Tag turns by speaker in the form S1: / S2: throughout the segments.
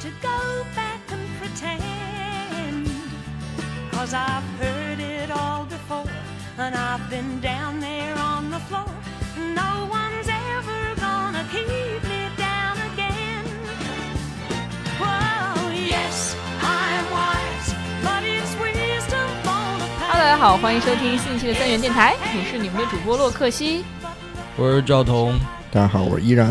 S1: to go back and pretend. Cause I've heard it all before, and I've been down there on the floor. No one's ever gonna keep me down again. Whoa, yes, I'm wise, but it's wisdom born of
S2: Hello，大家好，欢迎收听新一期的三元电台，我是你们的主播洛克西。
S3: 我是赵彤，
S4: 大家好，我是依然。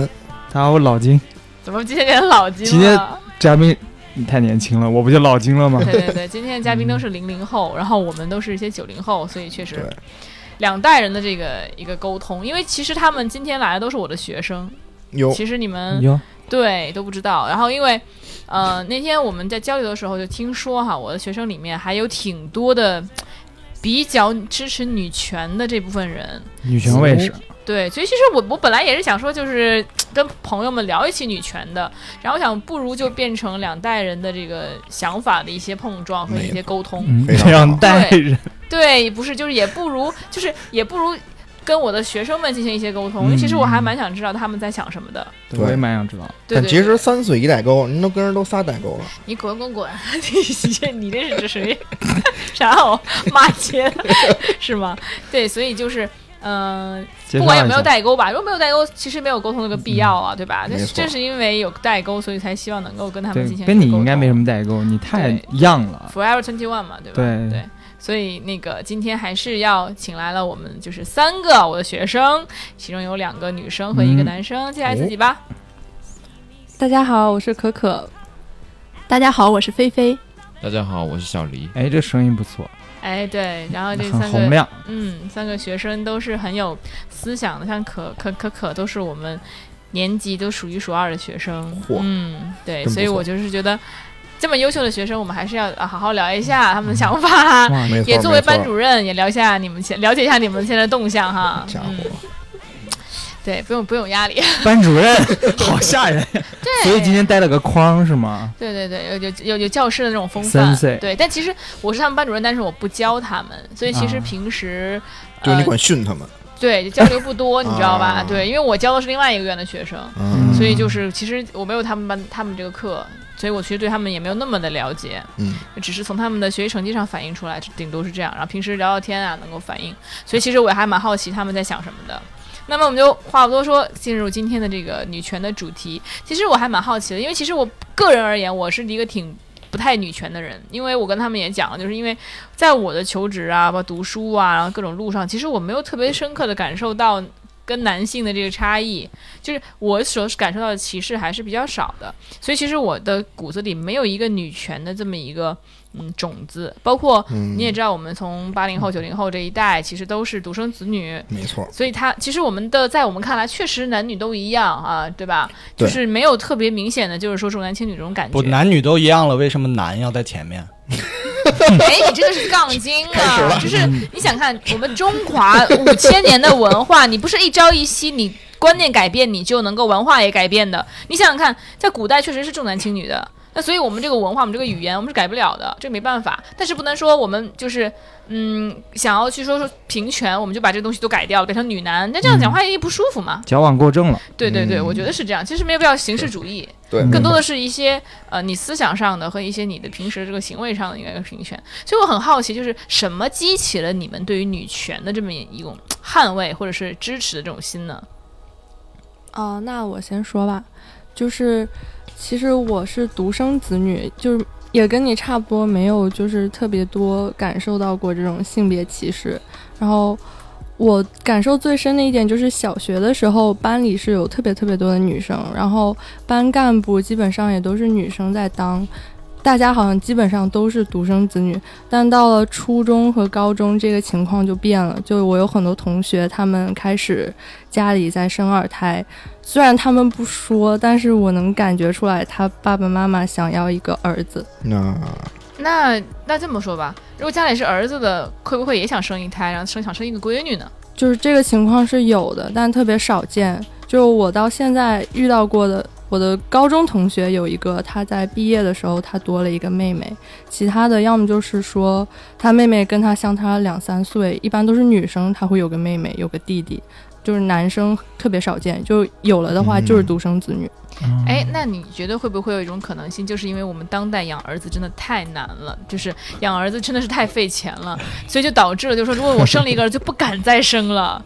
S5: 大家好，我老金，
S2: 怎么今天变老金
S5: 今天
S2: 了？
S5: 嘉宾你太年轻了，我不就老金了吗？
S2: 啊对对对，今天的嘉宾都是零零后，然后我们都是一些九零后，所以确实
S4: 对
S2: 两代人的这个一个沟通。因为其实他们今天来的都是我的学生，
S4: 有
S2: 其实你们
S5: 哟，
S2: 对都不知道。然后因为呃那天我们在交流的时候就听说哈，我的学生里面还有挺多的比较支持女权的这部分人，
S5: 女权卫士，
S2: 对，所以其实我我本来也是想说，就是跟朋友们聊一期女权的，然后我想不如就变成两代人的这个想法的一些碰撞和
S4: 没
S2: 一些沟通。
S5: 嗯，
S4: 非常好
S5: 两代人，
S2: 对，不是，就是也不如，就是也不如跟我的学生们进行一些沟通，因为其实我还蛮想知道他们在想什么的。
S5: 对我也蛮想知道。
S2: 对
S4: 嗯但
S2: 对
S4: 其
S2: 对
S4: 实三岁一代沟，您都跟人都仨代沟了。
S2: 你滚滚滚， 你这你这是指谁？ 然后骂街了 是吗？对，所以就是嗯。
S5: 介
S2: 不
S5: 绍
S2: 管有
S5: 一
S2: 没
S5: 下
S2: 有，代沟吧，如果没有代沟，其实没有沟通的个必要啊，
S5: 嗯
S2: 对吧？
S4: 没
S2: 但是
S4: 错
S2: 正是因为有代沟，所以才希望能够跟他们进行
S5: 对，跟你应该没什
S2: 么。
S5: 么代沟，你太
S2: 对
S5: young 了。
S2: Forever Twenty One 嘛，对吧？
S5: 对
S2: 所以那个今天还是要请来了我们就是三个我的学生，其中有两个女生和一个
S5: 嗯哦
S2: 男生，介绍自己吧。
S6: 大家好，我是可可。大家好，我是菲菲。
S3: 大家好，我是小黎。
S5: 哎，这声音不错，
S2: 哎，对，然后这
S5: 很
S2: 三
S5: 洪
S2: 个，
S5: 亮。
S2: 嗯，三个学生都是很有思想的，像可可可可都是我们年级都数一数二的学生。
S4: 嚯
S2: 嗯，对，
S4: 真不
S2: 所以
S4: 错
S2: 我就是觉得这么优秀的学生，我们还是要啊好好聊一下他们的想法，
S5: 哇，
S4: 嗯没错，
S2: 也作为班
S4: 没错
S2: 主任也聊一下你们现了解一下你们现在的动向哈。
S4: 家伙
S2: 嗯，，对，不用不用压力。
S5: 班主 任好吓人，
S2: 对，
S5: 所以今天带了个框是吗？
S2: 对对对，有有有有教师的那种风范。
S5: Sensei
S2: 对，但其实我是他们班主任，但是我不教他们，所以其实
S5: 啊
S2: 平时、
S4: 就你
S2: 呃
S4: 管训他们。
S2: 对交流不多，你知道吧
S4: 啊？
S2: 对，因为我教的是另外一个院的学生。
S4: 嗯
S2: 所以就是其实我没有他们班他们这个课，所以我其实对他们也没有那么的了解，
S4: 嗯，
S2: 只是从他们的学习成绩上反映出来，顶多是这样。然后平时聊聊天啊，能够反映，所以其实我还蛮好奇他们在想什么的。那么我们就话不多说，进入今天的这个女权的主题。其实我还蛮好奇的，因为其实我个人而言，我是一个挺不太女权的人，因为我跟他们也讲了，就是因为在我的求职啊、包括读书啊，然后各种路上，其实我没有特别深刻的感受到跟男性的这个差异，就是我所感受到的歧视还是比较少的。所以其实我的骨子里没有一个女权的这么一个嗯种子，包括
S4: 嗯
S2: 你也知道，我们从八
S3: 嗯
S2: 零后、九零后这一代，其实都是独生子女。
S4: 没错，
S2: 所以他，其实我们的在我们看来，确实男女都一样啊，对吧？就
S4: 对
S2: 是没有特别明显的，就是说重男轻女这种感觉。
S3: 不，男女都一样了，为什么男要在前面？
S2: 哎，你这个是杠精啊！就是你想看我们中华五千年的文化，你不是一朝一夕你观念改变，你就能够文化也改变的。你想想看，在古代确实是重男轻女的，那所以我们这个文化，我们这个语言，我们是改不了的，这没办法。但是不能说我们就是嗯想要去说说平权，我们就把这个东西都改掉了，变成女男，那这样讲话也不舒服嘛。
S5: 矫枉过正了，
S2: 对对对，
S4: 嗯
S2: 我觉得是这样。其实没有必要形式主义，
S4: 对，
S5: 嗯
S2: 更多的是一些呃你思想上的和一些你的平时这个行为上的一个平权。所以我很好奇，就是什么激起了你们对于女权的这么一种捍卫或者是支持的这种心呢？
S6: 哦、那我先说吧，就是其实我是独生子女，就是也跟你差不多，没有就是特别多感受到过这种性别歧视。然后我感受最深的一点就是小学的时候，班里是有特别特别多的女生，然后班干部基本上也都是女生在当。大家好像基本上都是独生子女，但到了初中和高中，这个情况就变了。就我有很多同学，他们开始家里在生二胎，虽然他们不说，但是我能感觉出来，他爸爸妈妈想要一个儿子。
S4: 那
S2: 那那这么说吧，如果家里是儿子的，会不会也想生一胎，然后生想生一个闺女呢？
S6: 就是这个情况是有的，但特别少见。就我到现在遇到过的，我的高中同学有一个，他在毕业的时候他多了一个妹妹，其他的要么就是说他妹妹跟他相差两三岁，一般都是女生，她会有个妹妹，有个弟弟。就是男生特别少见，就有了的话
S5: 嗯
S6: 就是独生子女。
S2: 哎，那你觉得会不会有一种可能性，就是因为我们当代养儿子真的太难了，就是养儿子真的是太费钱了，所以就导致了，就是说如果我生了一个儿子，就不敢再生 了。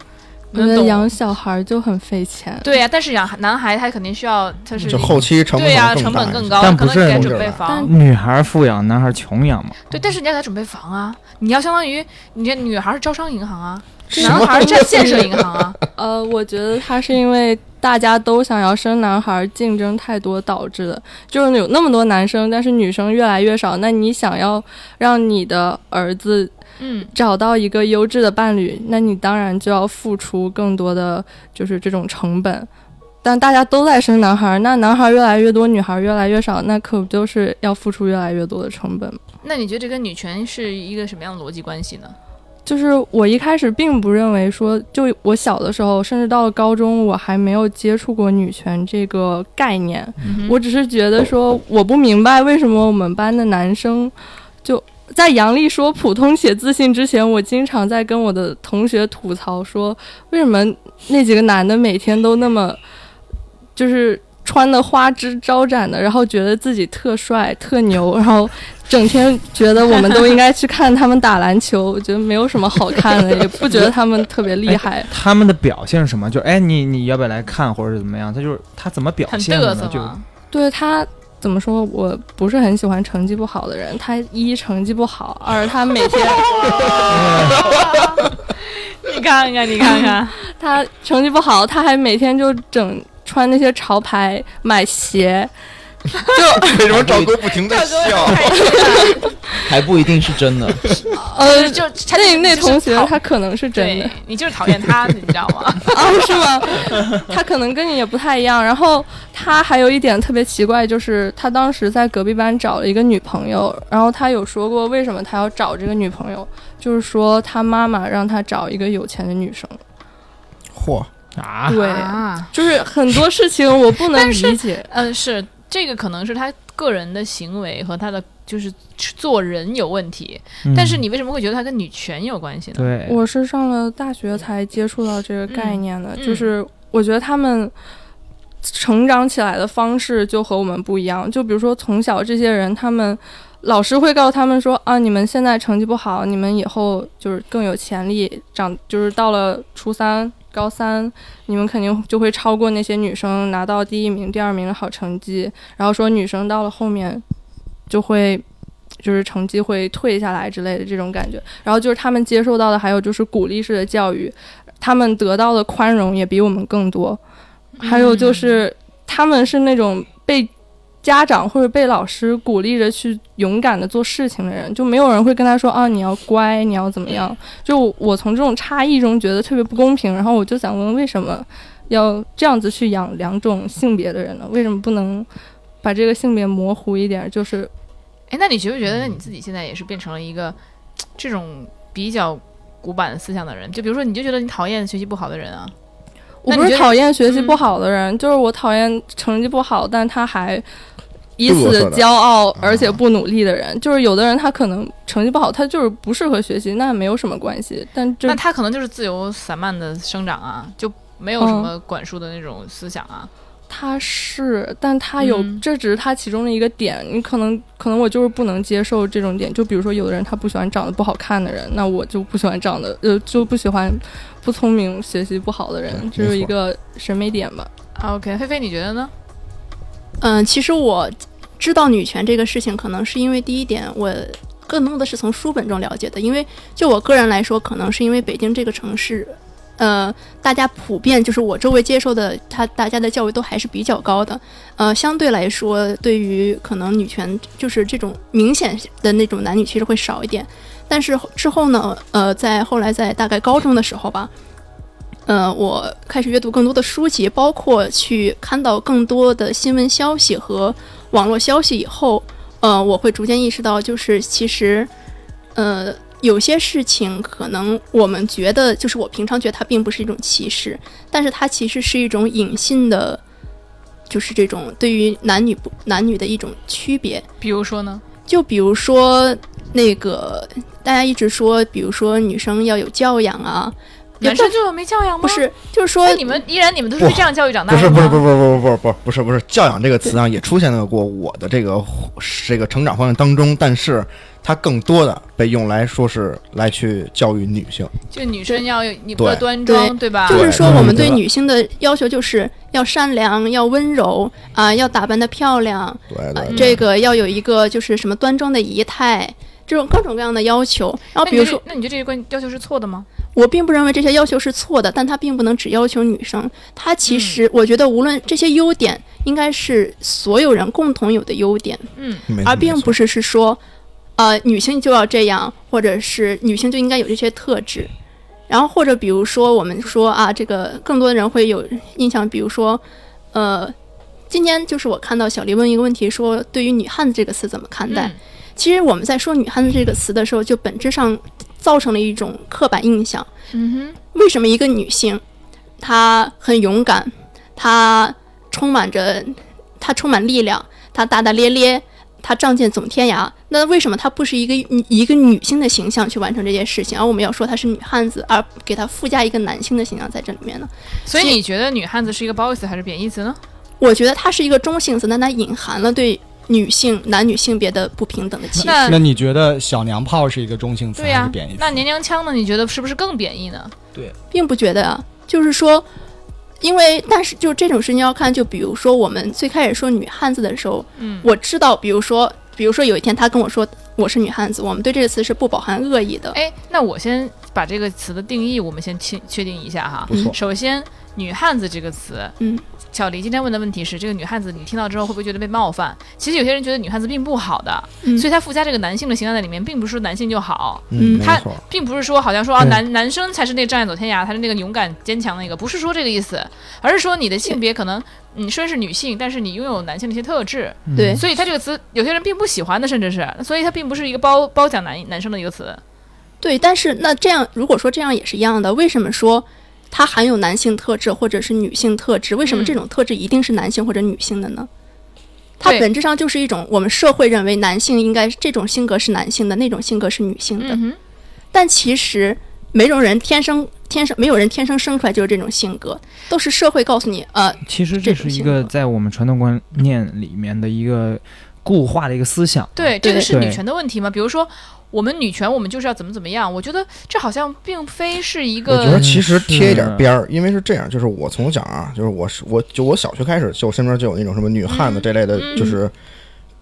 S6: 我
S2: 你
S6: 觉
S2: 能
S6: 得
S2: 嗯懂
S6: 养小孩就很费钱。
S2: 对呀、但是养男孩他肯定需要，他是
S4: 就后期成本
S2: 对呀、
S4: 可能
S2: 成
S4: 大
S2: 本
S4: 一
S2: 更
S4: 些
S2: 高，
S5: 但
S2: 可
S5: 不
S2: 能
S5: 是
S2: 你得
S4: 那么
S2: 准
S4: 个
S2: 备
S4: 吧
S2: 房，
S5: 嗯女孩富养，男孩穷养嘛。
S2: 对，但是你要给他准备房啊，你要相当于你这女孩是招商银行啊，
S4: 什
S2: 男
S4: 么
S2: 孩是建设银行啊，
S6: 呃，我觉得他是因为大家都想要生男孩，竞争太多导致的。就是有那么多男生，但是女生越来越少。那你想要让你的儿子
S2: 嗯。
S6: 找到一个优质的伴侣，那你当然就要付出更多的就是这种成本。但大家都在生男孩，那男孩越来越多，女孩越来越少，那可不就是要付出越来越多的成本吗？
S2: 那你觉得这跟女权是一个什么样的逻辑关系呢？
S6: 就是我一开始并不认为说，就我小的时候，甚至到了高中，我还没有接触过女权这个概念。
S2: 嗯
S6: 我只是觉得说，我不明白为什么我们班的男生就在杨丽说普通且自信之前，我经常在跟我的同学吐槽说，为什么那几个男的每天都那么就是穿的花枝招展的，然后觉得自己特帅特牛，然后整天觉得我们都应该去看他们打篮球，我觉得没有什么好看的，也不觉得他们特别厉害。
S5: 他们的表现是什么？就哎，你你要不要来看，或者是怎么样？他就是他怎么表
S2: 很
S5: 现的
S2: 嘚
S5: 呢？
S2: 瑟啊
S5: 就
S2: 吗？
S6: 对他怎么说？我不是很喜欢成绩不好的人。他一成绩不好，二他每 天
S2: 你看看，你看看，
S6: 他成绩不好，他还每天就整穿那些潮牌买鞋。
S4: 为什么赵哥不停地笑？
S3: 还不一定是真的。
S6: 呃，
S2: 就他
S6: 那那
S2: 就是
S6: 同学
S2: 讨
S6: 他可能是真的
S2: 对你就是讨厌他，你知道吗？
S6: 啊，是吗？他可能跟你也不太一样。然后他还有一点特别奇怪，就是他当时在隔壁班找了一个女朋友，然后他有说过为什么他要找这个女朋友，就是说他妈妈让他找一个有钱的女生。
S4: 嚯，
S5: 啊，
S6: 对，
S2: 啊，
S6: 就是很多事情我不能
S2: 但是
S6: 理解。
S2: 嗯，是这个可能是他个人的行为和他的就是做人有问题，
S5: 嗯
S2: 但是你为什么会觉得他跟女权有关系呢？
S5: 对
S6: 我是上了大学才接触到这个概念的，
S2: 嗯
S6: 就是我觉得他们成长起来的方式就和我们不一样。就比如说从小这些人，他们老师会告诉他们说啊，你们现在成绩不好，你们以后就是更有潜力，长就是到了初三。高三，你们肯定就会超过那些女生，拿到第一名、第二名的好成绩。然后说女生到了后面就会就是成绩会退下来之类的这种感觉。然后就是他们接受到的还有就是鼓励式的教育，他们得到的宽容也比我们更多。还有就是他们是那种被家长或者被老师鼓励着去勇敢的做事情的人，就没有人会跟他说啊你要乖，你要怎么样。就我我从这种差异中觉得特别不公平，然后我就想问为什么要这样子去养两种性别的人呢？为什么不能？把这个性别模糊一点，就是
S2: 哎，那你觉不觉得你自己现在也是变成了一个这种比较古板思想的人？就比如说，你就觉得你讨厌学习不好的人啊？
S6: 我
S2: 那
S6: 不
S2: 你觉
S6: 是
S2: 得嗯
S6: 讨厌学习不好的人，就是我讨厌成绩不好，但他还以
S4: 不
S6: 此
S4: 落色的
S6: 骄傲而
S2: 啊
S6: 且不努力的人。就是有的人他可能成绩不好，他就是不适合学习，那没有什么关系。但就
S2: 那他可能就是自由散漫的生长啊，就没有什
S6: 嗯
S2: 么管束的那种思想啊。
S6: 他是，但他有，
S2: 嗯
S6: 这只是他其中的一个点。你可能可能我就是不能接受这种点。就比如说，有的人他不喜欢长得不好看的人，那我就不喜欢长得呃就不喜欢不聪明、学习不好的人，这
S4: 没
S6: 是一
S4: 错
S6: 个审美点吧。
S2: 啊 OK，菲菲，你觉得呢？
S7: 嗯，其实我知道女权这个事情，可能是因为第一点，我更多的是从书本中了解的。因为就我个人来说，可能是因为北京这个城市，呃，大家普遍就是我周围接受的，他大家的教育都还是比较高的。呃，相对来说，对于可能女权就是这种明显的那种男女歧视会少一点。但是之后呢，呃，在后来在大概高中的时候吧，呃，我开始阅读更多的书籍，包括去看到更多的新闻消息和网络消息以后，呃，我会逐渐意识到，就是其实，呃，有些事情可能我们觉得，就是我平常觉得它并不是一种歧视，但是它其实是一种隐性的，就是这种对于男女不男女的一种区别。
S2: 比如说呢？
S7: 就比如说那个大家一直说，比如说女生要有教养啊，也
S2: 男生就没教养吗？
S7: 不，是，就是说
S2: 那你们依然你们都是被
S4: 不
S2: 这样教育长大
S4: 不
S2: 的
S4: 是
S2: 吗？
S4: 不是不是不是不是不是不是不是教养这个词啊，也出现了过我的这个这个成长方向当中，但是它更多的被用来说是来去教育女性。
S2: 就女生要有你不要
S4: 对
S2: 端庄，对吧？
S7: 就是说，
S4: 对
S7: 我们
S4: 嗯
S7: 对
S4: 对
S7: 女性的要求就是要善良，要温柔啊、要打扮的漂亮啊、
S4: 对对
S2: 嗯
S4: 对，
S7: 这个要有一个就是什么端庄的仪态，这种各种各样的要求。然
S2: 那
S7: 后
S2: 你
S7: 比如
S2: 觉
S7: 说
S2: 得，那你觉得这一关要求是错的吗？
S7: 我并不认为这些要求是错的，但它并不能只要求女生。它
S2: 嗯
S7: 其实，我觉得无论这些优点，应该是所有人共同有的优点，
S2: 嗯，
S4: 没
S7: 而并
S4: 没错
S7: 不是是说，呃，女性就要这样，或者是女性就应该有这些特质。然后或者比如说，我们说啊，这个更多的人会有印象，比如说，呃，今天就是我看到小黎问一个问题，说对于“女汉子”这个词怎么看待？
S2: 嗯
S7: 其实我们在说“女汉子”这个词的时候，就本质上造成了一种刻板印象。
S2: 嗯
S7: 为什么一个女性，她很勇敢，她充满着，她充满力量，她大大咧咧，她仗剑走天涯？那为什么她不是一个女一个女性的形象去完成这件事情，而我们要说她是女汉子，而给她附加一个男性的形象在这里面呢？
S2: 哼，所以你觉得女汉子是一个褒义词还是贬义词呢？
S7: 我觉得它是一个中性词，但它隐含了对女性男女性别的不平等的歧视。
S2: 那
S8: 那你觉得小娘炮是一个中性词
S2: 对
S8: 还
S2: 呀
S8: 是贬义，词
S2: 那？娘娘腔呢？你觉得是不是更贬义呢？
S7: 并不觉得啊，就是说，因为但是就这种事情要看，就比如说我们最开始说女汉子的时候，
S2: 嗯
S7: 我知道，比如说，比如说有一天他跟我说我是女汉子，我们对这个词是不饱含恶意的。
S2: 哎，那我先把这个词的定义，我们先确确定一下哈。
S4: 不错，
S2: 首先，“女汉子”这个词，
S7: 嗯，
S2: 小黎今天问的问题是：这个女汉子，你听到之后会不会觉得被冒犯？其实有些人觉得女汉子并不好的，
S7: 嗯
S2: 所以她附加这个男性的形象在里面，并不是说男性就好，
S4: 嗯，没
S2: 他
S4: 错，
S2: 并不是说好像说啊
S5: 对
S4: 嗯
S2: 男男生才是那个仗剑走天涯，才是那个勇敢坚强那个，不是说这个意思，而是说你的性别可能你虽然是女性，但是你拥有男性的一些特质，
S5: 嗯
S7: 对，
S2: 所以它这个词有些人并不喜欢的，甚至是，所以它并不是一个褒褒奖男男生的一个词。
S7: 对，但是那这样，如果说这样也是一样的，为什么说它含有男性特质或者是女性特质？为什
S2: 嗯
S7: 么这种特质一定是男性或者女性的呢？它
S2: 对
S7: 本质上就是一种我们社会认为男性应该这种性格是男性的，那种性格是女性的。
S2: 嗯哼，
S7: 但其实每种人天生天生没有人天生生出来就是这种性格，都是社会告诉你，呃，
S5: 其实这
S7: 这种
S5: 是一
S7: 性
S5: 个
S7: 格
S5: 在我们传统观念里面的一个固化的一个思想。
S2: 对，这个
S7: 啊对
S2: 是女
S5: 对
S2: 权的问题吗？比如说，我们女权，我们就是要怎么怎么样？我觉得这好像并非是一
S4: 我觉
S2: 个
S4: 得其实贴一点
S5: 是
S4: 边儿，因为是这样，就是我从小啊，就是我是我就我小学开始，就我身边就有那种什么女汉子这类的，
S2: 嗯
S4: 就是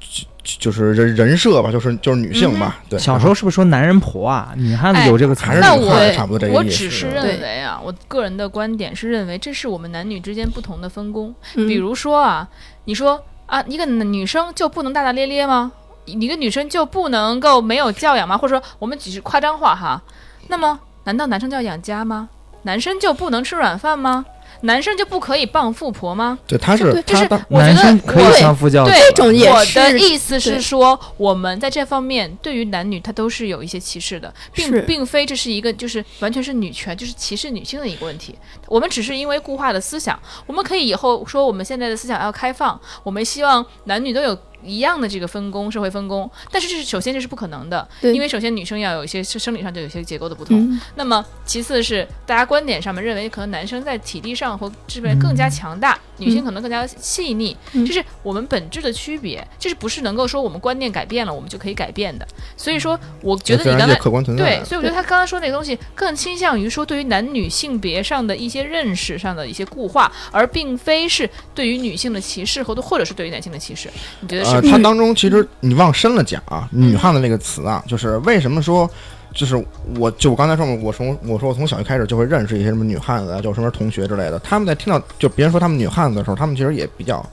S4: 就就是人人设吧，就是就是女
S2: 嗯
S4: 性吧。对，
S5: 小时候是不是说男人婆啊？女汉
S2: 哎
S5: 子有这个词
S4: 还
S5: 儿
S4: 是
S5: 吗？
S2: 那
S4: 女
S2: 我
S4: 汉子差不多这
S2: 我
S4: 个意
S2: 只是
S4: 思。
S2: 认为啊，我个人的观点是认为这是我们男女之间不同的分工。
S7: 嗯
S2: 比如说啊，你说啊，一个女生就不能大大咧咧吗？一个女生就不能够没有教养吗？或者说我们只是夸张化哈？那么难道男生就要养家吗？男生就不能吃软饭吗？男生就不可以傍富婆吗？
S4: 对，他
S2: 对
S4: 是
S2: 就是
S4: 他当
S2: 我觉得
S5: 男生可以
S2: 对
S5: 相夫教子。
S2: 对
S7: 这种也
S2: 我
S7: 是
S2: 的意思是
S7: 对
S2: 说，我们在这方面对于男女他都是有一些歧视的，
S7: 是
S2: 并并非这是一个就是完全是女权，就是歧视女性的一个问题。我们只是因为固化的思想，我们可以以后说我们现在的思想要开放，我们希望男女都有。一样的这个分工，社会分工，但是这是首先这是不可能的，
S7: 对
S2: 因为首先女生要有一些生理上就有一些结构的不同，
S7: 嗯，
S2: 那么其次是大家观点上面认为，可能男生在体力上或这边更加强大，女性可能更加细腻，
S7: 嗯
S2: 这是我们本质的区别，这是不是能够说我们观念改变了，我们就可以改变的？所以说，我觉得你
S4: 自然
S2: 刚
S4: 界
S2: 才。
S4: 客观存在
S2: 对，
S4: 的。
S2: 所以我觉得他刚刚说那个东西更倾向于说对于男女性别上的一些认识上的一些固化，而并非是对于女性的歧视或者或者是对于男性的歧视。你觉得是嗯
S4: 呃，
S2: 吗？
S4: 它当中其实你往深了讲啊，女汉子这个词啊，就是为什么说，就是我就我刚才说嘛，我从我说我从小学开始就会认识一些什么女汉子啊，就身边同学之类的，他们在听到就别人说他们女汉子的时候，他们其实也比较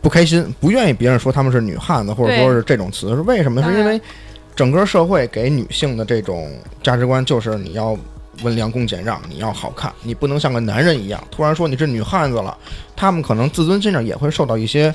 S4: 不开心，不愿意别人说他们是女汉子或者
S2: 对
S4: 说是这种词，是为什么呢？
S2: 当
S4: 是
S2: 然
S4: 因为整个社会给女性的这种价值观就是你要。温良恭俭让，你要好看，你不能像个男人一样。突然说你是女汉子了，他们可能自尊心上也会受到一些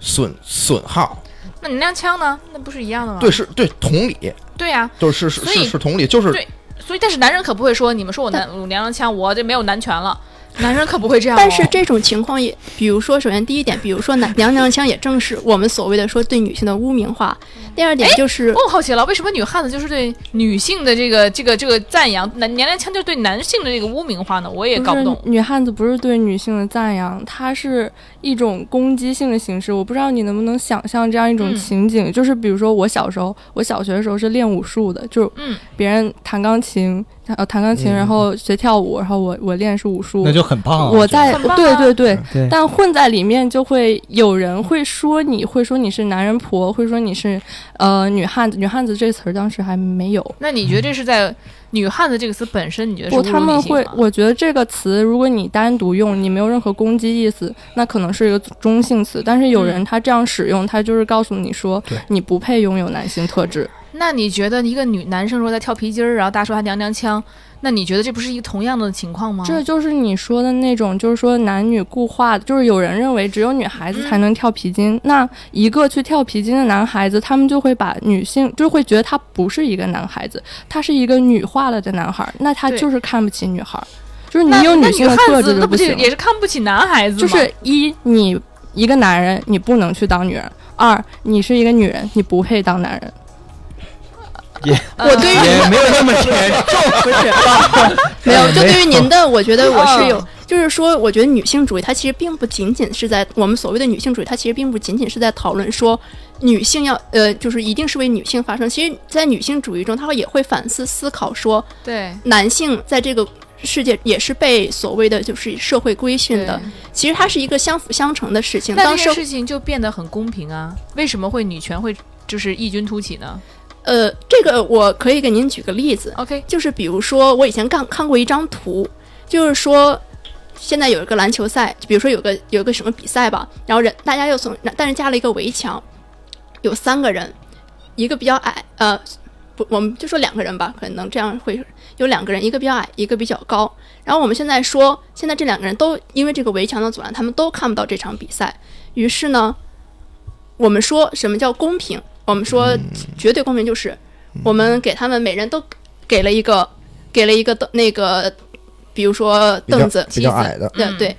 S4: 损损耗，
S2: 那你亮枪呢？那不是一样的吗？
S4: 对，是对同理，
S2: 对呀、
S4: 就是是
S2: 啊所以
S4: 是是同理，就是
S2: 对所以，但是男人可不会说，你们说我男我娘娘腔，我这没有男权了。男人可不会这样哦、
S7: 但是这种情况也，比如说，首先第一点，比如说娘娘娘腔，也正是我们所谓的说对女性的污名化。第二点就是
S2: 我，哦很好奇了，为什么女汉子就是对女性的这个这个这个赞扬，男娘娘腔就是对男性的这个污名化呢？我也搞不懂。
S6: 是女汉子不是对女性的赞扬，它是一种攻击性的形式。我不知道你能不能想象这样一种
S2: 嗯
S6: 情景，就是比如说我小时候，我小学的时候是练武术的，就是
S2: 嗯
S6: 别人弹钢琴，弹呃弹钢琴，
S4: 嗯
S6: 然后学跳舞，然后我我练是武术
S8: 那。就很棒啊！
S6: 我在
S2: 很棒啊
S6: 对对对，
S9: 嗯
S5: 对，
S6: 但混在里面就会有人会说你会说你是男人婆，会说你是呃女汉子，女汉子这词儿当时还没有。
S2: 那你觉得这是在“女汉子”这个词本身，你觉得是
S6: 不，
S2: 侮辱
S6: 他们
S2: 女性
S6: 会
S2: 吗，
S6: 我觉得这个词，如果你单独用，你没有任何攻击意思，那可能是一个中性词。但是
S2: 嗯
S6: 有人他这样使用，他就是告诉你说
S8: 对
S6: 你不配拥有男性特质。
S2: 那你觉得一个女男生如果在跳皮筋儿，啊然后大家说他娘娘腔，那你觉得这不是一个同样的情况吗？
S6: 这就是你说的那种，就是说男女固化的，就是有人认为只有女孩子才能跳皮筋，那一个去跳皮筋的男孩子，他们就会把女性，就会觉得他不是一个男孩子，他是一个女化了的男孩，那他
S2: 对
S6: 就是看不起女孩，就是你
S2: 那
S6: 有
S2: 那
S6: 性的
S2: 汉
S6: 特
S2: 子，
S6: 质
S2: 那
S6: 就
S2: 不就
S6: 行，
S2: 也是看不起男孩子吗？
S6: 就是一你一个男人，你不能去当女人；二你是一个女人，你不配当男人。
S7: 我对于
S5: 也没有那么严重，
S7: 没有，就对于
S5: 没有
S7: 您的，我觉得我是有
S2: 嗯，
S7: 就是说，我觉得女性主义它其实并不仅仅是在我们所谓的女性主义，它其实并不仅仅是在讨论说女性要呃，就是一定是为女性发声。其实，在女性主义中，它会也会反思思考说，
S2: 对
S7: 男性在这个世界也是被所谓的就是社会规训的
S2: 对。
S7: 其实它是一个相辅相成的事情。
S2: 那
S7: 当
S2: 这
S7: 社
S2: 件事情就变得很公平啊？为什么会女权会就是异军突起呢
S7: 呃，这个我可以给您举个例子，
S2: ？OK，
S7: 就是比如说，我以前看看过一张图，就是说现在有一个篮球赛，比如说有个有一个什么比赛吧，然后人大家又从，但是加了一个围墙，有三个人，一个比较矮，呃，不，我们就说两个人吧，可能这样会有两个人，一个比较矮，一个比较高。然后我们现在说，现在这两个人都因为这个围墙的阻拦，他们都看不到这场比赛。于是呢，我们说什么叫公平？我们说绝对公平就是我们给他们每人都给了一个给了一个凳那个，比如说
S4: 比较
S7: 凳子、
S4: 比
S7: 梯
S4: 较
S7: 子，
S4: 矮的，
S7: 对
S2: 嗯
S7: 对，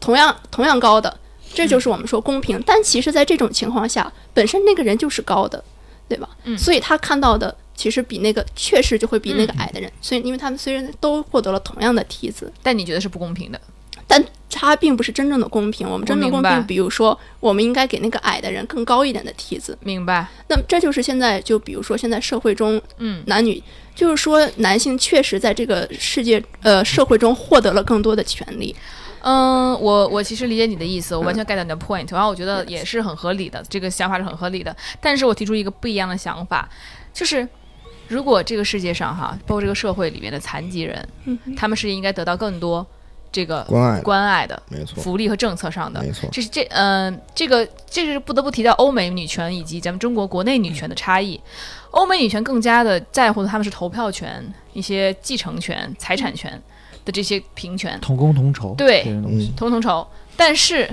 S7: 同样同样高的，这就是我们说公平。但其实，在这种情况下，本身那个人就是高的，对吧？
S2: 嗯
S7: 所以他看到的其实比那个确实就会比那
S2: 嗯
S7: 个矮的人。所以，因为他们虽然都获得了同样的梯子，
S2: 但你觉得是不公平的？
S7: 但它并不是真正的公平。我们真正的公
S2: 我明白
S7: 平，比如说，我们应该给那个矮的人更高一点的梯子。
S2: 明白？
S7: 那么，这就是现在就比如说现在社会中
S2: 嗯，
S7: 男女，就是说男性确实在这个世界呃社会中获得了更多的权利。
S2: 嗯，我我其实理解你的意思，我完全 get 到你的 point，、然后我觉得也是很合理的，这个想法是很合理的。但是我提出一个不一样的想法，就是如果这个世界上哈，包括这个社会里面的残疾人，
S7: 嗯哼
S2: 他们是应该得到更多这个
S4: 关爱的
S2: 关爱的、
S4: 没错，
S2: 福利和政策上的。
S4: 没错，
S2: 这是这嗯、这个这是不得不提到欧美女权以及咱们中国国内女权的差异。欧美女权更加的在乎的他们是投票权、一些继承权、财产权的这些平权。
S5: 同工同酬，
S2: 对
S5: 这种东西
S4: 嗯，
S2: 同不同酬，但是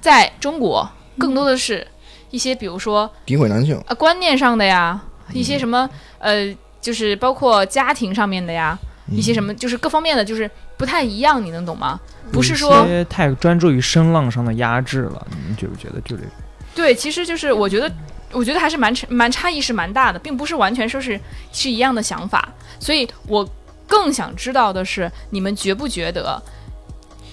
S2: 在中国更多的是一些，比如说
S4: 诋毁男性，
S2: 呃观念上的呀，一些什么呃，就是包括家庭上面的呀，一些什么就是各方面的，就是不太一样，你能懂吗？嗯不是说
S5: 有一些太专注于声浪上的压制了，你觉不觉得就这种？
S2: 对，其实就是我觉得，我觉得还是蛮差蛮差异是蛮大的，并不是完全说是是一样的想法。所以我更想知道的是，你们觉不觉得，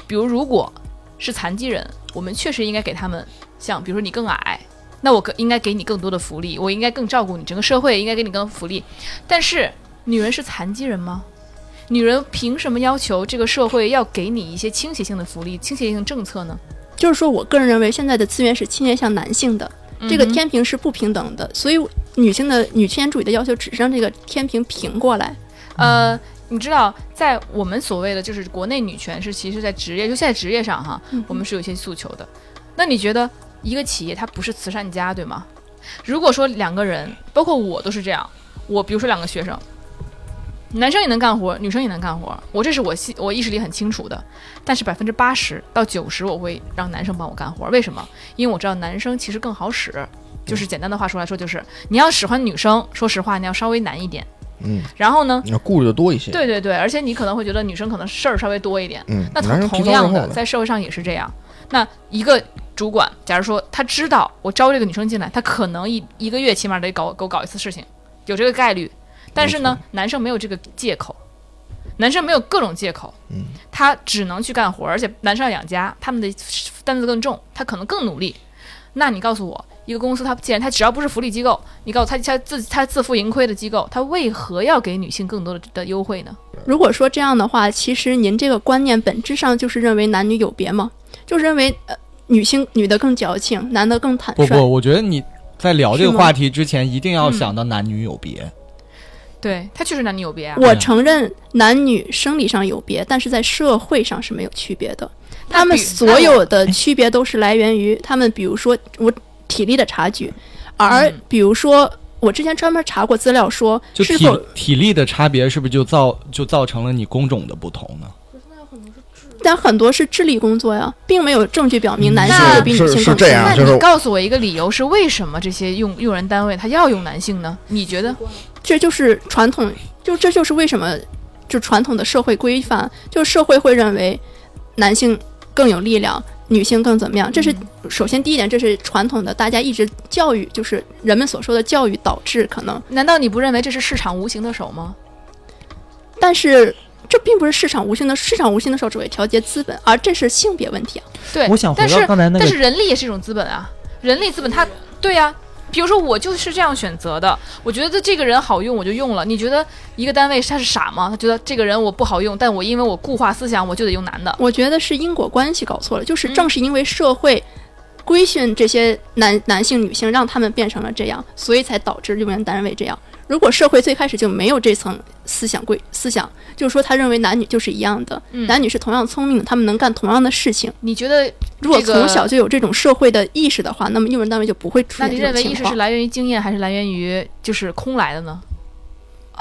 S2: 比如如果是残疾人，我们确实应该给他们像，比如说你更矮。那我更应该给你更多的福利，我应该更照顾你，整个社会应该给你更多福利。但是，女人是残疾人吗？女人凭什么要求这个社会要给你一些倾斜性的福利、倾斜性政策呢？
S7: 就是说我个人认为，现在的资源是倾斜向男性的，这
S2: 嗯
S7: 个
S2: 哼
S7: 天平是不平等的，所以女性的女权主义的要求只是让这个天平平过来。
S2: 呃，你知道，在我们所谓的就是国内女权是，其实在职业，就现在职业上哈，我
S7: 嗯
S2: 们是有一些诉求的。那你觉得一个企业它不是慈善家，对吗？如果说两个人，包括我都是这样，我比如说两个学生，男生也能干活，女生也能干活，我这是我心我意识里很清楚的。但是百分之八十到九十我会让男生帮我干活，为什么？因为我知道男生其实更好使，就是简单的话说来说就是，你要使唤女生，说实话你要稍微难一点。
S4: 嗯，
S2: 然后呢，
S4: 你要顾虑的多一些。，
S2: 对对对，而且你可能会觉得女生可能事儿稍微多一点。
S4: 嗯，
S2: 那
S4: 男
S2: 同
S4: 生
S2: 同
S4: 皮糙肉
S2: 样的，
S4: 厚的，
S2: 在社会上也是这样。那一个主管，假如说他知道我招这个女生进来，他可能一一个月起码得搞给我搞一次事情，有这个概率。但是呢，男生没有这个借口，男生没有各种借口，
S4: 嗯，
S2: 他只能去干活，而且男生要养家，他们的担子更重，他可能更努力。那你告诉我，一个公司他既然他只要不是福利机构，你告诉他他自他自负盈亏的机构，他为何要给女性更多的的优惠呢？
S7: 如果说这样的话，其实您这个观念本质上就是认为男女有别嘛，就认为呃女性女的更矫情，男的更坦率。
S8: 不不，我觉得你在聊这
S7: 是
S8: 个
S7: 吗
S8: 话题之前，一定要
S2: 嗯
S8: 想到男女有别。
S2: 对他确实男女有别啊。
S7: 我承认男女生理上有别，但是在社会上是没有区别的。
S2: 那
S7: 他们
S2: 比
S7: 所有的区别都是来源于他们，比如说我体力的差距，而
S2: 嗯
S7: 比如说我之前专门查过资料说，
S8: 就是体
S7: 否
S8: 体力的差别，是不是就造就造成了你工种的不同呢？
S7: 但很多是智力工作呀，并没有证据表明男
S2: 那
S7: 性有比女性
S4: 是
S7: 更
S4: 是这样
S5: 啊
S2: 那
S7: 强
S4: 就是
S2: 你告诉我一个理由，是为什么这些用用人单位他要用男性呢？你觉得？
S7: 这就是传统，就这就是为什么就传统的社会规范，就社会会认为男性更有力量，女性更怎么样？这是、首先第一点，这是传统的大家一直教育，就是人们所说的教育导致可能，
S2: 难道你不认为这是市场无形的手吗？
S7: 但是。这并不是市场无形的，市场无形的时候只会调节资本，而这是性别问题啊。
S2: 对，
S5: 我想回
S2: 但
S5: 到
S2: 是
S5: 刚才那
S2: 但
S5: 个
S2: 是人力也是一种资本啊，人力资本它对呀、比如说我就是这样选择的，我觉得这个人好用我就用了。你觉得一个单位他是傻吗？他觉得这个人我不好用，但我因为我固化思想我就得用男的。
S7: 我觉得是因果关系搞错了，就是
S2: 嗯
S7: 正是因为社会规训这些男男性、女性，让他们变成了这样，所以才导致用人单位这样。如果社会最开始就没有这层思想规思想，就是说他认为男女就是一样的，
S2: 嗯
S7: 男女是同样聪明的，他们能干同样的事情。
S2: 你觉得
S7: 如果
S2: 这个
S7: 从小就有这种社会的意识的话，那么用人单位就不会出
S2: 那
S7: 现
S2: 你
S7: 这
S2: 认为
S7: 种
S2: 意
S7: 情
S2: 识是
S7: 况。
S2: 来源于经验还是来源于就是空来的呢？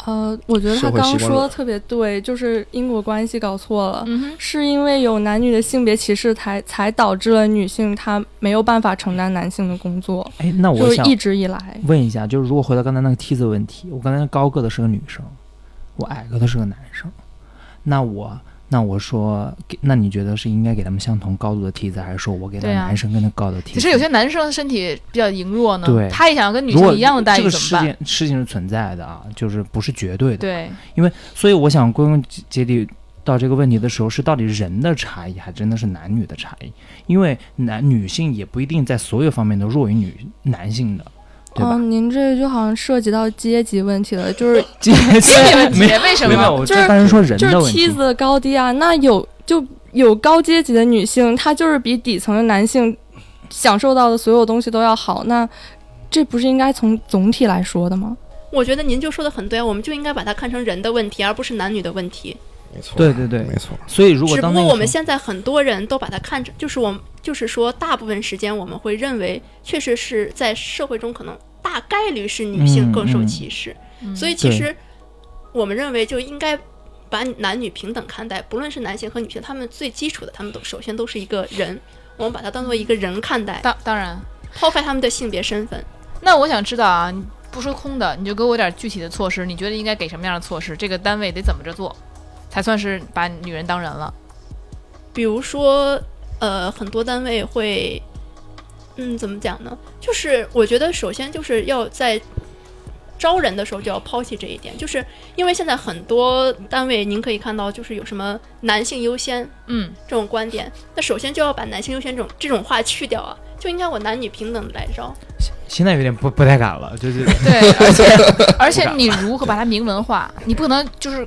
S6: 呃，我觉得
S4: 社
S6: 他
S4: 会
S6: 刚
S4: 习惯
S6: 刚说
S4: 论
S6: 的特别对，就是因果关系搞错了。
S2: 嗯哼，
S6: 是因为有男女的性别歧视才，才导致了女性她没有办法承担男性的工作，
S5: 哎，那我
S6: 就是
S5: 想
S6: 一直以来。
S5: 问一下，就是如果回到刚才那个梯子问题，我刚才高个的是个女生，我矮个的是个男生，那我那我说，给那你觉得是应该给他们相同高度的梯子，还是说我给他
S2: 对啊
S5: 男生跟他高的梯子？
S2: 其实有些男生身体比较羸弱呢，
S5: 对
S2: 他也想要跟女
S5: 如果
S2: 生一样的待
S5: 这
S2: 遇
S5: 个
S2: 怎么
S5: 事
S2: 办？
S5: 件事情是存在的啊，就是不是绝对的。
S2: 对，
S5: 所以我想归根结底到这个问题的时候，是到底人的差异，还真的是男女的差异？因为男女性也不一定在所有方面都弱于女男性的，对吧？
S6: 嗯，您这就好像涉及到阶级问题了，就是
S5: 这 个
S2: 问题为什
S5: 没有，
S2: 么？
S5: 我
S6: 就
S5: 就是当时说人
S6: 就
S5: 的
S6: 是
S5: 问
S6: 梯
S5: 题
S6: 子。的高低啊，那有就有高阶级的女性，她就是比底层的男性享受到的所有东西都要好，那这不是应该从总体来说的吗？
S7: 我觉得您就说的很对啊，我们就应该把它看成人的问题，而不是男女的问题。
S4: 没错，
S5: 对对对
S4: 没错。
S5: 所以如果
S7: 只不
S5: 当
S7: 过
S5: 那
S7: 我
S5: 个
S7: 们
S5: 时
S7: 现在很多人都把它看成，就是我们就是说，大部分时间我们会认为，确实是在社会中可能大概率是女性
S5: 嗯
S7: 更受
S5: 嗯
S7: 歧视，
S2: 嗯
S7: 所以其
S5: 对
S7: 实我们认为就应该把男女平等看待，不论是男性和女性，他们最基础的，他们都首先都是一个人，我们把他当做一个人看待，
S2: 当当然，
S7: 抛开他们的性别身份。
S2: 那我想知道啊，你不说空的，你就给我点具体的措施，你觉得应该给什么样的措施？这个单位得怎么着做，才算是把女人当人了？
S7: 比如说，呃，很多单位会，嗯，怎么讲呢？就是我觉得首先就是要在招人的时候就要抛弃这一点，就是因为现在很多单位您可以看到，就是有什么男性优先
S2: 嗯，
S7: 这种观点，那首先就要把男性优先这种这种话去掉啊，就应该我男女平等来招。
S5: 候，现在有点不不太敢了， 就是
S2: 对， 而且而且你如何把它明文化？你不能就是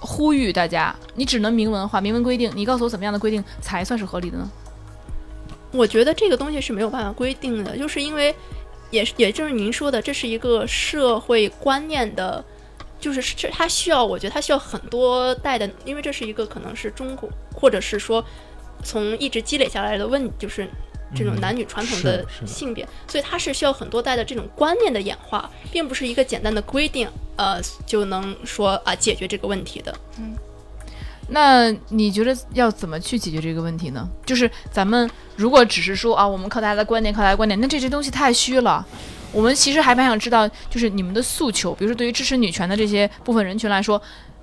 S2: 呼吁大家，你只能明文化，明文规定。你告诉我怎么样的规定才算是合理的呢？
S7: 我觉得这个东西是没有办法规定的，就是因为也是也就是您说的，这是一个社会观念的，就是这它需要，我觉得它需要很多代的，因为这是一个可能是中国或者是说从一直积累下来的问，就是这种
S5: 嗯
S7: 男女传统
S5: 是
S7: 的
S5: 是的
S7: 性别，所以它是需要很多代的这种观念的演化，并不是一个简单的规定，呃，就能说啊解决这个问题的。
S2: 那你觉得要怎么去解决这个问题呢？就是咱们如果只是说啊，我们靠大家的观点，靠大家的观点，那这些东西太虚了。我们其实还蛮想知道，就是你们的诉求，比如说对于支持女权的这些部分人群来说，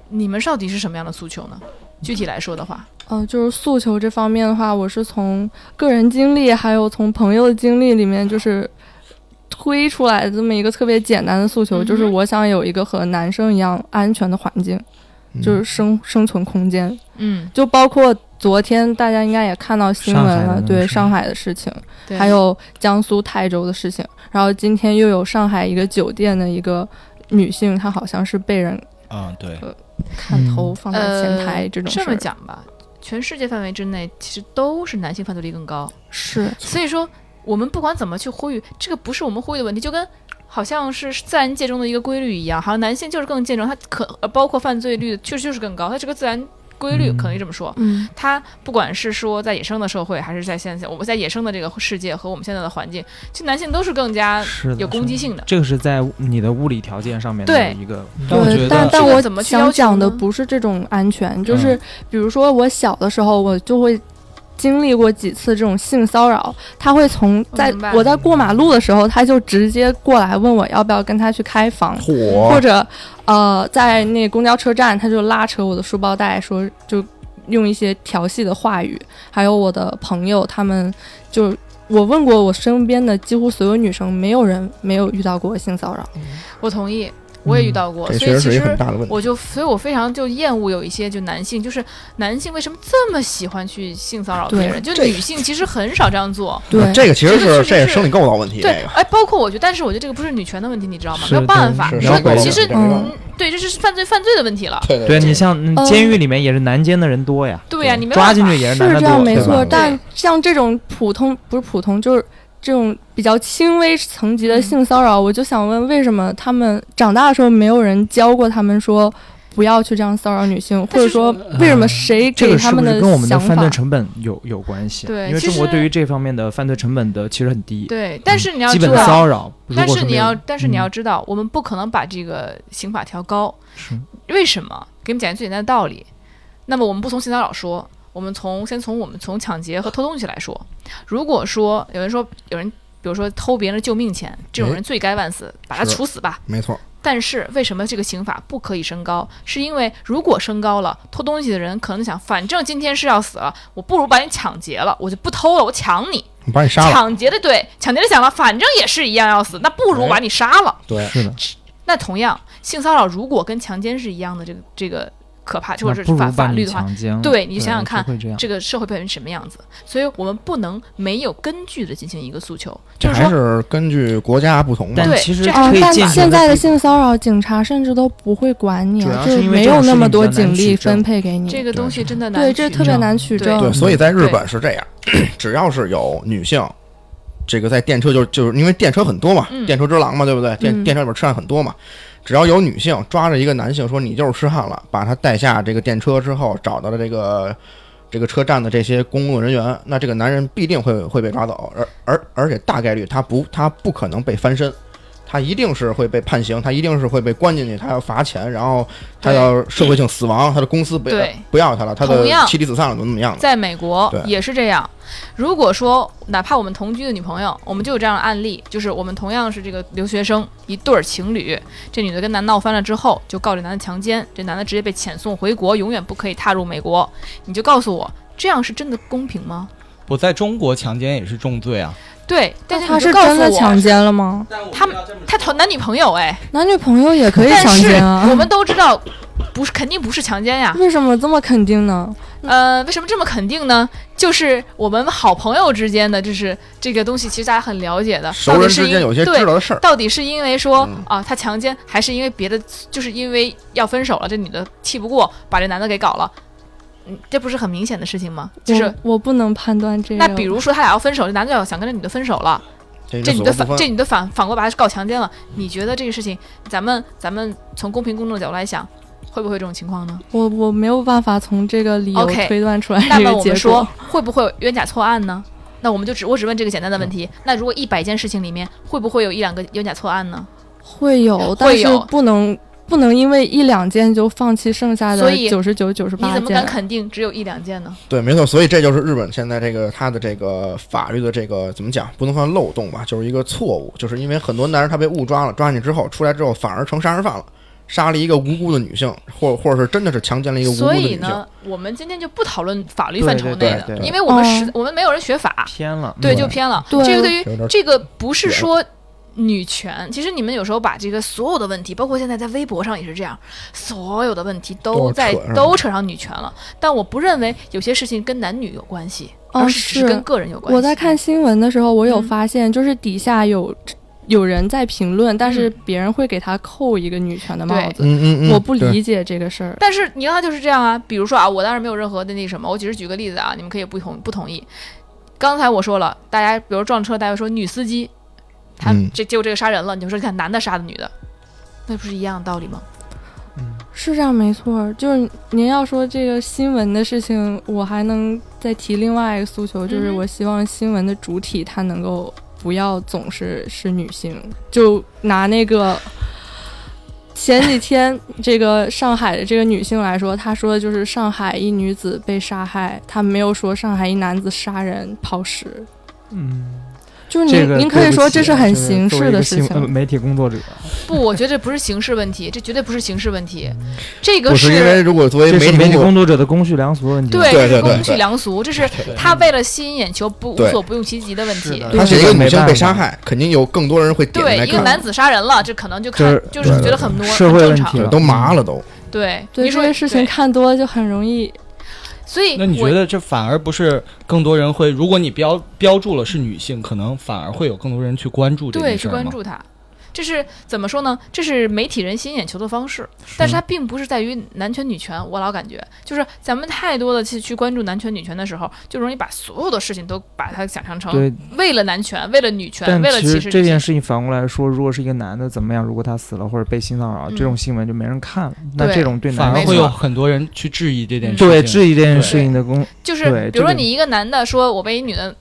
S2: 你们到底是什么样的诉求呢？具体来说的话，
S6: 呃，就是诉求这方面的话，我是从个人经历，还有从朋友的经历里面，就是推出来的这么一个特别简单的诉求，就是
S2: 嗯哼
S6: 我想有一个和男生一样安全的环境，
S4: 嗯
S5: 嗯
S6: 就是生生存空间。
S2: 嗯，
S6: 就包括昨天大家应该也看到新闻
S5: 上海的那
S6: 了，
S5: 个
S6: 对
S5: 事情
S6: 上海的事情，
S2: 对，
S6: 还有江苏泰州的事情，然后今天又有上海一个酒店的一个女性，她好像是被人
S3: 呃
S8: 嗯，对，
S6: 砍头放在前台
S2: 呃
S6: 这种事
S2: 这
S6: 儿、
S2: 么讲吧，全世界范围之内，其实都是男性犯罪率更高。
S6: 是
S2: 所以说，我们不管怎么去呼吁，这个不是我们呼吁的问题，就跟好像是自然界中的一个规律一样，好像男性就是更健壮，他可呃包括犯罪率确实就是更高，它这个自然规律
S5: 嗯
S2: 可能这么说。
S7: 嗯，
S2: 它不管是说在野生的社会，还是在现在我们在野生的这个世界和我们现在的环境，其实男性都是更加
S5: 是的
S2: 有攻击性的。
S5: 这个是在你的物理条件上面的
S2: 对
S5: 一个，
S8: 但我觉
S6: 对，但
S8: 得，
S6: 但
S2: 这个
S6: 我
S2: 怎么去要
S6: 想
S2: 求
S6: 讲的
S2: 呢
S6: 不是这种安全，
S8: 嗯
S6: 就是比如说我小的时候，我就会经历过几次这种性骚扰，他会从
S2: 我
S6: 在
S2: 明白
S6: 我在过马路的时候，他就直接过来问我要不要跟他去开房，或
S4: 火，
S6: 者呃，在那公交车站，他就拉扯我的书包带，说就用一些调戏的话语，还有我的朋友他们就。我问过我身边的几乎所有女生，没有人没有遇到过性骚扰。
S2: 我同意，我也遇到过，
S4: 这
S2: 所以
S4: 嗯确实
S2: 其
S4: 是一
S2: 实
S4: 个很大的问题。
S2: 我就，所以我非常就厌恶有一些就男性，就是男性为什么这么喜欢去性骚扰别
S6: 对
S2: 人？就
S4: 这
S2: 女性其实很少这样做。
S6: 对，
S4: 啊这个其实
S2: 这个
S4: 是
S2: 是
S4: 这个生理构造问题，这
S2: 对
S4: 个，
S2: 哎，包括我觉得，但是我觉得这个不是女权的问题，你知道吗？
S5: 是
S2: 没有办法，
S5: 对
S4: 是
S2: 说
S4: 生理构造
S2: 其实
S4: 这个没办法
S2: 嗯对，这是犯罪犯罪的问题了。
S4: 对
S5: 对你像嗯
S6: 呃
S5: 监狱里面也是男监的人多呀，
S2: 对呀你没办法
S5: 嗯抓进去也
S6: 是
S5: 男的
S6: 这
S5: 多，
S6: 样没
S5: 对吧
S6: 错，
S4: 对
S6: 但像这种普通不是普通，就是这种比较轻微层级的性骚扰，我就想问，为什么他们长大的时候没有人教过他们说不要去这样骚扰女性，或
S2: 但是
S6: 者说为什么谁
S5: 这
S6: 给
S5: 个
S6: 他
S5: 是不
S6: 们
S5: 是跟我们的
S6: 想
S5: 犯
S6: 法
S5: 罪？成本有有关系？
S2: 对
S5: 因为
S2: 其
S5: 中国
S2: 实
S5: 对于这方面的犯罪成本的其实很低，
S2: 对，但是你要
S5: 嗯基
S2: 知
S5: 本的
S2: 道，
S5: 骚扰。如
S2: 但
S5: 果
S2: 是
S5: 没
S2: 你
S5: 有
S2: 要，但是你要
S5: 嗯
S2: 知道，我们不可能把这个刑法调高。
S5: 是
S2: 为什么？给你们讲一个最简单的道理。那么我们不从性骚扰说，我们从先从我们从抢劫和偷东西来说。如果说有人说有人，比如说偷别人的救命钱，这种人罪该万死，把他
S4: 是
S2: 处死吧。
S4: 没错，
S2: 但是为什么这个刑法不可以升高？是因为如果升高了，偷东西的人可能想，反正今天是要死了，我不如把你抢劫了，我就不偷了，我抢你。
S4: 我把你杀了，
S2: 抢劫的对，抢劫的想了，反正也是一样要死，那不如把你杀了。
S4: 对，
S5: 是的，
S2: 那同样，性骚扰如果跟强奸是一样的，这个这个可怕，或
S5: 那
S2: 者
S5: 不
S2: 是
S5: 如
S2: 法
S5: 把
S2: 法
S5: 你
S2: 律的话，
S5: 强奸了
S2: 对你想想
S5: 就
S2: 看
S5: 会这样。
S2: 这个社会变成什么样子？所以我们不能没有根据的进行一个诉求，
S4: 这
S2: 就是
S4: 还
S2: 说，
S4: 是根据国家不同嘛
S5: 但
S2: 对。
S5: 其 实
S2: 这嗯
S6: 哦
S5: 可，以
S6: 但
S5: 进行
S6: 现在的
S5: 的
S6: 性骚扰，警察甚至都不会管你
S5: 主
S6: 啊，
S5: 要
S6: 就是
S5: 因为
S6: 没
S5: 这种
S6: 有
S5: 事
S6: 那
S5: 情
S6: 么
S5: 比
S6: 多
S5: 较难
S6: 警
S5: 取
S6: 力
S5: 证
S6: 分配给你。
S2: 这个东西真的难
S6: 对，
S2: 取
S6: 这
S2: 证
S6: 特别难取
S2: 对
S6: 证。
S4: 对，所以在日
S2: 嗯对
S4: 本是这样， 只要是有女性，这个在电车就就是因为电车很多嘛，
S2: 嗯
S4: 电车之狼嘛，对不对？电、
S6: 嗯
S4: 电车里边痴汉很多嘛，只要有女性抓着一个男性说你就是痴汉了，把他带下这个电车之后，找到了这个。这个车站的这些工作人员，那这个男人必定会会被抓走，而而而且大概率他不他不可能被翻身，他一定是会被判刑，他一定是会被关进去，他要罚钱，然后他
S2: 对
S4: 要社会性死亡，他的公司不要
S2: 对
S4: 不要他了，他的
S2: 同样
S4: 妻离子散了，怎么怎么样的。
S2: 在美国
S4: 对
S2: 也是这样。如果说哪怕我们同居的女朋友，我们就有这样的案例，就是我们同样是这个留学生一对儿情侣，这女的跟男闹翻了之后，就告这男的强奸，这男的直接被遣送回国，永远不可以踏入美国。你就告诉我，这样是真的公平吗？
S8: 我在中国强奸也是重罪啊。
S2: 对，但
S6: 那
S2: 是
S6: 他
S2: 你就是告诉
S6: 真的强
S2: 我，
S6: 奸了吗？
S2: 他们他谈男女朋友哎，
S6: 男女朋友也可以
S2: 但
S6: 强
S2: 是
S6: 奸啊？
S2: 我们都知道，不是肯定不是强奸呀。
S6: 为什么这么肯定呢？
S2: 呃，为什么这么肯定呢？就是我们好朋友之间的，就是这个东西，其实大家很了解的。
S4: 熟人之间有些
S2: 到底是因
S4: 知
S2: 对，
S4: 道的事儿，
S2: 到底是因为说、
S4: 嗯
S2: 啊他强奸，还是因为别的？就是因为要分手了，这女的气不过，把这男的给搞了。嗯，这不是很明显的事情吗？就是
S6: 我我不能判断这个。
S2: 那比如说他俩要分手，这男的要想跟这女的分手了，
S4: 这
S2: 这
S4: 这
S2: 女的反这女的反反过把他告强奸了，你觉得这个事情，咱们咱们从公平公正的角度来想，会不会有这种情况呢？
S6: 我我没有办法从这个理由
S2: OK，
S6: 推断 出来
S2: 那
S6: 这
S2: 么
S6: 个
S2: 我
S6: 结
S2: 们
S6: 果
S2: 说。会不会有冤假错案呢？那我们就只我只问这个简单的问题。那如果一百件事情里面，会不会有一两个冤假错案呢？
S6: 会有，但
S2: 会
S6: 是
S2: 有
S6: 不能不不能因为一两件就放弃剩下
S2: 所
S6: 的
S2: 以
S6: 九十九、九十
S2: 你
S6: 八
S2: 怎么敢
S6: 件。
S2: 肯定只有一两件呢？
S4: 对，没错，所以这就是日本现在这个它的这个法律的这个怎么讲，不能算漏洞吧，就是一个错误，就是因为很多男人他被误抓了，抓进去之后出来之后反而成杀人犯了，杀了一个无辜的女性，或或者是真的是强奸了一个无辜
S2: 所
S4: 的
S2: 以
S4: 女性
S2: 呢。，我们今天就不讨论法律
S5: 对
S2: 范
S5: 对
S2: 畴
S5: 对
S2: 内
S5: 对
S2: 的，
S5: 对
S2: 因为我们
S6: 哦
S2: 实我们没有人学法，
S5: 偏了，
S2: 对，
S5: 嗯
S2: 就偏了。
S6: 对
S2: 这个对于
S4: 有点
S2: 这个不是
S4: 远
S2: 说女权，其实你们有时候把这个所有的问题，包括现在在微博上也是这样，所有的问题都
S4: 都
S2: 在
S4: 扯上
S2: 都扯上女权了。但我不认为有些事情跟男女有关系，
S6: 哦
S2: 而是只
S6: 是
S2: 跟个人有关系。
S6: 我在看新闻的时候，我有
S2: 嗯
S6: 发现，就是底下有有人在评论，但是
S2: 嗯
S6: 别人会给他扣一个女权的帽子，
S4: 嗯嗯嗯，
S6: 我不
S4: 对
S6: 理解这个事儿。
S2: 但是你让他就是这样啊，比如说啊，我当然没有任何的那什么，我只是举个例子啊，你们可以不同不同意。刚才我说了，大家比如撞车，大家说女司机，他
S4: 嗯
S2: 这结果这个杀人了，你就说你看男的杀的女的，那不是一样的道理吗？
S6: 是这样，没错儿。就是您要说这个新闻的事情，我还能再提另外一个诉求，就是
S2: 嗯哼
S6: 我希望新闻的主体它能够不要总是是女性。就拿那个前几天这个上海的这个女性来说，她说的就是上海一女子被杀害，她没有说上海一男子杀人抛尸。
S9: 嗯，
S6: 就是您、
S9: 这个
S6: 您可以说
S9: 对
S6: 这
S9: 不起
S6: 是
S9: 啊
S6: 很
S9: 就是
S6: 形
S9: 作为
S6: 式
S9: 一
S6: 的
S9: 个
S6: 事
S9: 新呃
S6: 情。
S9: 媒体工作者，
S2: 不，我觉得这不是形式问题，这绝对不是形式问题，
S8: 嗯
S2: 这个
S4: 不是因为如果作为
S9: 这是媒体
S4: 工
S9: 工作者的公序良俗问题。
S2: 对，
S4: 对
S2: 这
S4: 对
S2: 是
S4: 对
S2: 公序
S4: 对
S2: 良俗，这是他为了吸引眼球不无
S4: 对
S2: 所不用其极的问
S9: 是
S2: 题
S9: 的。
S4: 他写
S9: 这
S4: 一
S9: 个
S4: 个女
S9: 没
S4: 性
S9: 办
S4: 被
S9: 法
S4: 杀害，肯定有更多人会点进
S2: 对，
S4: 来
S2: 一个
S4: 看，
S2: 男子杀人了，这可能就
S9: 就
S2: 看
S9: 是
S2: 就是觉得很多
S9: 社
S2: 很
S9: 会
S2: 正
S9: 问题
S2: 常。
S9: 了，
S4: 都麻了都。
S2: 对，
S6: 对
S2: 你
S6: 这
S2: 说
S6: 些事情
S2: 对
S6: 看多了就很容易
S2: 所以
S8: 那你
S2: 哎我
S8: 觉得这反而不是更多人会？如果你标标注了是女性，可能反而会有更多人去关注这
S2: 对
S8: 件
S2: 去
S8: 事儿
S2: 关
S8: 吗？
S2: 注他，这是怎么说呢？这是媒体人吸引眼球的方式，但是它并不是在于男权女权。我老感觉就是咱们太多的去去关注男权女权的时候，就容易把所有的事情都把它想象成
S9: 对，
S2: 为了男权、为了女权、
S9: 但
S2: 为了
S9: 其
S2: 歧
S9: 实
S2: 视
S9: 这
S2: 女性
S9: 件事情反过来说，如果是一个男的怎么样，如果他死了或者被性骚扰，
S2: 嗯
S9: 这种新闻就没人看了。那
S2: 对
S9: 这种对
S8: 反
S9: 男
S8: 而
S9: 性
S8: 会有很多人去质疑这件
S2: 嗯
S8: 事情。
S9: 对质疑这件
S8: 对
S9: 事情的公
S2: 就是
S9: 对
S2: 比如
S9: 这
S2: 说
S9: 个
S2: 你一个男的说我被一女的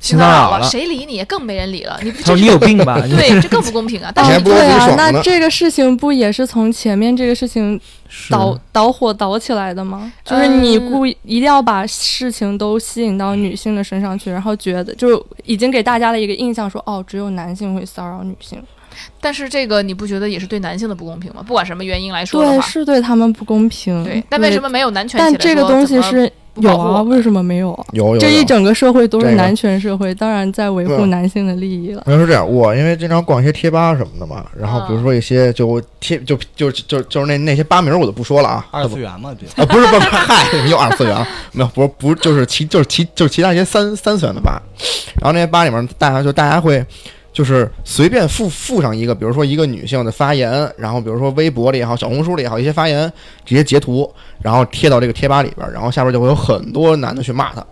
S9: 性
S2: 骚
S9: 骚
S2: 扰
S9: 扰了。
S2: 谁理你？更没人理了，你不
S9: 他
S2: 这
S9: 说
S2: 是
S9: 你有病吧？你
S2: 对，这更不公平啊！但
S4: 以
S2: 是你
S4: 前不如
S6: 对啊，
S4: 爽
S6: 那
S4: 呢
S6: 这个事情不也是从前面这个事情
S9: 是
S6: 导导火导起来的吗？就是你
S2: 嗯
S6: 故意一定要把事情都吸引到女性的身上去，然后觉得就已经给大家的一个印象说，哦，只有男性会骚扰女性，
S2: 但是这个你不觉得也是对男性的不公平吗？不管什么原因来说的
S6: 对，
S2: 话，
S6: 是对他们不公平。
S2: 对，但为什？么没有男权起
S6: 但
S2: 来
S6: 这个
S2: 说
S6: 东
S2: 怎
S6: 西
S2: 么
S6: 是
S2: 不保
S6: 有
S2: 护
S6: 啊，
S2: 我
S6: 为什么没有啊？
S4: 有有
S6: 这一
S4: 有
S6: 整个社会都
S4: 这
S6: 是
S4: 个嗯
S6: 男权社会，当然在维
S4: 没有
S6: 护男性的利益了。
S4: 没有是这样，我因为经常逛一些贴吧什么的嘛，然后比如说一些就贴就就就就是那那些吧名儿我就不说了啊，
S8: 二次元嘛，对。
S4: 啊，不是不是，嗨，又二次元了，没有，不是不是，就是其就是其就是其他一些三三次元的吧。然后那些吧里面，大家就大家会就是随便附附上一个，比如说一个女性的发言，然后比如说微博里也好，小红书里也好，一些发言直接截图，然后贴到这个贴吧里边儿，然后下边就会有很多男的去骂她，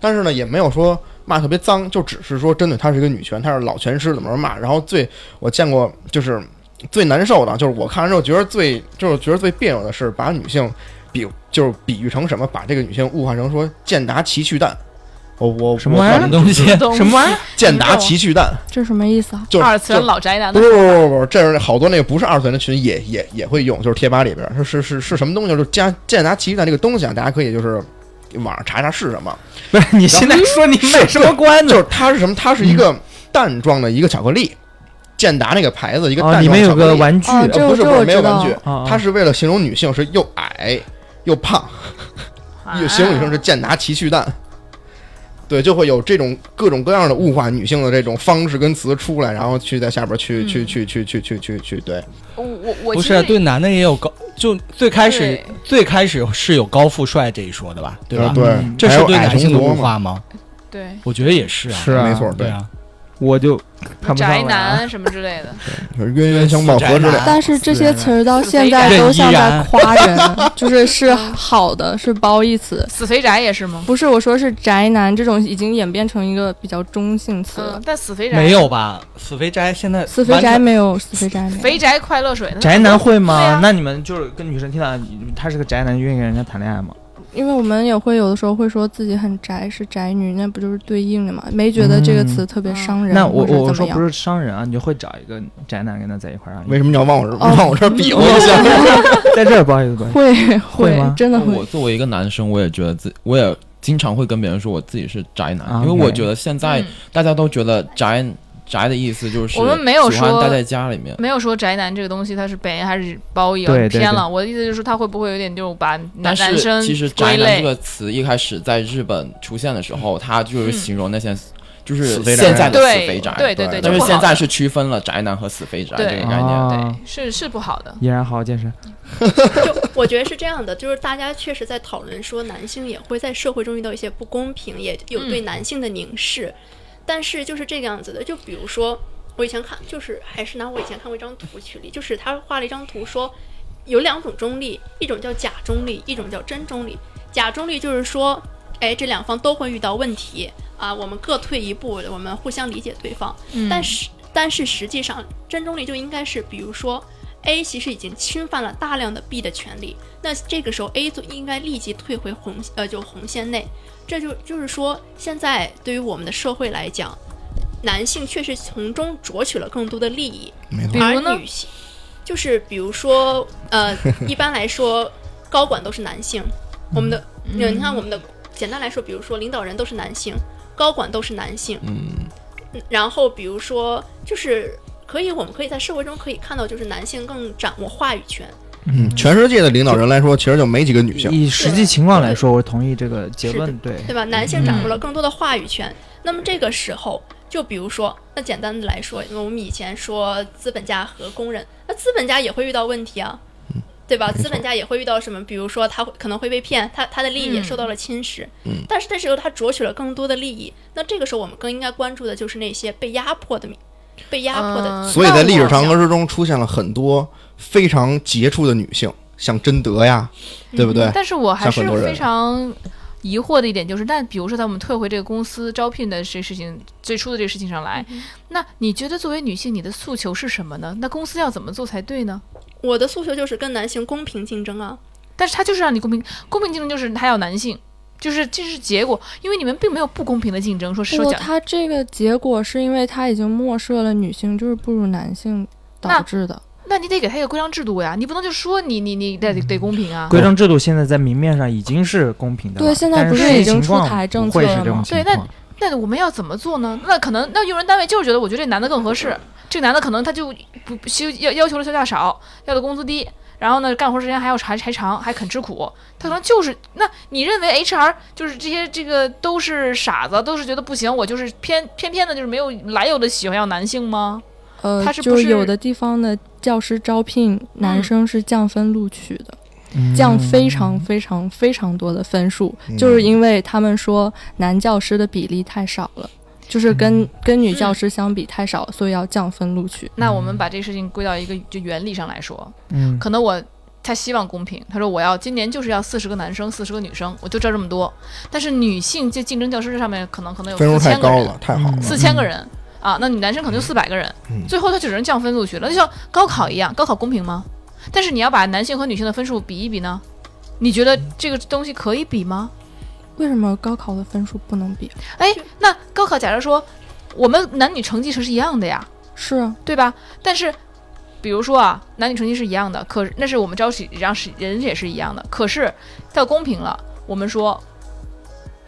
S4: 但是呢，也没有说。骂特别脏，就只是说针对她是一个女权，她是老拳师怎么骂。然后最我见过就是最难受的，就是我看完之后觉得最就是觉得最别扭的是把女性比就是比喻成什么，把这个女性物化成说健达奇趣蛋。我我
S9: 什么
S4: 我
S9: 玩意儿
S4: 反正
S8: 东西
S2: 懂
S9: 什么玩意儿？
S4: 健达奇趣蛋，
S6: 这什么意思啊？
S4: 就 是
S2: 二次元
S4: 就
S2: 老宅男
S4: 不
S2: 的
S4: 是不是不是不是，这是好多那个不是二次元的群也也也会用，就是贴吧里边儿是是是是什么东西，就是加健达奇趣蛋这个东西啊，大家可以就是网上查查是什么。
S9: 不是你现在说你卖什么关
S4: 就
S9: 子？
S4: 是它是什么？它
S6: 嗯
S4: 是一个蛋状的一个巧克力，健达那个牌子一个
S9: 哦，
S4: 蛋
S9: 里
S4: 状
S9: 面
S4: 巧
S9: 有
S4: 克
S9: 个
S4: 力。
S9: 玩具，
S6: 哦
S4: 呃
S6: 这个
S4: 不是
S6: 这
S4: 不是
S6: 我
S4: 没有
S6: 知
S4: 玩
S6: 道
S4: 具
S9: 哦，
S4: 它是为了形容女性是又矮又胖，
S2: 啊
S4: 又形容女性是健达奇趣蛋。对，就会有这种各种各样的物化女性的这种方式跟词出来，然后去在下边去、去
S2: 嗯
S4: 去去去去去去，对，
S2: 我我我
S8: 不
S2: 其
S8: 是啊
S9: 啊
S2: 实
S8: 对男的也有高，就最开始
S2: 对
S8: 最开始是有高富帅这一说的吧，对吧？
S4: 呃对
S9: 嗯，
S8: 这
S4: 还
S8: 是
S4: 有
S8: 对
S4: 矮
S8: 男性
S4: 穷
S8: 的
S4: 犢
S8: 物
S4: 嘛，
S8: 化吗？
S2: 对
S8: 我觉得也是啊，
S9: 是啊，
S4: 没错，
S8: 对
S4: 对，
S8: 啊，
S9: 我就看不上
S2: 宅
S9: 了啊
S2: 男什么之类的，
S4: 就是冤冤相报何时
S8: 死宅
S2: 啊
S4: 了
S8: 男？
S6: 但是这些词儿到
S2: 死
S6: 现
S2: 肥
S6: 在
S8: 宅
S6: 都像
S8: 任
S2: 啊
S6: 在
S8: 依
S6: 夸人， 就是是好的，是褒义词。
S2: 死肥宅也是吗？
S6: 不是我说是宅男这种已经演变成一个比较中性词了
S2: 嗯，，但死肥宅
S8: 没有吧？死肥宅现在
S6: 死肥宅没有，死肥宅没有。
S2: 肥宅快乐水呢，
S9: 宅男会
S2: 对啊
S9: 吗？那你们就是跟女生听到你他是个宅男，愿意跟人家谈恋爱吗？
S6: 因为我们也会有的时候会说自己很宅，是宅女，那不就是对应的嘛？没觉得这个词特别伤
S5: 嗯
S6: 人，
S5: 那我
S6: 或者
S5: 我我
S6: 怎
S5: 说
S6: 么
S5: 不
S6: 样？
S5: 是商人啊，你就会找一个宅男跟他在一块儿啊？
S4: 为什么你要往我这
S6: 哦
S4: 往我这儿比划一下？
S5: 在这儿不好意思，不好 意思
S6: 会
S5: 会吗
S6: 真的
S10: 我
S6: 会，
S10: 作为一个男生，我也觉得自我也经常会跟别人说我自己是宅男，
S5: 啊
S10: 因为
S5: OK
S10: 我觉得现在
S2: 嗯
S10: 大家都觉得宅宅的意思就是
S2: 我们没有
S10: 喜欢
S2: 说嗯
S10: 待在家里面。
S2: 没有说宅男这个东西它是北还是褒义啊，
S5: 对对
S2: 偏了。我的意思就是说，他会不会有点就把男
S10: 但
S2: 男
S10: 是
S2: 生
S10: 其实“
S2: 归
S10: 宅男”这
S2: 类？嗯
S10: 个词一开始在日本出现的时候，它就是形容那些就是
S4: 死肥宅
S10: 现在的死肥
S2: 对
S10: 宅，
S2: 对对对，就
S10: 但
S2: 是不好
S10: 现
S2: 的
S10: 在是区分了宅男和死肥宅这
S2: 对
S10: 个概念。
S5: 啊
S2: 对，是是不好的。
S5: 依然好好健身，
S7: 就 我觉得是这样的，就是大家确实在讨论说男性也会在社会中遇到一些不公平，也有对男性的凝视，但是就是这个样子的。就比如说我以前看，就是还是拿我以前看过一张图举例，就是他画了一张图说有两种中立，一种叫假中立，一种叫真中立。假中立就是说，哎，这两方都会遇到问题啊，我们各退一步，我们互相理解对方。
S2: 嗯
S7: 但是但是实际上，真中立就应该是，比如说 A 其实已经侵犯了大量的 B 的权利，那这个时候 A 就应该立即退回红呃就红线内。这就就是说，现在对于我们的社会来讲，男性确实从中攫取了更多的利益，
S4: 没
S2: 比
S4: 错，
S2: 如
S7: 而
S2: 呢
S7: 女性，就是比如说， 呃，一般来说，高管都是男性，我们的，
S2: 嗯
S7: 呃你看我们的，简单来说，比如说领导人都是男性，高管都是男性，
S10: 嗯，
S7: 嗯然后比如说，就是可以，我们可以在社会中可以看到，就是男性更掌握话语权，
S4: 嗯，全世界的领导人来说，其实就没几个女性。
S5: 以实际情况来说，我同意这个结论，对，
S7: 对吧？男性掌握了更多的话语权。那么这个时候，就比如说，那简单的来说，我们以前说资本家和工人，那资本家也会遇到问题啊，对吧？资本家也会遇到什么？比如说，他会可能会被骗，他他的利益也受到了侵蚀。
S4: 嗯
S7: 但是这时候他攫取了更多的利益，那这个时候我们更应该关注的就是那些被压迫的民、被压迫的。
S2: 嗯
S4: 所以在历史长
S7: 那我
S4: 河之中出现了很多非常杰出的女性，像贞德呀，对不对？
S2: 但是我还
S4: 像
S2: 是
S4: 很多人
S2: 非常疑惑的一点就是，那比如说在我们退回这个公司招聘的这事情，最初的这个事情上
S7: 嗯
S2: 来，那你觉得作为女性，你的诉求是什么呢？那公司要怎么做才对呢？
S7: 我的诉求就是跟男性公平竞争啊。
S2: 但是他就是让你公平，公平竞争就是他要男性，就是这是结果，因为你们并没有不公平的竞争，说说
S6: 不，
S2: 讲。
S6: 哎他这个结果是因为他已经漠视了女性，就是不如男性
S2: 那
S6: 导致的。
S2: 那你得给他一个规章制度呀，你不能就说你你你得得公平啊。
S9: 嗯
S5: 规章制度现在在明面上已经是公平的了，
S6: 对现在
S5: 但
S6: 不
S5: 是
S6: 是
S5: 实际
S6: 已经
S5: 情况
S6: 出台政
S5: 不会
S6: 策
S5: 是
S6: 了
S5: 这种
S6: 吗
S5: 情
S2: 对那
S5: 况。
S2: 那我们要怎么做呢？那可能那用人单位就是觉得，我觉得这男的更合适，这个男的可能他就不不休要要求的休假少，要的工资低，然后呢干活时间还要还还长，还肯吃苦，他可能就是那你认为 HR 就是这些这个都是傻子，都是觉得不行，我就是偏偏偏的就是没有来由的喜欢要男性吗？
S6: 呃，
S2: 他是不
S6: 就是
S2: 是嗯
S6: 有的地方的教师招聘男生是降分录取的，
S5: 嗯
S6: 降非常非常非常多的分数，
S4: 嗯
S6: 就是因为他们说男教师的比例太少了。就是跟、跟女教师相比太少，所以要降分录取。
S2: 那我们把这个事情归到一个就原理上来说，
S5: 嗯，
S2: 可能我他希望公平，他说我要今年就是要四十个男生，四十个女生，我就招这么多。但是女性这竞争教师这上面可能可能有
S4: 分数
S2: 四
S4: 太
S2: 千个
S4: 高
S2: 人，
S4: 了，嗯太好了。
S2: 四千个人、啊，那你男生可能就四百个人，
S4: 嗯
S2: 最后他只能降分录取了，就像高考一样，高考公平吗？但是你要把男性和女性的分数比一比呢？你觉得这个东西可以比吗？
S6: 为什么高考的分数不能比？啊
S2: 哎，那高考假如说我们男女成绩是一样的呀，
S6: 是啊，
S2: 对吧？但是，比如说啊，男女成绩是一样的，可那是我们招起让是人也是一样的。可是到公平了，我们说，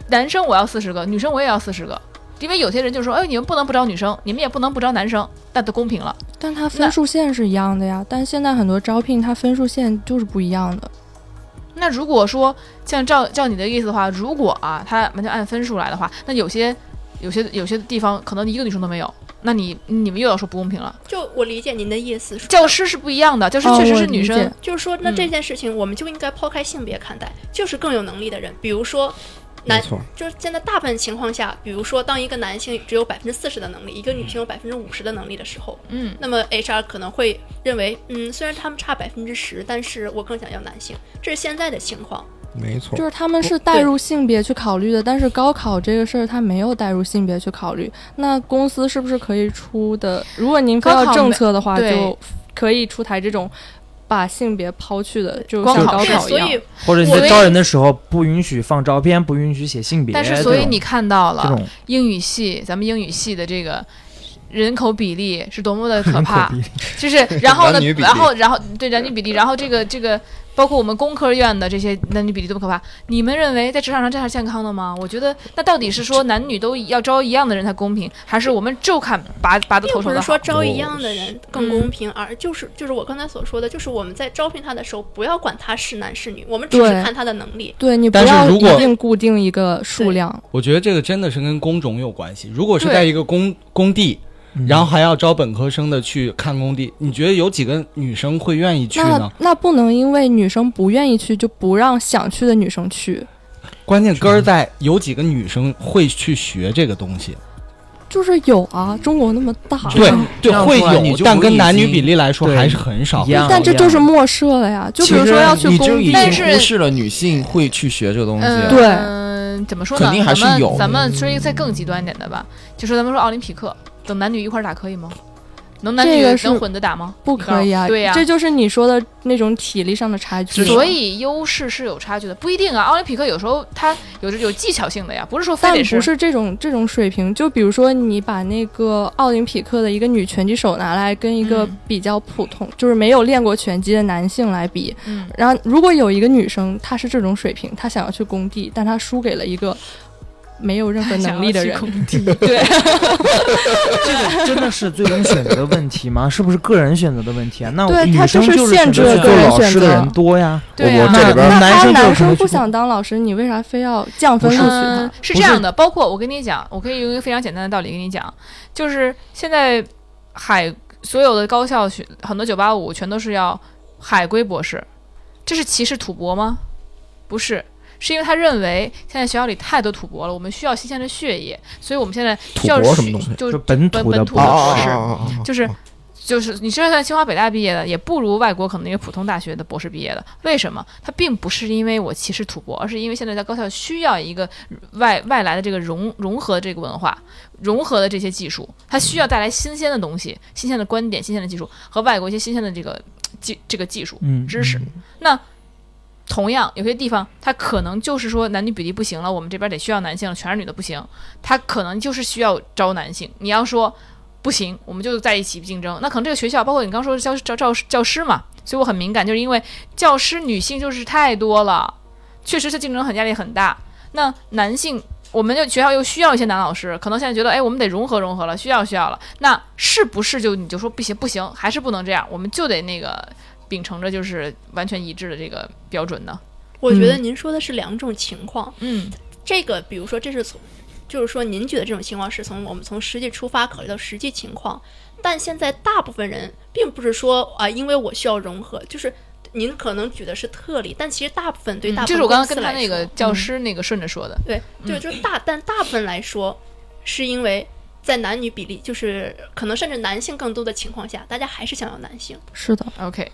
S2: 男生我要四十个，女生我也要四十个，因为有些人就说，哎，你们不能不招女生，你们也不能不招男生，那就公平了。
S6: 但它分数线是一样的呀。但现在很多招聘，它分数线就是不一样的。
S2: 那如果说像照照你的意思的话，如果啊，他完全按分数来的话，那有些有些有些地方可能一个女生都没有。那你你们又要说不公平了。
S7: 就我理解您的意思，
S2: 教师是不一样的，教师
S6: 哦
S2: 确实
S6: 我
S2: 是女
S6: 理
S2: 生
S6: 解，
S7: 就是说，那
S2: 嗯
S7: 这件事情我们就应该抛开性别看待，就是更有能力的人，比如说
S4: 没
S7: 男，
S4: 错，
S7: 就是现在大部分情况下，比如说当一个男性只有百分之四十的能力，一个女性有百分之五十的能力的时候，
S2: 嗯，
S7: 那么 HR 可能会认为，嗯，虽然他们差百分之十，但是我更想要男性，这是现在的情况。
S4: 没错
S6: 就。是他们是带入性别去考虑的，但是高考这个事儿他没有带入性别去考虑。那公司是不是可以出的？如果您非
S2: 高
S6: 要
S2: 考没
S6: 政策的话，
S2: 对
S6: 就可以出台这种把性别抛去的，就
S2: 光
S6: 像
S2: 考
S6: 高
S2: 试
S7: 是，
S6: 考一
S7: 所
S6: 样。
S7: 以
S9: 或者你
S7: 我
S9: 在
S7: 为
S9: 招人的时候不允许放照片，不允许写性别，
S2: 但是，所
S9: 这
S2: 以
S9: 种
S2: 你看到
S9: 这
S2: 了
S9: 种
S2: 英语系，咱们英语系的这个人口比例是多么的可怕， 就是然后呢
S4: 男女，比例
S2: 然后然后对男女比例，然后这个这个包括我们工科院的这些男女比例多么可怕，你们认为在职场上这样是健康的吗？我觉得那到底是说男女都要招一样的人才公平，还是我们就看拔拔的
S7: 并
S2: 头
S7: 不
S2: 筹的
S7: 是
S2: 好
S7: 说？
S4: 哦
S7: 招一样的人更公平，而就是就是我刚才所说的，就是我们在招聘他的时候，不要管他是男是女，我们只是
S6: 对
S7: 看他的能力。
S6: 对你不
S8: 但是
S6: 要
S8: 如果
S6: 一定固定一个数
S7: 对
S6: 量，
S8: 我觉得这个真的是跟工种有关系。如果是
S2: 对
S8: 在一个工工地，
S5: 嗯
S8: 嗯
S9: 嗯
S8: 然后还要招本科生的去看工地，你觉得有几个女生会愿意去
S6: 那
S8: 呢？
S6: 那不能因为女生不愿意去，就不让想去的女生去。
S8: 关键根儿在有几个女生会去学这个东西。
S6: 就是有啊，中国那么大，
S8: 对对，
S9: 这样
S8: 会
S9: 说来你
S8: 有，
S9: 就
S8: 但
S9: 不
S8: 跟
S9: 已
S8: 男女
S9: 经
S8: 比例来说
S9: 对
S8: 还是很少
S9: 一。样，
S6: 但这
S9: 一样
S6: 就是末设了呀。就比如说要去
S10: 已
S6: 工
S10: 经已
S6: 地，
S2: 但
S10: 经
S2: 是
S10: 忽视了女性会去学这个东西
S2: 嗯，
S10: 了。
S6: 对
S2: 嗯，怎么说呢？
S10: 肯定还是有
S2: 咱们咱们说一个再更极端一点的吧，就说咱们说奥林匹克，等男女一块儿打可以吗？能男女
S6: 这个是
S2: 能混着打吗？
S6: 不可以啊。
S2: 对呀、
S6: 这就是你说的那种体力上的差距。
S2: 所，以优势是有差距的，不一定啊。奥林匹克有时候它有有技巧性的呀，不是说非
S6: 但
S2: 得
S6: 不是这种这种水平。就比如说，你把那个奥林匹克的一个女拳击手拿来跟一个
S2: 嗯
S6: 比较普通，就是没有练过拳击的男性来比，
S2: 嗯，
S6: 然后如果有一个女生她是这种水平，她想要去工地，但她输给了一个没有任何能力的 人，
S2: 对，
S9: 真的是最终选择的问题吗？是不是个人选择的问题啊？那
S6: 对
S9: 女
S6: 它就
S9: 生
S6: 是
S9: 就是
S6: 限制
S9: 选择
S6: 了
S9: 做
S6: 个人
S9: 老
S6: 选
S9: 师的
S6: 择
S9: 人多呀。
S4: 我
S2: 对
S4: 我
S2: 啊
S4: 这里 边
S9: 那
S6: 那
S9: 男
S6: 他
S9: 生就有可
S6: 男
S9: 能
S6: 生
S9: 去
S6: 不想当老师，你为啥非要降分录取
S2: 嗯
S6: 他？，
S2: 是这样的。包括我跟你讲，我可以用一个非常简单的道理跟你讲，就是现在海所有的高校学很多九八五全都是要海归博士，这是歧视土博吗？不是。是因为他认为现在学校里太多土博了，我们需要新鲜的血液，所以我们现在需要
S4: 土博什么东西
S2: 就
S9: 就本土的
S2: 本
S9: 不
S2: 土的博士，
S4: 啊
S2: 就是就是你就算清华北大毕业的，也不如外国可能一个普通大学的博士毕业的。为什么？他并不是因为我歧视土博，而是因为现在在高校需要一个外外来的这个融融合这个文化，融合的这些技术，它需要带来新鲜的东西、新鲜的观点、新鲜的技术和外国一些新鲜的这个技这个技术
S9: 嗯
S2: 知识。那同样，有些地方它可能就是说男女比例不行了，我们这边得需要男性了，全是女的不行，它可能就是需要招男性。你要说不行，我们就在一起竞争，那可能这个学校，包括你刚说的教教教教师嘛，所以我很敏感，就是因为教师女性就是太多了，确实是竞争很压力很大。那男性，我们就学校又需要一些男老师，可能现在觉得，哎，我们得融合融合了，需要需要了。那是不是就你就说不行不行，还是不能这样，我们就得那个秉承着就是完全一致的这个标准呢？
S7: 我觉得您说的是两种情况，
S2: 嗯，
S7: 这个比如说这是从，就是说您举的这种情况是从我们从实际出发考虑到实际情况，但现在大部分人并不是说啊、因为我需要融合，就是您可能举的是特例，但其实大部分对大部分
S2: 嗯就是我刚刚
S7: 公司
S2: 跟他
S7: 来
S2: 那个嗯
S7: 说嗯
S2: 教师那个顺着说的，
S7: 对，对，就是大，但大部分来说，是因为在男女比例，就是可能甚至男性更多的情况下，大家还是想要男性。
S6: 是的，
S2: OK，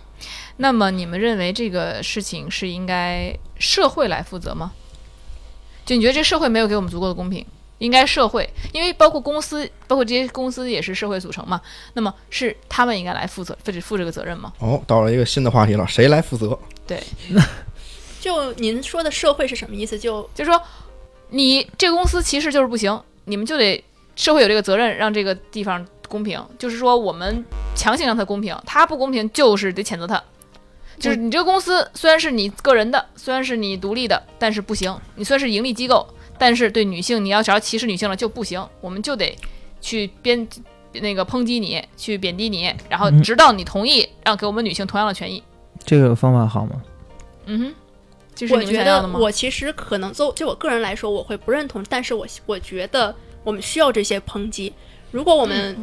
S2: 那么你们认为这个事情是应该社会来负责吗？就你觉得这社会没有给我们足够的公平，应该社会，因为包括公司，包括这些公司也是社会组成嘛，那么是他们应该来负责，负负这个责任吗？
S4: 哦，到了一个新的话题了，谁来负责？
S7: 就您说的社会是什么意思？就
S2: 就是说，你这个公司歧视就是不行，你们就得社会有这个责任，让这个地方公平。就是说，我们强行让它公平，它不公平就是得谴责它。就是你这个公司虽然是你个人的，虽然是你独立的，但是不行。你虽然是盈利机构，但是对女性，你要只要歧视女性了就不行，我们就得去编那个抨击你，去贬低你，然后
S9: 嗯
S2: 直到你同意让给我们女性同样的权益。
S9: 这个方法好吗？
S2: 嗯哼，这是
S7: 我
S2: 你们
S7: 觉
S2: 想要的
S7: 得，
S2: 吗？
S7: 我其实可能就就我个人来说，我会不认同，但是我我觉得我们需要这些抨击。如果我们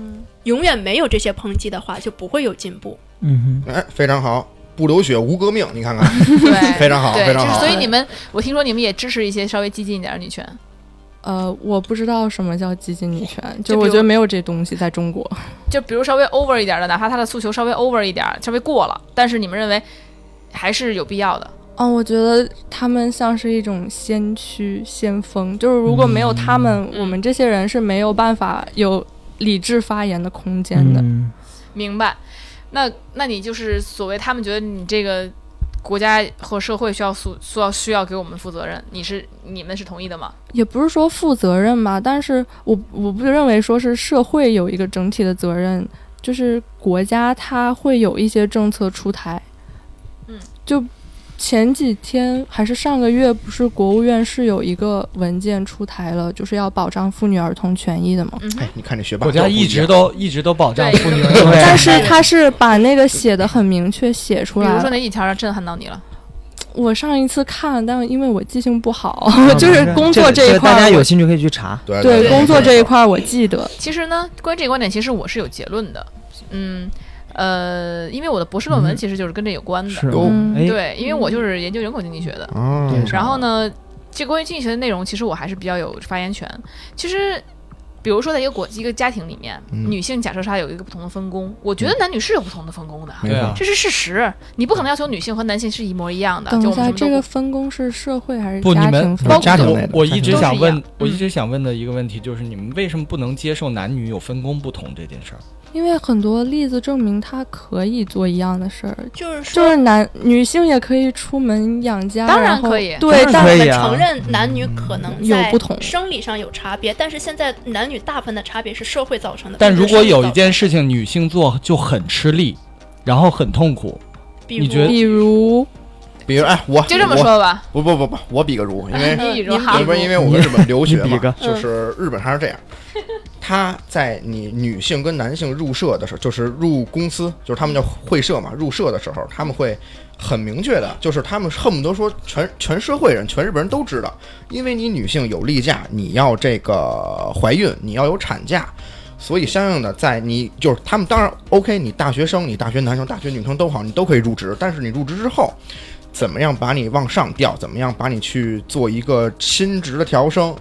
S7: 永远没有这些抨击的话，就不会有进步。
S9: 嗯
S4: 哎，非常好，不流血无革命，你看看，
S2: 对，
S4: 非常好，
S2: 哎对，
S4: 非常
S2: 就是
S4: 好
S2: 所。以你们，我听说你们也支持一些稍微激进一点的女权，
S6: 呃，我不知道什么叫激进女权，
S2: 就
S6: 就
S2: 比
S6: 我
S2: 如
S6: 觉得没有这东西在中国。
S2: 就比如稍微 over 一点的，哪怕她的诉求稍微 over 一点，稍微过了，但是你们认为还是有必要的。
S6: 嗯，我觉得他们像是一种先驱、先锋，就是如果没有他们，
S2: 嗯
S6: 我们这些人是没有办法有理智发言的空
S9: 哼，
S6: 间的。
S9: 嗯
S2: 明白。那那你就是所谓他们觉得你这个国家和社会需要诉需要需要给我们负责任，你是你们是同意的吗？
S6: 也不是说负责任吧，但是我我不认为说是社会有一个整体的责任，就是国家它会有一些政策出台。
S2: 嗯，
S6: 就前几天还是上个月，不是国务院是有一个文件出台了，就是要保障妇女儿童权益的嘛。
S2: 嗯哼
S4: 哎，，你看这学霸
S8: 国
S4: 都不
S8: 家
S4: 一样，
S8: 一直都一直都保障 妇女儿
S2: 对
S8: 童
S6: 但是它是把那个写的很明确写出
S2: 比
S6: 来
S2: 如说
S6: 了。
S2: 哪几条让震撼到你了？
S6: 我上一次看，但因为我记性不好，
S9: 啊
S6: 就是工作
S9: 这
S6: 一块儿
S9: 大
S6: 我，
S9: 家有兴趣可以去查。
S4: 对
S6: 对工作这一
S4: 一
S6: 块儿我记得。
S2: 其实呢，关于这个观点，其实我是有结论的。嗯，呃，因为我的博士论文
S9: 嗯
S2: 其实就是跟这有关的。
S9: 是
S4: 有
S9: 吗，哎，
S2: 对，因为我
S4: 嗯
S2: 就是研究人口经济学的。
S4: 啊，
S9: 对
S2: 然后呢，这关于经济学的内容，其实我还是比较有发言权。其实，比如说在一个国一个家庭里面，
S4: 嗯
S2: 女性假设是她有一个不同的分工，我觉得男女是有不同的分工的。
S4: 没
S8: 对啊
S4: 错，
S2: 这是事实，你不可能要求女性和男性是一模一样的。
S6: 等
S2: 就
S6: 一
S2: 我们
S6: 下，
S2: 什么都
S6: 这个
S2: 不
S6: 分工是社会还是
S8: 不你
S6: 家
S8: 们
S6: 庭分
S4: 包
S6: 工？
S4: 括家庭内
S8: 我
S4: 的
S8: 我一直想
S2: 都是一
S8: 问
S2: 样，
S8: 我一直想问的一个问题就是，你们为什么不能接受男女有分工不同这件事儿？
S6: 因为很多例子证明他可以做一样的事儿，
S7: 就是说，
S6: 就是男女性也可以出门养家，
S2: 当然
S6: 后
S2: 可以
S6: 对，
S9: 当然
S6: 但
S7: 但
S9: 可
S7: 我
S9: 以
S7: 们
S9: 啊
S7: 承认男女可能
S6: 有
S7: 在
S6: 不同
S7: 生理上有差别，但是现在男女大部分的差别是社会造成的。
S8: 但
S7: 并
S8: 如
S7: 不是
S8: 果
S7: 生理
S8: 有
S7: 造
S8: 一件事情女性做就很吃力，然后很痛苦，
S7: 成的，比
S8: 你
S7: 如
S8: 觉得
S6: 比如
S4: 比如哎，我
S2: 就这么，说吧，
S4: 我不不不不，我比个如，因 为
S2: 你比如
S7: 嗯
S2: 哈
S4: 要，不是因为我跟日本留学
S9: 你比个
S4: 嘛，就是日本它是这样，它在你女性跟男性入社的时候，就是入公司，就是他们叫会社嘛，入社的时候，他们会很明确的，就是他们恨不得说全全社会人、全日本人都知道，因为你女性有例假，你要这个怀孕，你要有产假。所以，相应的，在你就是他们当然 OK，你大学生、你大学男生、大学女生都好，你都可以入职。但是你入职之后，怎么样把你往上调，怎么样把你去做一个薪职的调升，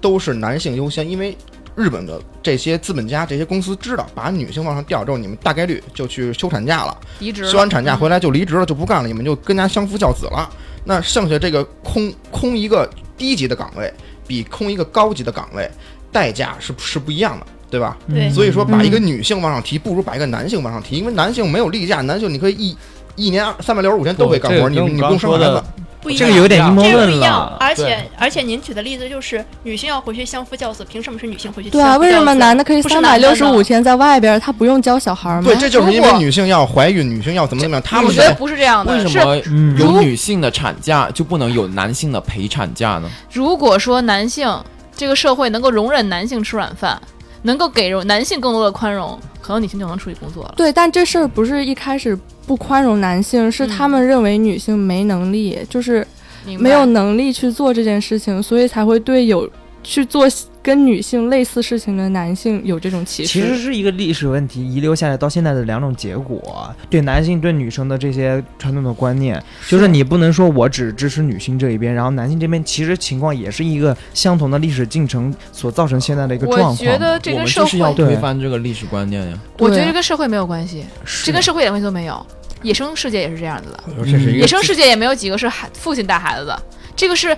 S4: 都是男性优先，因为日本的这些资本家、这些公司知道，把女性往上调之后，你们大概率就去休产假了，
S2: 离职了嗯
S4: 休完产假回来就离职了，就不干了，你们就跟家相夫教子了。那剩下这个空空一个低级的岗位，比空一个高级的岗位，代价是是不一样的，对嗯吧？
S9: 嗯
S7: 对
S4: 所以说，把一个女性往上提，不如把一个男性往上提，因为男性没有例假，男性你可以一一年三百六十五天都可以干
S8: 这
S4: 活，你
S8: 跟我
S4: 你不
S8: 刚
S4: 用生
S8: 说
S4: 孩
S8: 的
S4: 子。
S7: 不一
S9: 这
S7: 样
S9: 个。有点阴谋
S7: 这个不
S9: 论
S7: 一样
S9: 了，。啊
S7: 而
S8: 对
S7: 且而且您举的例子就是女性要回去相夫教子，凭什么是女性回去？
S6: 对啊，为什么男的可以
S7: 不是
S6: 三
S7: 男
S6: 百
S7: 的
S6: 六
S7: 呢
S6: 十五天在外边儿，他不用教小孩儿吗
S4: 对，？这就是因
S2: 如
S4: 为
S2: 果
S4: 女性要怀孕，女性要怎么怎么样，他
S2: 我
S4: 们
S2: 觉得不是这样的。
S10: 为
S2: 是
S10: 什么
S9: 嗯
S10: 有女性的产假就不能有男性的陪产假呢？
S2: 如果说男性这个社会能够容忍男性吃软饭，能够给容男性更多的宽容，可能女性就能出去工作了。
S6: 对，但这事儿不是一开始不宽容男性，是他
S2: 嗯
S6: 们认为女性没能力，就是
S2: 明白
S6: 没有能力去做这件事情，所以才会对有去做跟女性类似事情的男性有这种歧视。
S9: 其实是一个历史问题遗留下来到现在的两种结果，对男性对女生的这些传统的观念，就是你不能说我只支持女性这一边，然后男性这边其实情况也是一个相同的历史进程所造成现在的一个状况。
S2: 我觉得这
S10: 我
S2: 跟
S10: 们
S2: 社
S10: 就是
S2: 会，
S10: 要
S2: 我
S10: 推翻这个历史观念呀。
S2: 觉得
S6: 对
S2: 这跟社会没有关系，这跟社会一点关系都没有。野生世界也是这样子的，
S4: 这是一
S2: 野
S4: 个
S2: 生世界也没有几个是孩父亲带孩子的，这个是。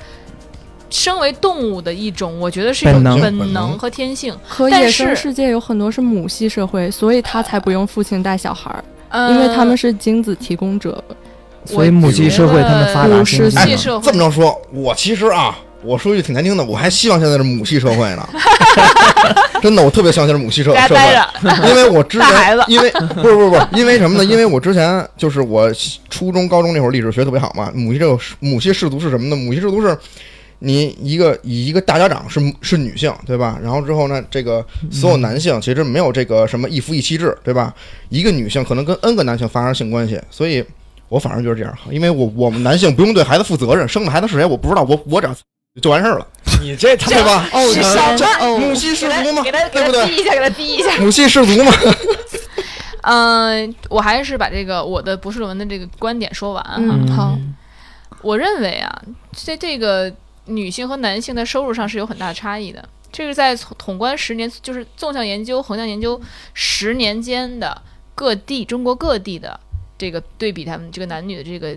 S2: 身为动物的一种，我觉得是一种
S9: 本能
S2: 本
S4: 本
S2: 能
S4: 能
S2: 和天性。
S6: 可
S2: 但
S6: 野生
S2: 是
S6: 世界有很多是母系社会，所以他才不用父亲带小孩儿，
S2: 呃
S6: 因为他们是精子提供者。
S9: 嗯所以母系社会他们发达
S6: 我
S9: 性
S6: 觉得
S9: 很强
S2: 系社会
S4: 这么着说，我其实啊，我说句挺难听的，我还希望现在是母系社会呢。 真的，我特别希望现在是母系社
S2: 该
S4: 社
S2: 待
S4: 会，
S2: 着，
S4: 因为我之
S2: 大孩子
S4: 前，因为不是不是不是，因为什么呢？因为我之前就是我初中、高中那会儿历史学特别好嘛，母系这个母系氏族是什么呢？母系氏族是。你一个以一个大家长是是女性对吧？然后之后呢，这个所有男性其实没有这个什么一夫一妻制对吧？一个女性可能跟 N 个男性发生性关系，所以我反正就是这样，因为我我们男性不用对孩子负责任，生的孩子是谁我不知道，我我只要就完事儿了。
S8: 你这他
S4: 对吧？
S2: 哦是什么
S4: 母系氏族嘛，
S2: 给他给
S4: 对
S2: 他
S4: 不对？
S2: 逼一下，给他逼一下。
S4: 母系氏族嘛，
S2: 嗯，我还是把这个我的博士论文的这个观点说完啊。
S6: 嗯，好，
S2: 我认为啊，在这个女性和男性在收入上是有很大的差异的。这是在统统观十年，就是纵向研究、横向研究十年间的各地中国各地的这个对比，他们这个男女的这个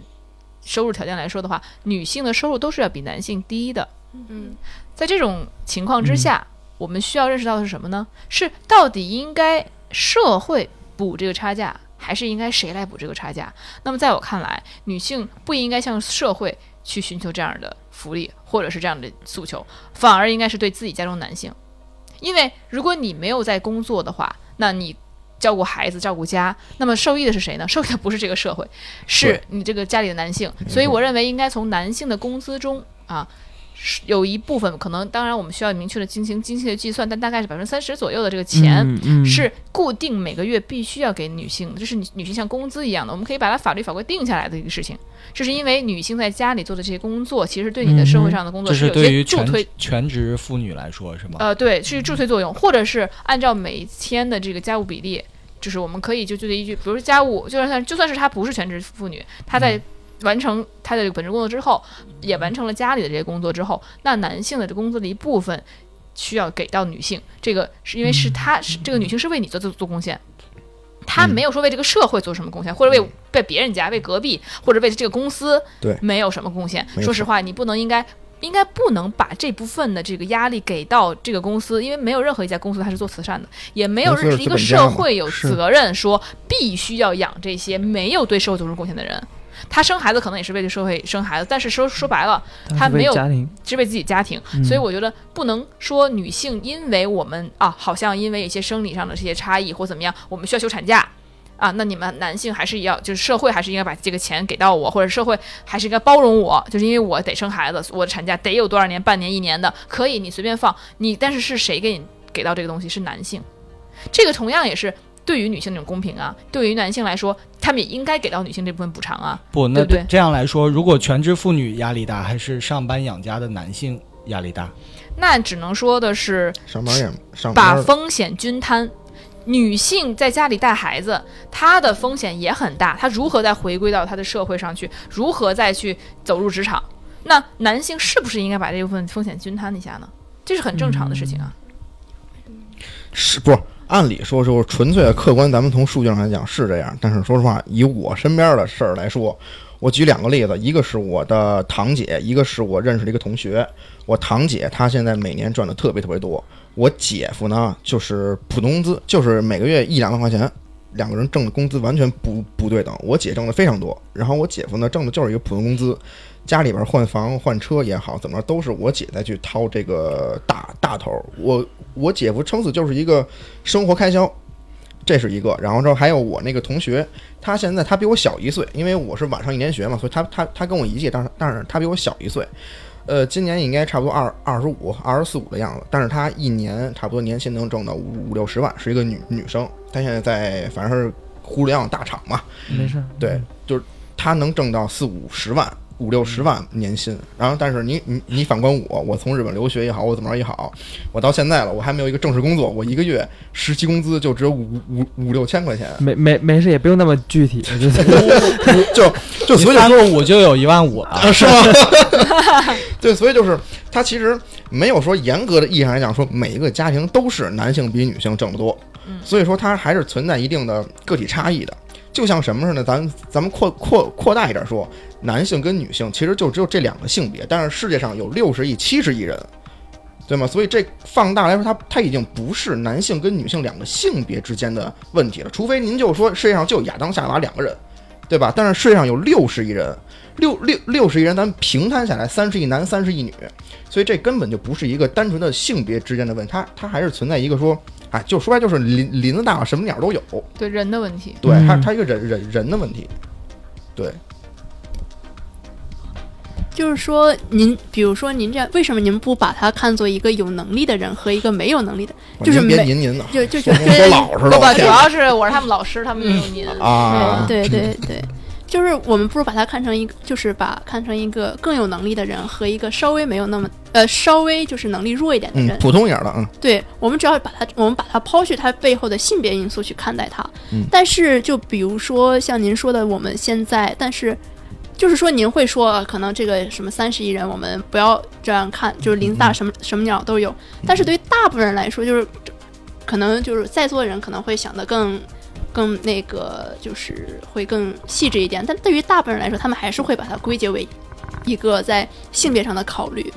S2: 收入条件来说的话，女性的收入都是要比男性低的。
S7: 嗯，
S2: 在这种情况之下，我们需要认识到的是什么呢？是到底应该社会补这个差价，还是应该谁来补这个差价？那么在我看来，女性不应该向社会去寻求这样的福利或者是这样的诉求，反而应该是对自己家中男性，因为如果你没有在工作的话，那你。照顾孩子、照顾家，那么受益的是谁呢？受益的不是这个社会，是你这个家里的男性。所以我认为应该从男性的工资中啊，是有一部分可能，当然我们需要明确的进行精细的计算，但大概是百分之三十左右的这个钱、
S9: 嗯嗯
S2: 是固定每个月必须要给女性的，这是女女性像工资一样的，我们可以把它法律法规定下来的一个事情。这是因为女性在家里做的这些工作，其实对你的社会上的工作
S8: 这
S2: 是
S8: 是
S2: 有
S8: 对
S2: 些
S8: 于
S2: 助
S8: 全
S2: 推
S8: 全职妇女来说是吗？
S2: 呃，对，是助推作
S8: 嗯
S2: 用，或者是按照每一天的这个家务比例，就是我们可以就就这依据，比如说家务，就算就算是她不是全职妇女，她
S8: 嗯
S2: 在完成她的这个本职工作之后，也完成了家里的这些工作之后，那男性的这工资的一部分需要给到女性，这个是因为
S4: 嗯
S2: 是她是这个女性是为你做做做贡献。她没有说为这个社会做什么贡献，或者为为别人家、为隔壁，或者为这个公司，
S4: 对
S2: 没有什么贡献。
S4: 没
S2: 说实
S4: 错
S2: 话，你不能应该应该不能把这部分的这个压力给到这个公司，因为没有任何一家公司它是做慈善的，也没有
S4: 公司是
S2: 任一
S4: 资
S2: 个
S4: 本家
S2: 社
S4: 嘛
S2: 会有
S4: 是
S2: 责任说必须要养这些没有对社会做出贡献的人。他生孩子可能也是为了社会生孩子，但是说说白了，他
S9: 但是为
S2: 没有
S9: 家庭，
S2: 是为自己家庭，所以我觉得不能说女性因为我们啊，好像因为一些生理上的这些差异或怎么样，我们需要休产假啊，那你们男性还是要就是社会还是应该把这个钱给到我，或者社会还是应该包容我，就是因为我得生孩子，我的产假得有多少年，半年一年的，可以你随便放你，但是是谁给你给到这个东西？是男性，这个同样也是。对于女性那种公平啊，对于男性来说，他们也应该给到女性这部分补偿啊。
S8: 不，那
S2: 对不对
S8: 这样来说，如果全职妇女压力大，还是上班养家的男性压力大？
S2: 那只能说的是，
S4: 上班也上班
S2: 把
S4: 儿
S2: 风险均摊。女性在家里带孩子，她的风险也很大，她如何再回归到她的社会上去，如何再去走入职场？那男性是不是应该把这部分风险均摊一下呢？这是很正常的事情啊。
S4: 是不？按理说就是纯粹的客观，咱们从数据上来讲是这样，但是说实话，以我身边的事儿来说，我举两个例子，一个是我的堂姐，一个是我认识的一个同学。我堂姐她现在每年赚的特别特别多，我姐夫呢就是普通工资，就是每个月一两万块钱，两个人挣的工资完全不不对等。我姐挣的非常多，然后我姐夫呢挣的就是一个普通工资，家里边换房换车也好，怎么着都是我姐在去掏这个大大头儿。我我姐夫撑死就是一个生活开销，这是一个。然后之后还有我那个同学，他现在他比我小一岁，因为我是晚上一年学嘛，所以他他他跟我一届，但是但是他比我小一岁。呃，今年应该差不多二二十五、二十四五的样子，但是她一年差不多年薪能挣到五五六十万，是一个女女生。她现在在反正是互联网大厂嘛，
S9: 没事，
S4: 对，就是他能挣到四五十万、五六十万年薪。然后，但是你你你反观我，我从日本留学也好，我怎么着也好，我到现在了，我还没有一个正式工作，我一个月实习工资就只有五五五六千块钱，
S9: 没没没事，也不用那么具体，我觉得
S4: 就就
S8: 你
S4: 所以
S8: 三
S4: 说。
S8: 个五就有一万五 了。
S4: 啊，是吗？ 对，所以就是他其实没有说严格的意义上来讲，说每一个家庭都是男性比女性挣得多，所以说它还是存在一定的个体差异的。就像什么似的，咱咱们扩扩扩大一点说，男性跟女性其实就只有这两个性别，但是世界上有六十亿、七十亿人，对吗？所以这放大来说，它它已经不是男性跟女性两个性别之间的问题了，除非您就说世界上就亚当夏娃两个人，对吧？但是世界上有六十亿人，六六六十亿人，咱们平摊下来，三十亿男，三十亿女，所以这根本就不是一个单纯的性别之间的问题，它它还是存在一个说，哎，就说白就是林林子大了，什么鸟都有，
S2: 对人的问题，
S4: 对，它
S9: 嗯
S4: 它一个人人人的问题，对，
S7: 就是说，您比如说您这样，为什么您不把他看作一个有能力的人和一个没有能力的？
S4: 我
S7: 就是
S4: 您别
S7: 没
S4: 您您呢，
S7: 就就觉
S4: 说
S7: 得
S4: 说老实
S2: 不
S4: 了，
S2: 不
S4: 我，
S2: 主
S4: 天
S2: 要是我是他们老师，他们没有您。
S4: 啊，
S7: 哎对对对，就是我们不如把他看成一个，就是把看成一个更有能力的人和一个稍微没有那么呃稍微就是能力弱一点的
S4: 嗯
S7: 人，。
S4: 普通一点的，嗯，
S7: 对我们只要把它，我们把它抛去它背后的性别因素去看待它。
S4: 嗯
S7: 但是就比如说像您说的，我们现在，但是就是说您会说，呃可能这个什么三十亿人，我们不要这样看，就是林子
S4: 嗯
S7: 大什么、什么鸟都有。但是对于大部分人来说，就是可能就是在座的人可能会想的更。更那个就是会更细致一点，但对于大部分人来说，他们还是会把它归结为一个在性别上的考虑。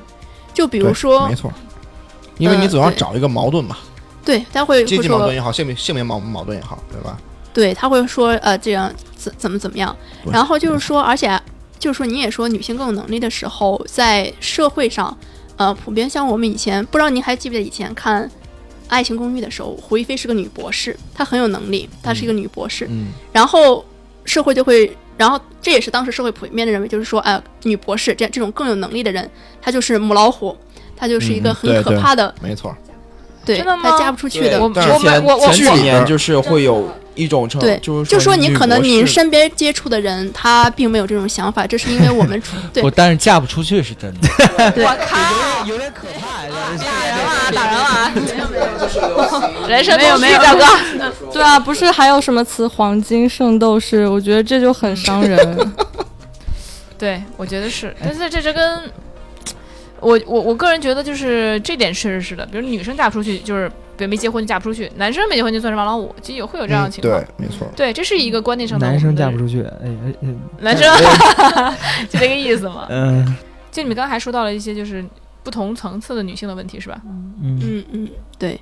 S7: 就比
S4: 比
S7: 如说呃
S4: 没，错，因为你总要
S7: 对
S4: 找一个矛盾嘛，
S7: 对，他会
S4: 阶
S7: 会
S4: 级矛
S7: 说
S4: 盾也好，性别性别矛矛盾也好，对吧？
S7: 对，他会说呃这样怎怎么怎么样，
S4: 对
S7: 然后就是说，而且就是说你也说女性更有能力的时候，在社会上，呃，普遍像我们以前不知道您还记不记得以前看《爱情公寓》的时候，胡一菲是个女博士，她很有能力，她是一个女博士，
S10: 嗯，
S7: 然后社会就会，然后这也是当时社会普遍的认为，就是说，哎、女博士这这种更有能力的人，她就是母老虎，她就是一个很
S4: 嗯对
S7: 可
S4: 对
S7: 怕的，
S4: 没错，
S7: 对
S2: 真的吗
S7: 她嫁不出去的。
S2: 我
S10: 但是
S2: 我们
S10: 前
S2: 我我
S10: 前
S4: 我
S10: 几年就是会有一种称
S7: 对，，
S10: 就是
S7: 就说
S10: 你
S7: 您可能您身边接触的人，他并没有这种想法，这是因为我们处对
S8: 我但是嫁不出去是真的。
S2: 我靠，
S9: 有点可怕，
S2: 打人了啊，打人了啊！人生
S6: 没有
S2: 没
S6: 没
S2: 有
S6: 有
S2: 大哥，
S6: 对啊，不是还有什么词“黄金圣斗士”？我觉得这就很伤人。
S2: 对，我觉得是，但是这这跟我我我个人觉得就是这点确实是的，比如女生嫁不出去就是比如没结婚就嫁不出去，男生没结婚就算是王老五，其实也会有这样的
S4: 嗯
S2: 情况。
S4: 对，没错，
S2: 对，这是一个观念上的
S9: 男生嫁不
S2: 出，
S9: 出去，哎哎哎
S2: 男生 就这个意思嘛。
S9: 嗯
S2: 就你们刚才说到了一些就是不同层次的女性的问题是吧？
S9: 嗯
S7: 嗯嗯，对，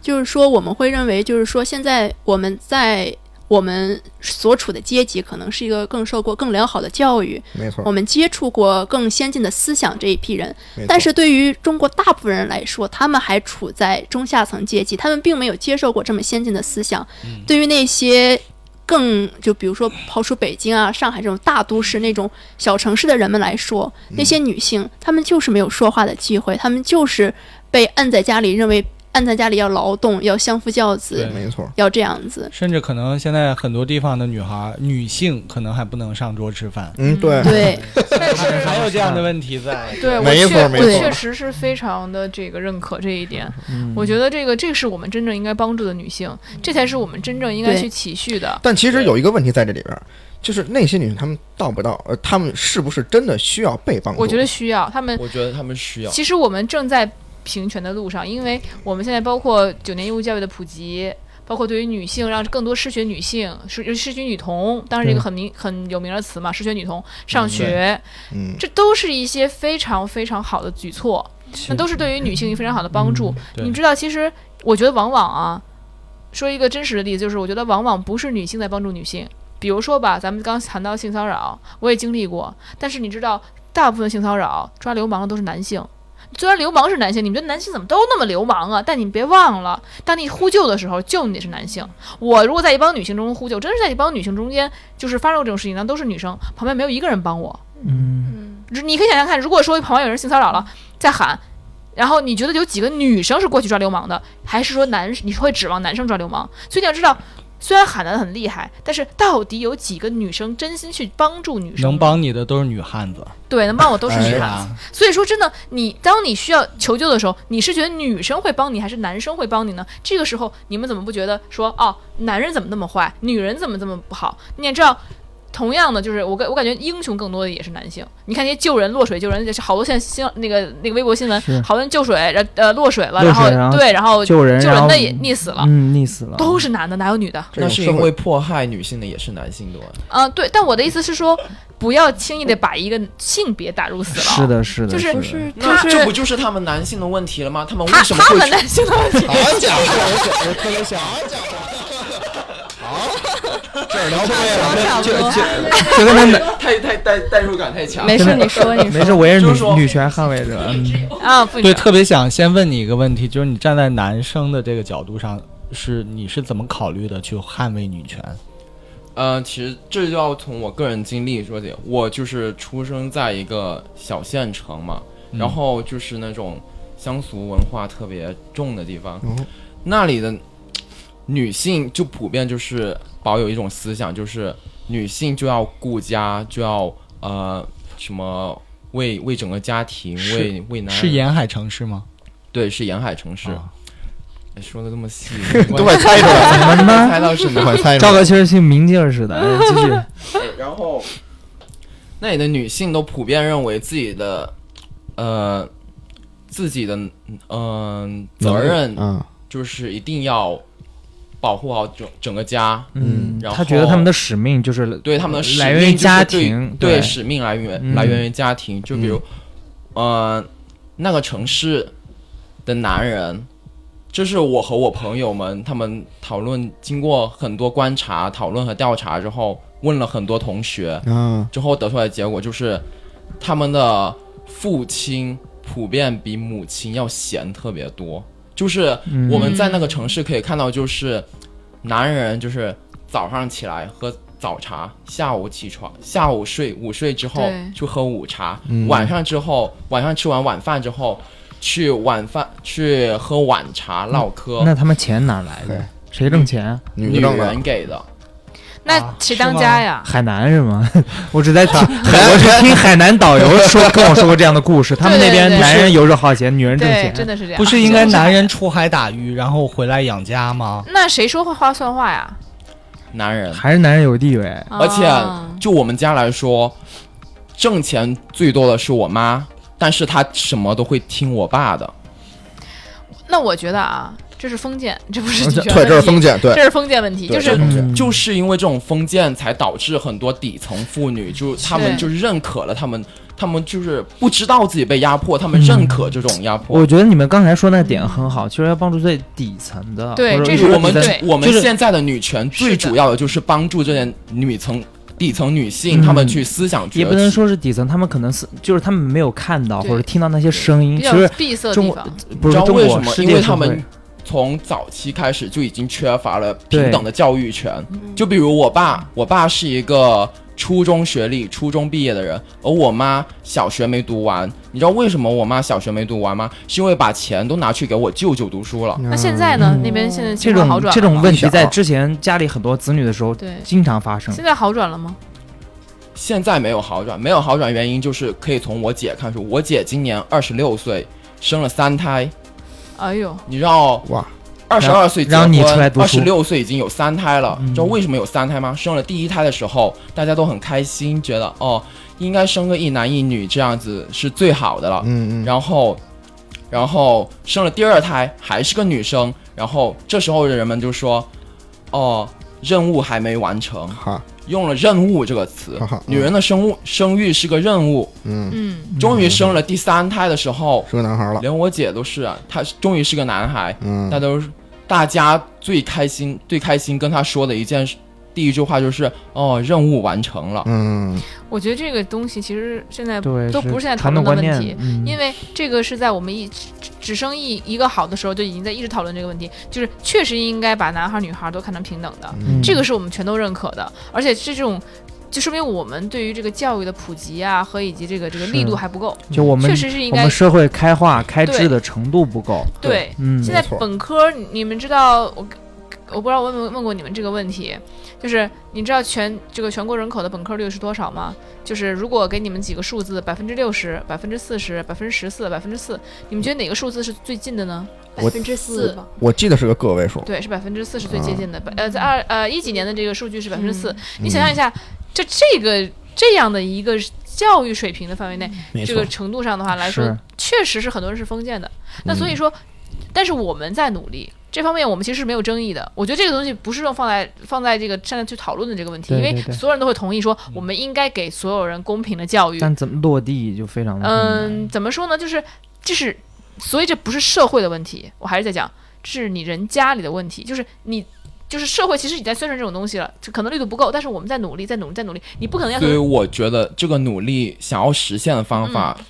S7: 就是说我们会认为，就是说现在我们在我们所处的阶级，可能是一个更受过更良好的教育，
S4: 没错
S7: 我，们接触过更先进的思想这一批人，
S4: 没错
S7: 但是对于中国大部分人来说，他们还处在中下层阶级，他们并没有接受过这么先进的思想。
S8: 嗯
S7: 对于那些更就比如说刨出北京啊、上海这种大都市那种小城市的人们来说，那些女性她们就是没有说话的机会，她们就是被按在家里，认为按在家里要劳动、要相夫教子
S8: 对、
S4: 没错，
S7: 要这样子。
S8: 甚至可能现在很多地方的女孩、女性可能还不能上桌吃饭，
S4: 嗯，对，
S7: 对，
S2: 但是
S8: 还有这样的问题在。
S2: 对，我
S4: 没
S2: 确
S4: 错没
S2: 我
S7: 错
S2: 确实是非常的这个认可这一点。
S9: 嗯
S2: 我觉得这个这是我们真正应该帮助的女性，这才是我们真正应该
S7: 对
S2: 去体恤的。
S4: 但其实有一个问题在这里边儿，就是那些女性她们到不到，呃，她们是不是真的需要被帮助？
S2: 我觉得需要他们，
S10: 我觉得他们需要，
S2: 其实我们正在平权的路上，因为我们现在包括九年义务教育的普及。包括对于女性，让更多失学女性、失失学女童，当时一个
S10: 嗯
S9: 对
S2: 很明很有名的词嘛，失学女童上学，
S4: 嗯，
S2: 这都是一些非常非常好的举措。那都是对于女性非常好的帮助。
S8: 对
S2: 你知道，其实我觉得往往啊，说一个真实的例子，就是我觉得往往不是女性在帮助女性。比如说吧，咱们刚谈到性骚扰，我也经历过，但是你知道，大部分性骚扰抓流氓的都是男性。虽然流氓是男性，你们觉得男性怎么都那么流氓啊？但你别忘了，当你呼救的时候，救你的是男性。我如果在一帮女性中呼救，真是在一帮女性中间，就是发生过这种事情，那都是女生，旁边没有一个人帮我。
S9: 嗯，
S2: 如你可以想想看，如果说旁边有人性骚扰了，在喊，然后你觉得有几个女生是过去抓流氓的，还是说男你会指望男生抓流氓？所以你要知道，虽然喊得很厉害，但是到底有几个女生真心去帮助女生？
S8: 能帮哎你的都是女汉子，
S2: 对，能帮我都是女孩
S8: 是
S2: 子。
S8: 吧？
S2: 所以说，真的，你当你需要求救的时候，你是觉得女生会帮你，还是男生会帮你呢？这个时候，你们怎么不觉得说，哦，男人怎么那么坏，女人怎么这么不好？你也知道，同样的，就是我感我感觉英雄更多的也是男性。你看那些救人落水救人，就是好多现在新那个那个微博新闻
S9: 是，
S2: 好多人救水，然呃落水了，
S9: 落水
S2: 然
S9: 然
S2: 后
S10: 啊
S9: 后
S2: 对，然后
S9: 救人
S2: 救人
S9: 然后
S2: 的也溺死了，
S9: 嗯，溺死了，
S2: 都是男的，哪有女的？
S4: 这
S10: 那
S4: 种
S10: 是
S4: 社
S10: 因
S4: 会
S10: 为迫害女性的也是男性多，
S2: 啊、对。但我的意思是说，不要轻易的把一个性别打入死牢。
S9: 是，的， 是的，
S2: 就是
S9: 的
S6: 是他
S10: 那这不
S6: 是
S10: 就是他们男性的问题了吗？他们为
S2: 他
S10: 什么
S2: 他
S10: 会
S2: 们男 性的问题。
S4: 好家伙，我我特别想，好家伙，好，这儿聊不累了。
S2: 差不多。
S9: 就跟他们
S10: 太太代代入感太强？
S6: 没事，你 说你
S9: 没
S6: 说，
S9: 事，我也是
S10: 就是说
S9: 女女权捍卫者，嗯
S2: 啊，不
S8: 对，特别想先问你一个问题，就是你站在男生的这个角度上，是你是怎么考虑的去捍卫女权？
S10: 呃，其实这就要从我个人经历说起。我就是出生在一个小县城嘛，
S8: 嗯
S10: 然后就是那种乡俗文化特别重的地方，
S4: 嗯
S10: 那里的女性就普遍就是保有一种思想，就是女性就要顾家，就要呃什么为为整个家庭，
S8: 是
S10: 为为男人
S8: 嗯是沿海城市吗？
S10: 对是沿海城市，
S8: 啊
S10: 哎说的这么细，
S4: 都快猜出来了，
S9: 怎么了吗？
S10: 猜到是哪
S4: 都快猜出
S9: 赵
S4: 来了。
S9: 哥其实挺明镜儿似的，哎继续，
S10: 然后，那里的女性都普遍认为自己的，呃，自己的嗯、呃责任
S4: 嗯，
S10: 就是一定要保护好整整个家，
S9: 嗯，
S10: 然后
S9: 他觉得他们的使命就是
S10: 对他们的使
S9: 嗯来源于
S10: 命就是
S9: 家庭，
S10: 对
S9: 对，
S10: 使命来源、
S9: 嗯
S10: 来源于家庭，就比如，呃，那个城市的男人这是我和我朋友们他们讨论，经过很多观察、讨论和调查之后，问了很多同学，
S4: 啊，
S10: 之后得出来的结果就是，他们的父亲普遍比母亲要闲特别多。就是我们在那个
S5: 嗯
S10: 城市可以看到，就是男人就是早上起来喝早茶，下午起床，下午睡午睡之后
S2: 对
S10: 去喝午茶，
S4: 嗯
S10: 晚上之后晚上吃完晚饭之后去晚饭去喝晚茶唠嗑，
S5: 嗯那他们钱哪来的？谁挣钱啊？
S4: 女
S10: 女
S4: 的挣的
S10: 人，给的。
S2: 那谁当家呀？
S5: 海南是吗？ 我只在 听，我只听海南导游说跟我说过这样的故事，他们那边
S2: 对对对
S5: 男人游手好闲，女人挣
S2: 对，真
S5: 钱。
S2: 的是这样。
S8: 不是应该男人出海打鱼，然后回来养家吗？
S2: 那谁说话算话呀？
S10: 男人，
S5: 还是男人有地位，
S10: 而且
S2: 啊
S10: 就我们家来说，挣钱最多的是我妈，但是她什么都会听我爸的。
S2: 那我觉得啊，这是封建，这不是女权
S4: 对，这是封
S2: 建，
S4: 建，对
S2: 这是封建问题，
S4: 对
S2: 就是
S4: 这是
S5: 嗯
S10: 就是因为这种封建，才导致很多底层妇女，就她们就认可了他们，他们就是不知道自己被压迫，他们认可这种压迫。
S9: 我觉得你们刚才说那点很好，其实要帮助最底层的，
S2: 对
S9: 或者
S2: 这
S10: 就是我们
S2: 我觉得
S10: 我们
S9: 就是
S10: 现在的女权
S2: 是的
S10: 最主要的就是帮助这些女层底层女性，她们去思想
S9: 嗯也
S10: 觉
S9: 不能
S10: 醒。
S9: 说是底层，他们可能是就是他们没有看到
S2: 对
S9: 或者听到那些声音，
S2: 比
S9: 其
S2: 较
S9: 实
S2: 闭塞的
S9: 中
S2: 地
S9: 国
S2: 方。
S9: 不
S10: 知
S9: 是
S10: 道
S9: 中
S10: 为什
S9: 国
S10: 么？
S9: 世
S10: 因为
S9: 界
S10: 他
S9: 社
S10: 们
S9: 会。
S10: 从早期开始就已经缺乏了
S9: 对
S10: 平等的教育权。就比如我爸，我爸是一个初中学历、初中毕业的人，而我妈小学没读完。你知道为什么我妈小学没读完吗？是因为把钱都拿去给我舅舅读书了。
S2: 那现在呢？
S6: 嗯
S2: 那边现在
S9: 这
S2: 情况好
S9: 种
S2: 转
S9: 这
S2: 了吗
S9: 种问题
S4: 小
S9: 在之前家里很多子女的时候
S2: 对
S9: 经常发生
S2: 现。在好转了吗？
S10: 现在没有好转，没有好转原因就是可以从我姐看出，我姐今年二十六岁，生了三胎。
S2: 哎呦，
S10: 你知道
S4: 哇，
S10: 二十二岁结
S9: 然后
S10: 婚
S9: 你出来，读
S10: 二
S9: 书
S10: 十六岁已经有三胎了。
S9: 嗯
S10: 知道为什么有三胎吗？生了第一胎的时候，大家都很开心，觉得哦，应该生个一男一女这样子是最好的了。
S4: 嗯嗯，
S10: 然后，然后生了第二胎还是个女生，然后这时候的人们就说，哦，任务还没完成，
S4: 好，
S10: 用了“任务”这个词
S4: 哈哈。
S10: 女人的生物生育是个任务，
S4: 嗯，
S2: 嗯，
S10: 终于生了第三胎的时候，
S4: 是个男孩了，
S10: 连我姐都是啊，她终于是个男孩，
S4: 嗯
S10: 那都是大家最开心、最开心跟他说的一件事，第一句话就是哦，任务完成了。
S4: 嗯，
S2: 我觉得这个东西其实现在
S9: 对，
S2: 都
S9: 是
S2: 不是在讨
S9: 传
S2: 论
S9: 统
S2: 的
S9: 观
S2: 问题
S9: 念，，嗯
S2: 因为这个是在我们一只只生一一个好的时候就已经在一直讨论这个问题，就是确实应该把男孩儿女孩儿都看成平等的，
S9: 嗯
S2: 这个是我们全都认可的，而且是这种。就说明我们对于这个教育的普及啊，和以及这个这个力度
S9: 是
S2: 还不够，
S9: 就我们
S2: 确实是应
S9: 我
S2: 该
S9: 们社会开化开
S2: 对
S9: 智的程度不够。
S2: 对。
S9: 嗯，
S2: 现在
S4: 没错
S2: 本科，你们知道我我不知道我问没问过你们这个问题，就是你知道全这个全国人口的本科率是多少吗？就是如果给你们几个数字，百分之六十、百分之四十、百分之十四、百分之四，你们觉得哪个数字是最近的呢？
S7: 百分之四吧，
S4: 我记得是个个位数，
S2: 对，是百分之四十最
S4: 啊
S2: 接近
S9: 嗯
S2: 的。百呃，在二呃一几年的这个数据是百分之四
S6: 嗯，
S2: 你想象一下，这这个这样的一个教育水平的范围内，
S4: 没
S2: 这个程度上的话来说
S9: 嗯是，
S2: 确实是很多人是封建的。那所以
S4: 嗯
S2: 说，但是我们在努力。这方面我们其实是没有争议的，我觉得这个东西不是说放在放在这个现在去讨论的这个问题，
S9: 对
S2: 因为
S9: 对对嗯
S2: 所有人都会同意说我们应该给所有人公平的教育。
S9: 但怎么落地就非常的困难
S2: 嗯，怎么说呢？就是就是，所以这不是社会的问题，我还是在讲，这是你人家里的问题，就是你。就是社会，其实已经在宣传这种东西了，就可能力度不够，但是我们在努力，在努力，在努力。你不可能要
S10: 所以
S2: 求
S10: 我觉得这个努力想要实现的方法，
S4: 嗯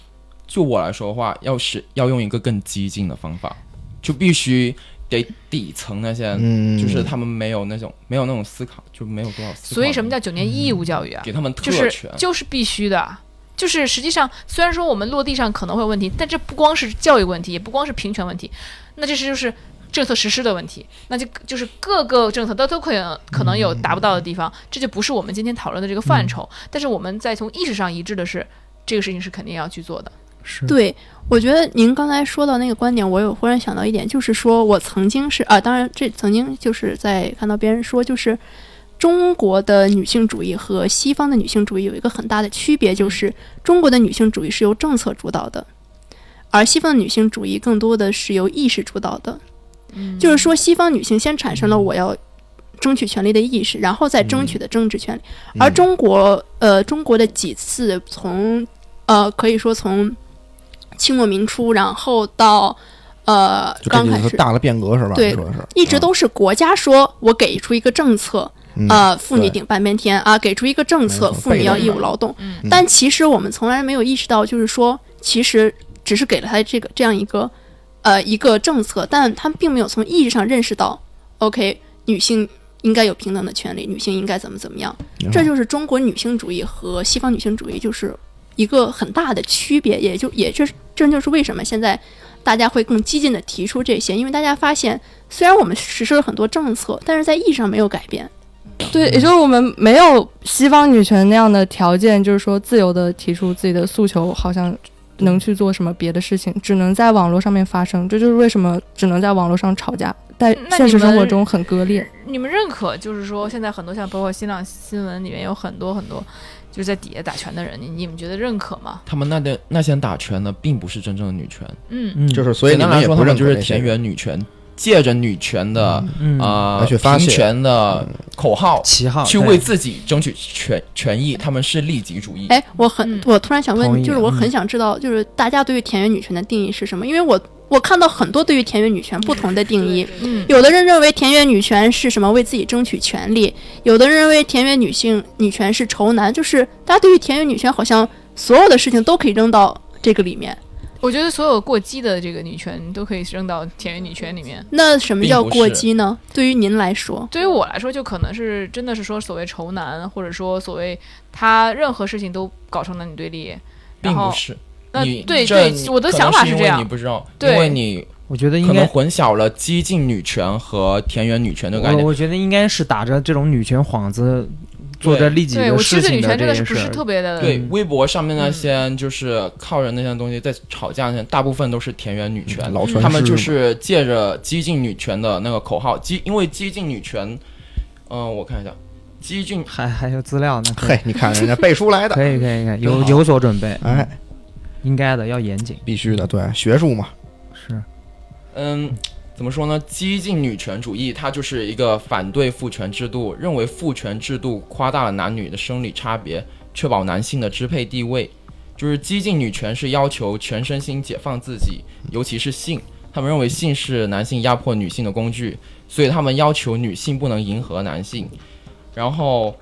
S10: 就我来说的话，要是要用一个更激进的方法，就必须得底层那些，
S4: 嗯，
S10: 就是他们没有那种没有那种思考，就没有多少思考。
S2: 所以什么叫九年义务教育啊？
S10: 给他们特
S2: 就是
S10: 权？
S2: 就是必须的，就是实际上虽然说我们落地上可能会有问题，但这不光是教育问题，也不光是平权问题，那这是就是政策实施的问题，那就就是各个政策都都可能可能有达不到的地方，这就不是我们今天讨论的这个范畴。但是我们在从意识上一致的是，这个事情是肯定要去做的。
S9: 是
S7: 对，我觉得您刚才说到那个观点，我有忽然想到一点，就是说我曾经是啊，当然这曾经就是在看到别人说，就是中国的女性主义和西方的女性主义有一个很大的区别，就是中国的女性主义是由政策主导的，而西方的女性主义更多的是由意识主导的。
S2: 嗯
S7: 就是说，西方女性先产生了我要争取权利的意识，然后再争取的政治权利。
S4: 嗯
S7: 而中国，呃，中国的几次呃从，呃，可以说从清末民初，然后到呃，
S4: 就这
S7: 刚开
S4: 就是
S7: 始
S4: 大嗯的变革是吧？
S7: 对
S4: 你说的是，啊
S7: 一直都是国家说我给出一个政策，
S4: 嗯
S7: 呃，妇女
S4: 对
S7: 顶半边天啊，给出一个政策，
S4: 没错
S7: 妇女要
S4: 被动
S7: 义
S4: 的
S7: 务劳动。
S2: 嗯
S7: 但其实我们从来没有意识到，就是说，其实只是给了他这个这样一个呃一个政策，但他们并没有从意义上认识到，OK，女性应该有平等的权利，女性应该怎么怎么样。
S4: 明
S9: 嗯
S4: 白
S7: 这就是中国女性主义和西方女性主义就是一个很大的区别，也就也就是这就是为什么现在大家会更激进的提出这些，因为大家发现虽然我们实施了很多政策，但是在意义上没有改变。
S6: 对，也就是我们没有西方女权那样的条件，就是说自由的提出自己的诉求，好像能去做什么别的事情，只能在网络上面发生。这就是为什么只能在网络上吵架，在
S2: 那你
S6: 现实生活
S2: 们
S6: 中很割裂。
S2: 你们认可，就是说现在很多像包括新浪新闻里面有很多很多就是在底下打拳的人，你你们觉得认可吗？
S10: 他们那的那些打拳的并不是真正的女权，
S2: 嗯，
S9: 嗯，
S4: 就是所以
S10: 简
S4: 你
S10: 单
S4: 们
S10: 来
S4: 也
S10: 说，
S4: 不
S10: 他
S4: 认可
S10: 们就是
S4: 这些
S10: 田园女权，借着女权的
S9: 嗯
S10: 啊
S4: 来去发泄
S10: 平权的口号
S9: 旗号
S10: 去
S9: 嗯对
S10: 为自己争取权权益，他们是利己主义。
S7: 哎，我很、
S2: 嗯
S7: 我突然想
S9: 同
S7: 问，
S9: 意
S7: 就是我很
S9: 嗯
S7: 想知道，就是大家对于田园女权的定义是什么？因为我我看到很多对于田园女权不同的定义，
S2: 嗯
S7: 有的人认为田园女权是什么为自己争取权利，有的人认为田园女性女权是仇男，就是大家对于田园女权好像所有的事情都可以扔到这个里面。
S2: 我觉得所有过激的这个女权都可以扔到田园女权里面。
S7: 那什么叫
S10: 并不
S7: 过
S10: 是
S7: 激呢？对于您来说，
S2: 对于我来说，就可能是真的是说所谓仇男，或者说所谓他任何事情都搞成男女对立，然
S10: 并
S2: 后
S10: 不是。
S2: 那
S10: 你
S2: 对
S10: 这
S2: 对我的
S10: 可能
S2: 想法是
S10: 因
S2: 这
S10: 为
S2: 样
S10: 你不知道，因
S2: 对
S10: 为你
S9: 我觉得应
S10: 可能
S9: 该。
S10: 混淆了激进女权和田园女权的概
S9: 我
S10: 念。
S9: 我觉得应该是打着这种女权幌子，做着利己
S2: 对
S9: 的
S2: 我其
S9: 事
S2: 实对
S9: 情
S2: 女
S9: 的
S2: 权真
S9: 这
S2: 的
S9: 些
S2: 是不
S9: 事
S2: 是
S9: 儿。
S2: 特别的
S10: 对
S9: 嗯，
S10: 微博上面那些就是靠着那些东西在吵架，那大部分都是田园女权，
S4: 老传
S10: 他们
S4: 世
S10: 就
S4: 嘛
S10: 是借着激进女权的那个口号，激因为激进女权，嗯、我看一下，激进
S9: 还还有资料呢，可 以
S4: 嘿，你看人家背书 来的，
S9: 可以可以可
S4: 真
S9: 以，有
S4: 好
S9: 有所准备，
S4: 哎，
S9: 应该的，要严谨，
S4: 必须的，对，学术嘛，
S9: 是
S10: 嗯，怎么说呢？激进女权主义，它就是一个反对父权制度，认为父权制度夸大了男女的生理差别，确保男性的支配地位。就是激进女权是要求全身心解放自己，尤其是性。他们认为性是男性压迫女性的工具，所以他们要求女性不能迎合男性。然后，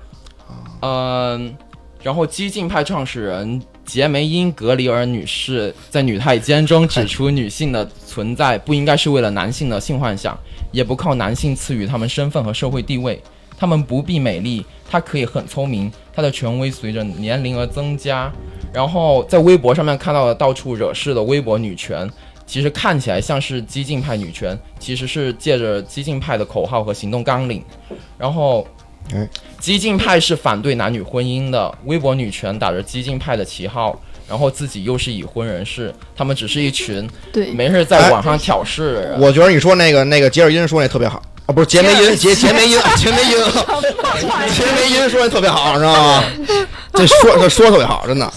S10: 嗯、然后激进派创始人杰梅因·格里尔女士在《女太监》中指出，女性的存在不应该是为了男性的性幻想，也不靠男性赐予她们身份和社会地位。她们不必美丽，她可以很聪明，她的权威随着年龄而增加。然后在微博上面看到的到处惹事的微博女权，其实看起来像是激进派女权，其实是借着激进派的口号和行动纲领。然后
S4: 哎，
S10: 激进派是反对男女婚姻的，微博女权打着激进派的旗号，然后自己又是已婚人士，他们只是一群
S7: 对，
S10: 没事在网上挑事的人。
S4: 我觉得你说那个那个杰尔因说那特别好啊，不是杰梅因杰杰梅因杰梅因杰梅因说那特别好，你知道吗？这说这说特别好，真的。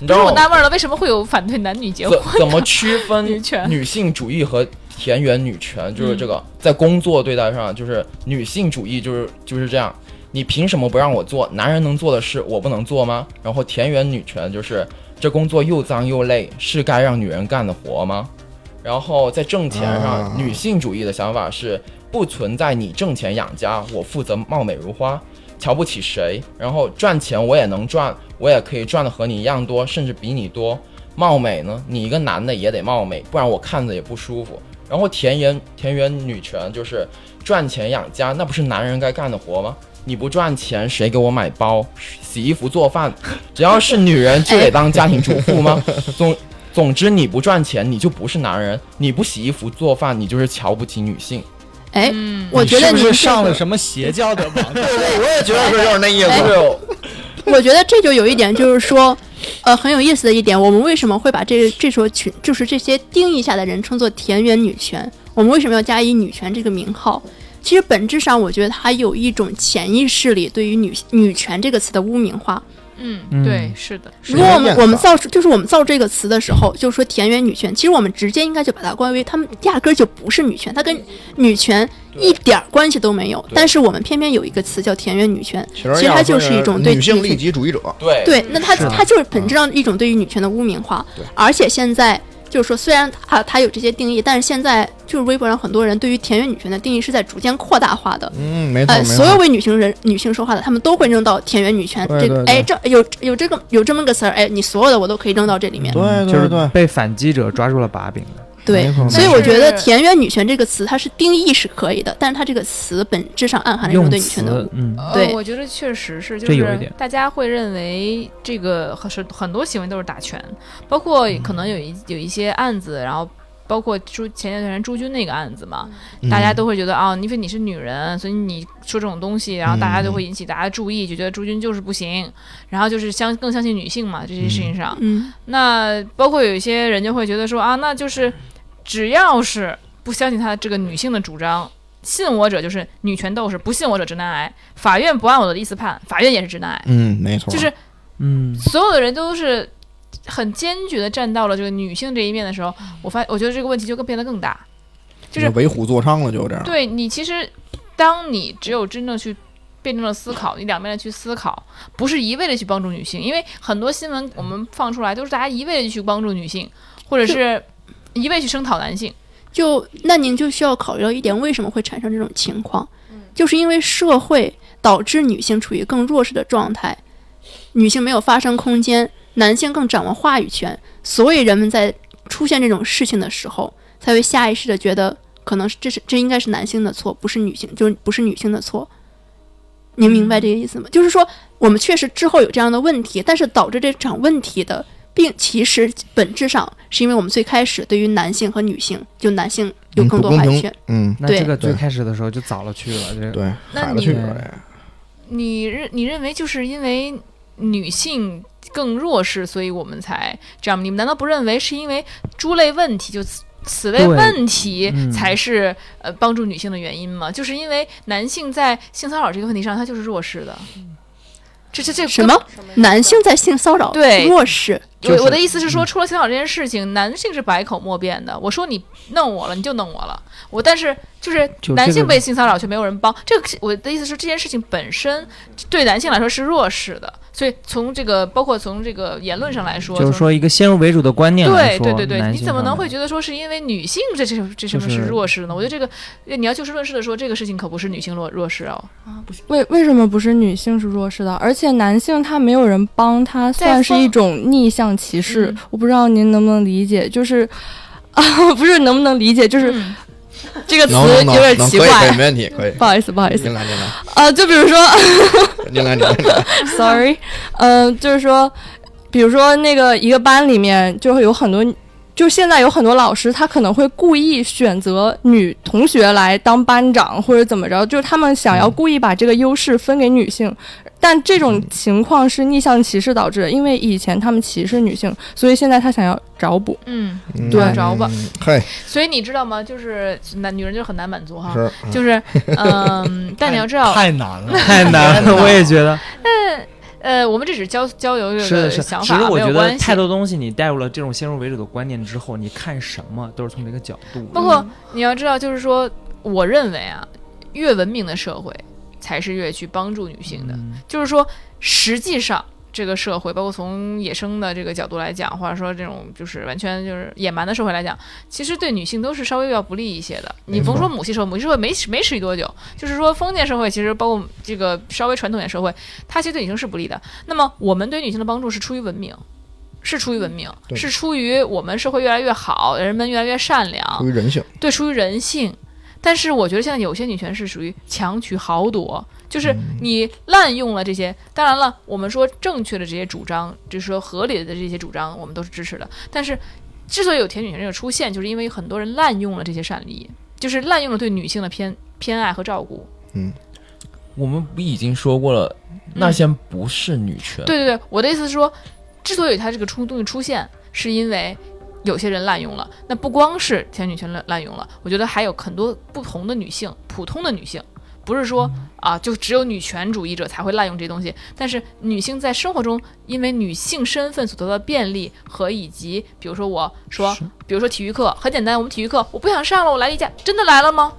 S10: 你知
S2: 不是
S10: 道
S2: 我纳闷了，为什么会有反对男女结婚
S10: 怎？怎么区分
S2: 女权嗯
S10: 女性主义和田园女权？就是这个，在工作对待上，就是女性主义就是就是这样，你凭什么不让我做男人能做的事，我不能做吗？然后田园女权就是这工作又脏又累，是该让女人干的活吗？然后在挣钱上，
S4: 啊
S10: 女性主义的想法是不存在你挣钱养家，我负责貌美如花。瞧不起谁，然后赚钱我也能赚，我也可以赚的和你一样多，甚至比你多。貌美呢，你一个男的也得貌美，不然我看着也不舒服。然后田园田园女权就是赚钱养家，那不是男人该干的活吗？你不赚钱，谁给我买包、洗衣服、做饭？只要是女人就得当家庭主妇吗？ 总总之，你不赚钱，你就不是男人；你不洗衣服、做饭，你就是瞧不起女性。
S7: 哎，
S2: 嗯，
S7: 我觉得
S8: 是不
S7: 您
S8: 是
S7: 这
S8: 上
S7: 个
S8: 了什么邪教的网站？
S4: 我也觉得
S2: 哎
S4: 是就是那意
S10: 对不
S4: 思。
S10: 对？
S7: 我觉得这就有一点，就是说，呃，很有意思的一点，我们为什么会把这这说群，就是这些定义下的人称作田园女权？我们为什么要加以女权这个名号？其实本质上，我觉得它有一种潜意识里对于女女权这个词的污名化。
S2: 嗯，
S9: 嗯
S2: 对，是的，
S7: 如果我
S4: 是
S7: 们
S4: 的
S7: 我们造出就是我们造这个词的时候，就说田园女权，其实我们直接应该就把它归为他们压根儿就不是女权，它跟女权一点儿关系都没有。
S10: 对
S7: 但是我们偏偏有一个词叫田园女权，
S4: 其实
S7: 其实它
S4: 要说
S7: 就是一种对
S4: 女性
S7: 女
S4: 利
S7: 性
S4: 己主义者，
S10: 对
S7: 对，那它
S9: 是的
S7: 它就是本质上一种对于女权的污名化
S4: 嗯对，
S7: 而且现在就是说，虽然啊它有这些定义，但是现在就是微博上很多人对于田园女权的定义是在逐渐扩大化的。
S4: 嗯，没错
S7: 呃，
S4: 没
S7: 所有
S4: 错。
S7: 为女性人女性说话的，他们都会扔到田园女权
S4: 对
S7: 这个，
S4: 对
S7: 哎，这有有这个有这么个词儿，哎，你所有的我都可以扔到这里面。
S4: 对
S9: 嗯就
S4: 对
S9: 是
S4: 对，
S9: 被反击者抓住了把柄的。
S7: 对
S4: 没，错
S7: 所以我觉得
S6: 但是
S7: “田园女权”这个词，它是定义是可以的，但是它这个词本质上
S2: 啊
S7: 暗含了一种
S9: 用
S7: 对女权的
S9: 词，嗯，
S2: 呃，
S7: 对
S2: 我觉得确实是，就
S9: 这有一
S2: 是
S9: 点
S2: 大家会认为这个很是很多行为都是打拳，包括
S9: 嗯
S2: 可能有一有一些案子，然后包括朱前段时间朱军那个案子嘛，
S9: 嗯
S2: 大家都会觉得啊，因为你是女人，所以你说这种东西，
S9: 嗯
S2: 然后大家就会引起大家注意，就觉得朱军就是不行，然后就是相更相信女性嘛这些事情上，
S7: 嗯，
S2: 那包括有一些人就会觉得说啊，那就是只要是不相信他这个女性的主张，信我者就是女权斗士，不信我者直男癌。法院不按我的意思判，法院也是直男癌。
S4: 嗯，没错。
S2: 就是
S9: 嗯，
S2: 所有的人都是很坚决的站到了这个女性这一面的时候，我发我觉得这个问题就更变得更大。就是
S4: 为虎作伥了，就这样。
S2: 对你其实，当你只有真正去辩证的思考，你两面的去思考，不是一味的去帮助女性，因为很多新闻我们放出来都是大家一味的去帮助女性，或者是一味去声讨男性。
S7: 就那您就需要考虑到一点，为什么会产生这种情况，就是因为社会导致女性处于更弱势的状态，女性没有发声空间，男性更掌握话语权，所以人们在出现这种事情的时候，才会下意识的觉得，可能是这是这应该是男性的错，不是女性，就是不是女性的错。您明白这个意思吗？
S4: 嗯
S7: 就是说，我们确实之后有这样的问题，但是导致这场问题的，并其实本质上是因为我们最开始对于男性和女性，就男性有
S4: 嗯
S7: 更
S4: 不
S7: 多话
S4: 公
S7: 语
S4: 平
S7: 权。
S4: 嗯，
S9: 那
S7: 对
S9: 这个最
S4: 对
S9: 开始的时候就早了去了，这个
S4: 对，
S2: 那
S4: 海了
S2: 你
S4: 去了这。
S2: 你认你认为就是因为女性更弱势，所以我们才这样？你们难道不认为是因为诸类问题就此？此类
S9: 对
S2: 问题
S9: 嗯
S2: 才是、呃帮助女性的原因
S7: 嗯
S2: 吗？就是因为男性在性骚扰这个问题上，他就是弱势的。这这这
S7: 什么？男性在性骚扰
S2: 对
S7: 弱势，
S2: 我我的意思是
S9: 嗯
S2: 说，除了性骚扰这件事情，男性是百口莫辩的。我说你弄我了，你就弄我了。我但是就是
S9: 就
S2: 男
S9: 这
S2: 性
S9: 个
S2: 被性骚扰却没有人帮，这个我的意思是这件事情本身对男性来说是弱势的，所以从这个包括从这个言论上来说，
S9: 就是
S2: 从。
S9: 说一个先入为主的观念
S2: 对
S9: 来说，
S2: 对对对，
S9: 男
S2: 你
S9: 性
S2: 怎么
S9: 上
S2: 能
S9: 面
S2: 会觉得说是因为女性这这这什么
S9: 就是是
S2: 弱势呢？我觉得这个你要就事论事的说，这个事情可不是女性弱弱势哦，
S6: 为为什么不是女性是弱势的？而且男性他没有人帮他，
S2: 在
S6: 算是
S2: 风
S6: 一种逆向歧视。
S2: 嗯
S6: 我不知道您能不能理解，就是 啊，不是能不能理解，就是
S2: 嗯
S6: 这个词
S4: 能能能
S6: 有点
S4: 能
S6: 奇
S4: 可以可
S6: 怪
S4: 以，。没问题，可以。
S6: 不好意思，不好意思
S4: 您来，您 来，
S6: 啊，就比如说
S4: 您来，您来您来。
S6: ，sorry，呃，就是说，比如说那个一个班里面就会有很多，就现在有很多老师，他可能会故意选择女同学来当班长或者怎么着，就是他们想要故意把这个优势分给女性。但这种情况是逆向歧视导致的，因为以前他们歧视女性，所以现在他想要找补。
S2: 嗯，
S4: 嗯
S6: 对
S2: 着吧。
S4: 嘿，
S2: 所以你知道吗？就是男女人就很难满足哈，
S4: 是
S2: 啊
S4: 嗯
S2: 就是嗯，但你要知道，
S8: 太难了，
S9: 太 难了，我也觉得
S2: 呃，我们这只是交交流这
S9: 是的
S2: 个
S9: 是的。
S2: 想
S9: 其
S2: 法，啊
S9: 实我
S2: 没
S9: 觉
S2: 有
S9: 得
S2: 关
S9: 太
S2: 系。
S9: 多东西，你带入了这种先入为主的观念之后，你看什么都是从这个角度。
S2: 包括你要知道，就是说，我认为啊，越文明的社会才是越去帮助女性的。
S9: 嗯
S2: 就是说，实际上这个社会，包括从野生的这个角度来讲，或者说这种就是完全就是野蛮的社会来讲，其实对女性都是稍微要不利一些的。你甭说母系社会，母系社会没没持续多久，就是说封建社会，其实包括这个稍微传统点社会，它其实对女性是不利的。那么我们对女性的帮助是出于文明。是出于文明，
S4: 对
S2: 是出于我们社会越来越好，人们越来越善良，
S4: 出于人性，
S2: 对，出于人性。但是我觉得现在有些女权是属于强取豪夺，就是
S4: 嗯
S2: 你滥用了这些。当然了，我们说正确的这些主张，就是说合理的这些主张，我们都是支持的。但是，之所以有甜女权这个出现，就是因为很多人滥用了这些善意，就是滥用了对女性的偏偏爱和照顾。
S10: 我们不已经说过了，那些不是女权。
S2: 对对对，我的意思是说，之所以它这个出东西出现，是因为有些人滥用了。那不光是前女权滥滥用了，我觉得还有很多不同的女性，普通的女性，不是说
S4: 嗯
S2: 啊，就只有女权主义者才会滥用这些东西。但是女性在生活中，因为女性身份所得到的便利和以及，比如说我说，比如说体育课很简单，我们体育课我不想上了，我来例假，真的来了吗？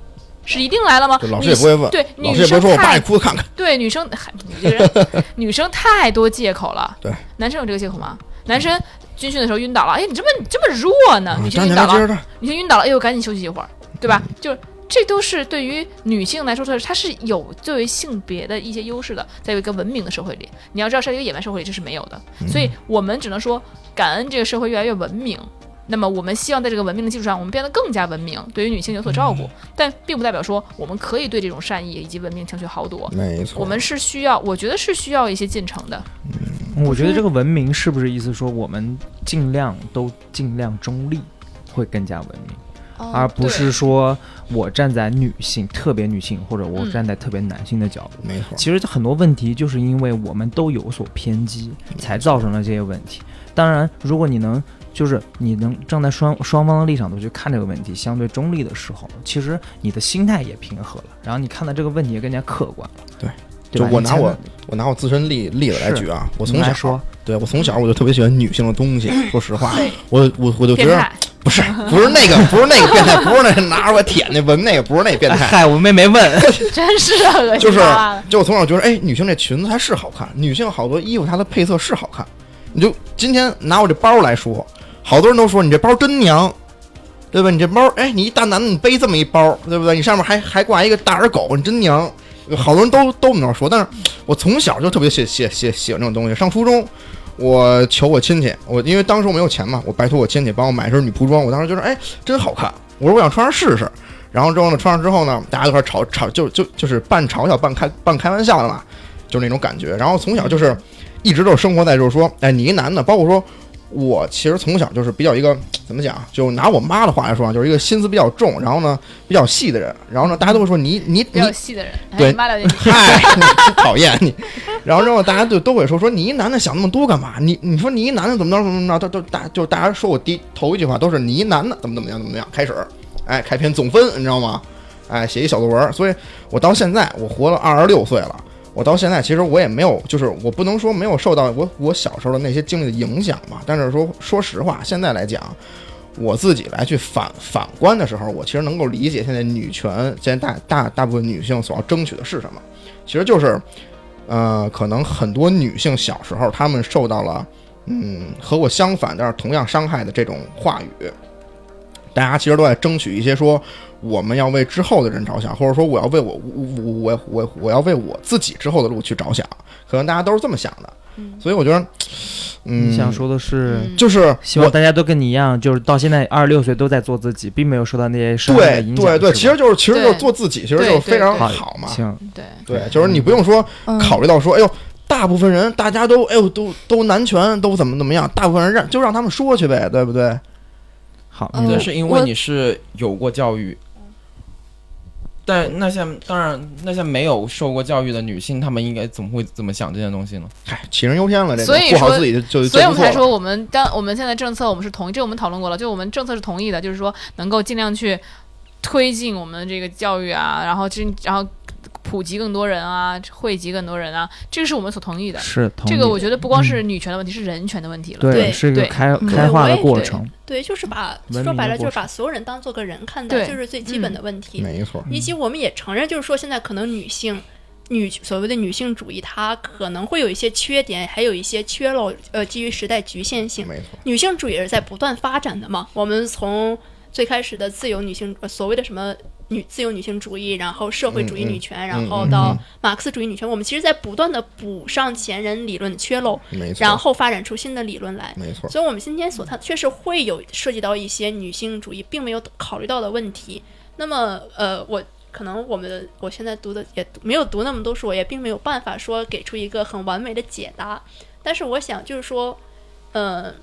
S2: 是一定来了吗
S4: 就？老师
S2: 女
S4: 也不会问
S2: 对，
S4: 老
S2: 女
S4: 师也不
S2: 生
S4: 会说我
S2: 太
S4: 爸你裤子看看。
S2: 对，女生，嗨你这人女生太多借口了。
S4: 对，
S2: 男生有这个借口吗？男生军训的时候晕倒了，哎，你这么你这么弱呢？女性
S4: 站
S2: 晕
S4: 起
S2: 倒
S4: 来接着
S2: 了，
S4: 站，
S2: 女性晕倒了，哎呦，赶紧休息一会儿，对吧？就是这都是对于女性来说，它是它是有作为性别的一些优势的，在一个文明的社会里，你要知道，在一个野蛮社会里这是没有的，
S4: 嗯
S2: 所以我们只能说感恩这个社会越来越文明。那么我们希望在这个文明的基础上，我们变得更加文明，对于女性有所照顾，但并不代表说我们可以对这种善意以及文明情绪豪夺。
S4: 没错，
S2: 我们是需要，我觉得是需要一些进程的。
S4: 嗯
S9: 我觉得这个文明是不是意思说我们尽量都尽量中立，会更加文明，
S6: 哦
S9: 而不
S2: 对
S9: 是说我站在女性特别女性或者我
S2: 嗯
S9: 站在特别男性的角度。
S4: 没错，
S9: 其实很多问题就是因为我们都有所偏激，才造成了这些问题。当然，如果你能就是你能站在双双方的立场都去看这个问题，相对中立的时候，其实你的心态也平和了，然后你看待这个问题也更加客观了。
S4: 对
S9: 对吧，
S4: 就我
S9: 你
S4: 拿
S9: 才能
S4: 我我拿我自身例例子来
S9: 是
S4: 举啊，我
S9: 你
S4: 从
S9: 来
S4: 小
S9: 说，
S4: 对我从小我就特别喜欢女性的东 西，说实话，我我我就觉
S2: 变
S4: 得
S2: 态，
S4: 不是不是那个不是那个变态，不是那个拿着我舔那闻那个不是那变态，
S9: 哎嗨，我妹没问，
S2: 真是啊恶
S4: 就
S2: 心
S4: 是
S2: 死了。
S4: 就我从小觉得，哎，女性这裙子它是好看，女性好多衣服它的配色是好看。你就今天拿我这包来说，好多人都说你这包真娘，对吧？你这包，哎，你一大男的你背这么一包，对不对？你上面还还挂一个大耳狗，你真娘。好多人都都这么着说，但是我从小就特别喜喜喜喜欢这种东西。上初中，我求我亲戚，我因为当时我没有钱嘛，我拜托我亲戚帮我买一身女仆装，我当时觉得哎真好看，我说我想穿上试试。然后之后呢，穿上之后呢，大家都开始嘲嘲，就就就是半嘲笑、半开半开玩笑的嘛，就是那种感觉。然后从小就是一直都是生活在就是说，哎，你一男的，包括说我其实从小就是比较一个怎么讲，就拿我妈的话来说啊，就是一个心思比较重，然后呢比较细的人。然后呢，大家都会说你你
S2: 比
S4: 你
S2: 较细的人，哎
S4: 对
S2: 你妈了解你。
S4: 嗨， 讨厌你。然后之后大家就都会说说你一男的想那么多干嘛？你你说你一男的怎么着怎么怎么着？都都大就大家说我第一头一句话都是你一男的怎么怎么样怎么样开始，哎，开篇总分你知道吗？哎，写一小作文。所以我到现在我活了二十六岁了。我到现在其实我也没有，就是我不能说没有受到我我小时候的那些经历的影响吧，但是说说实话，现在来讲，我自己来去反反观的时候，我其实能够理解现在女权，现在大大大部分女性所要争取的是什么。其实就是，呃，可能很多女性小时候她们受到了，嗯，和我相反但是同样伤害的这种话语，大家其实都在争取一些说我们要为之后的人着想，或者说我要为我我我我我要为我自己之后的路去着想，可能大家都是这么想的，所以我觉得， 嗯，
S9: 你想说的是。
S4: 就是
S9: 希
S4: 我
S9: 望大家都跟你一样，就是到现在二十六岁都在做自己，并没有受到那些伤害的
S4: 对
S9: 影响。
S4: 对对，其
S9: 是吧
S4: 实就是其实就是
S2: 对
S4: 做自己，其实
S2: 对
S4: 就是非
S2: 对
S4: 常
S9: 好
S4: 好嘛，
S9: 行，
S2: 对，
S4: 对，就是你不用说
S6: 嗯
S4: 考虑到说，哎呦，大部分人大家都哎呦都都男权都怎么怎么样，大部分人让就让他们说去呗，对不对？
S9: 好，
S6: 嗯
S10: 这
S9: 嗯
S10: 是因为
S6: 我
S10: 你是有过教育，但那些当然那些没有受过教育的女性，她们应该怎么会怎么想这件东西呢？
S4: 嗨，杞人忧天了，这
S2: 所
S4: 个
S2: 以
S4: 顾好
S2: 说
S4: 自己就就
S2: 所以
S4: 就
S2: 我
S4: 不
S2: 们
S4: 错
S2: 才
S4: 了。
S2: 说，我们当我们现在政策我们是同意，这我们讨论过了，就我们政策是同意的，就是说能够尽量去推进我们的这个教育啊，然后真然后普及更多人啊，惠及更多人啊，这个是我们所同意的。
S9: 是同
S2: 这
S9: 意
S2: 个我觉得不光
S4: 嗯
S2: 是女权的问题，是人权的问题了。
S9: 对
S7: 对
S9: 是一个
S2: 对
S9: 开
S6: 嗯
S9: 开化的
S7: 对
S9: 过
S7: 我也
S9: 程，
S7: 对，就是把
S9: 文
S7: 说
S9: 明
S7: 白
S9: 的
S7: 了，就
S9: 过
S7: 是把所有人当做个人看
S2: 对
S7: 待，这是最基本
S2: 嗯
S7: 的问题。
S4: 没错，
S7: 以及我们也承认，就是说现在可能女性。女所谓的女性主义，它可能会有一些缺点，还有一些缺漏，呃，基于时代局限性。
S4: 没错，
S7: 女性主义也是在不断发展的嘛。我们从最开始的自由女性，呃所谓的什么女自由女性主义，然后社会主义女
S9: 嗯
S7: 权，然后到马克思主义女权，我们其实在不断的补上前人理论的缺漏，
S4: 没错，
S7: 然后发展出新的理论来。
S4: 没错，
S7: 所以，我们今天所谈确实会有涉及到一些女性主义并没有考虑到的问题。那么，呃，我可能我们我现在读的也读没有读那么多书，我也并没有办法说给出一个很完美的解答。但是，我想就是说，呃，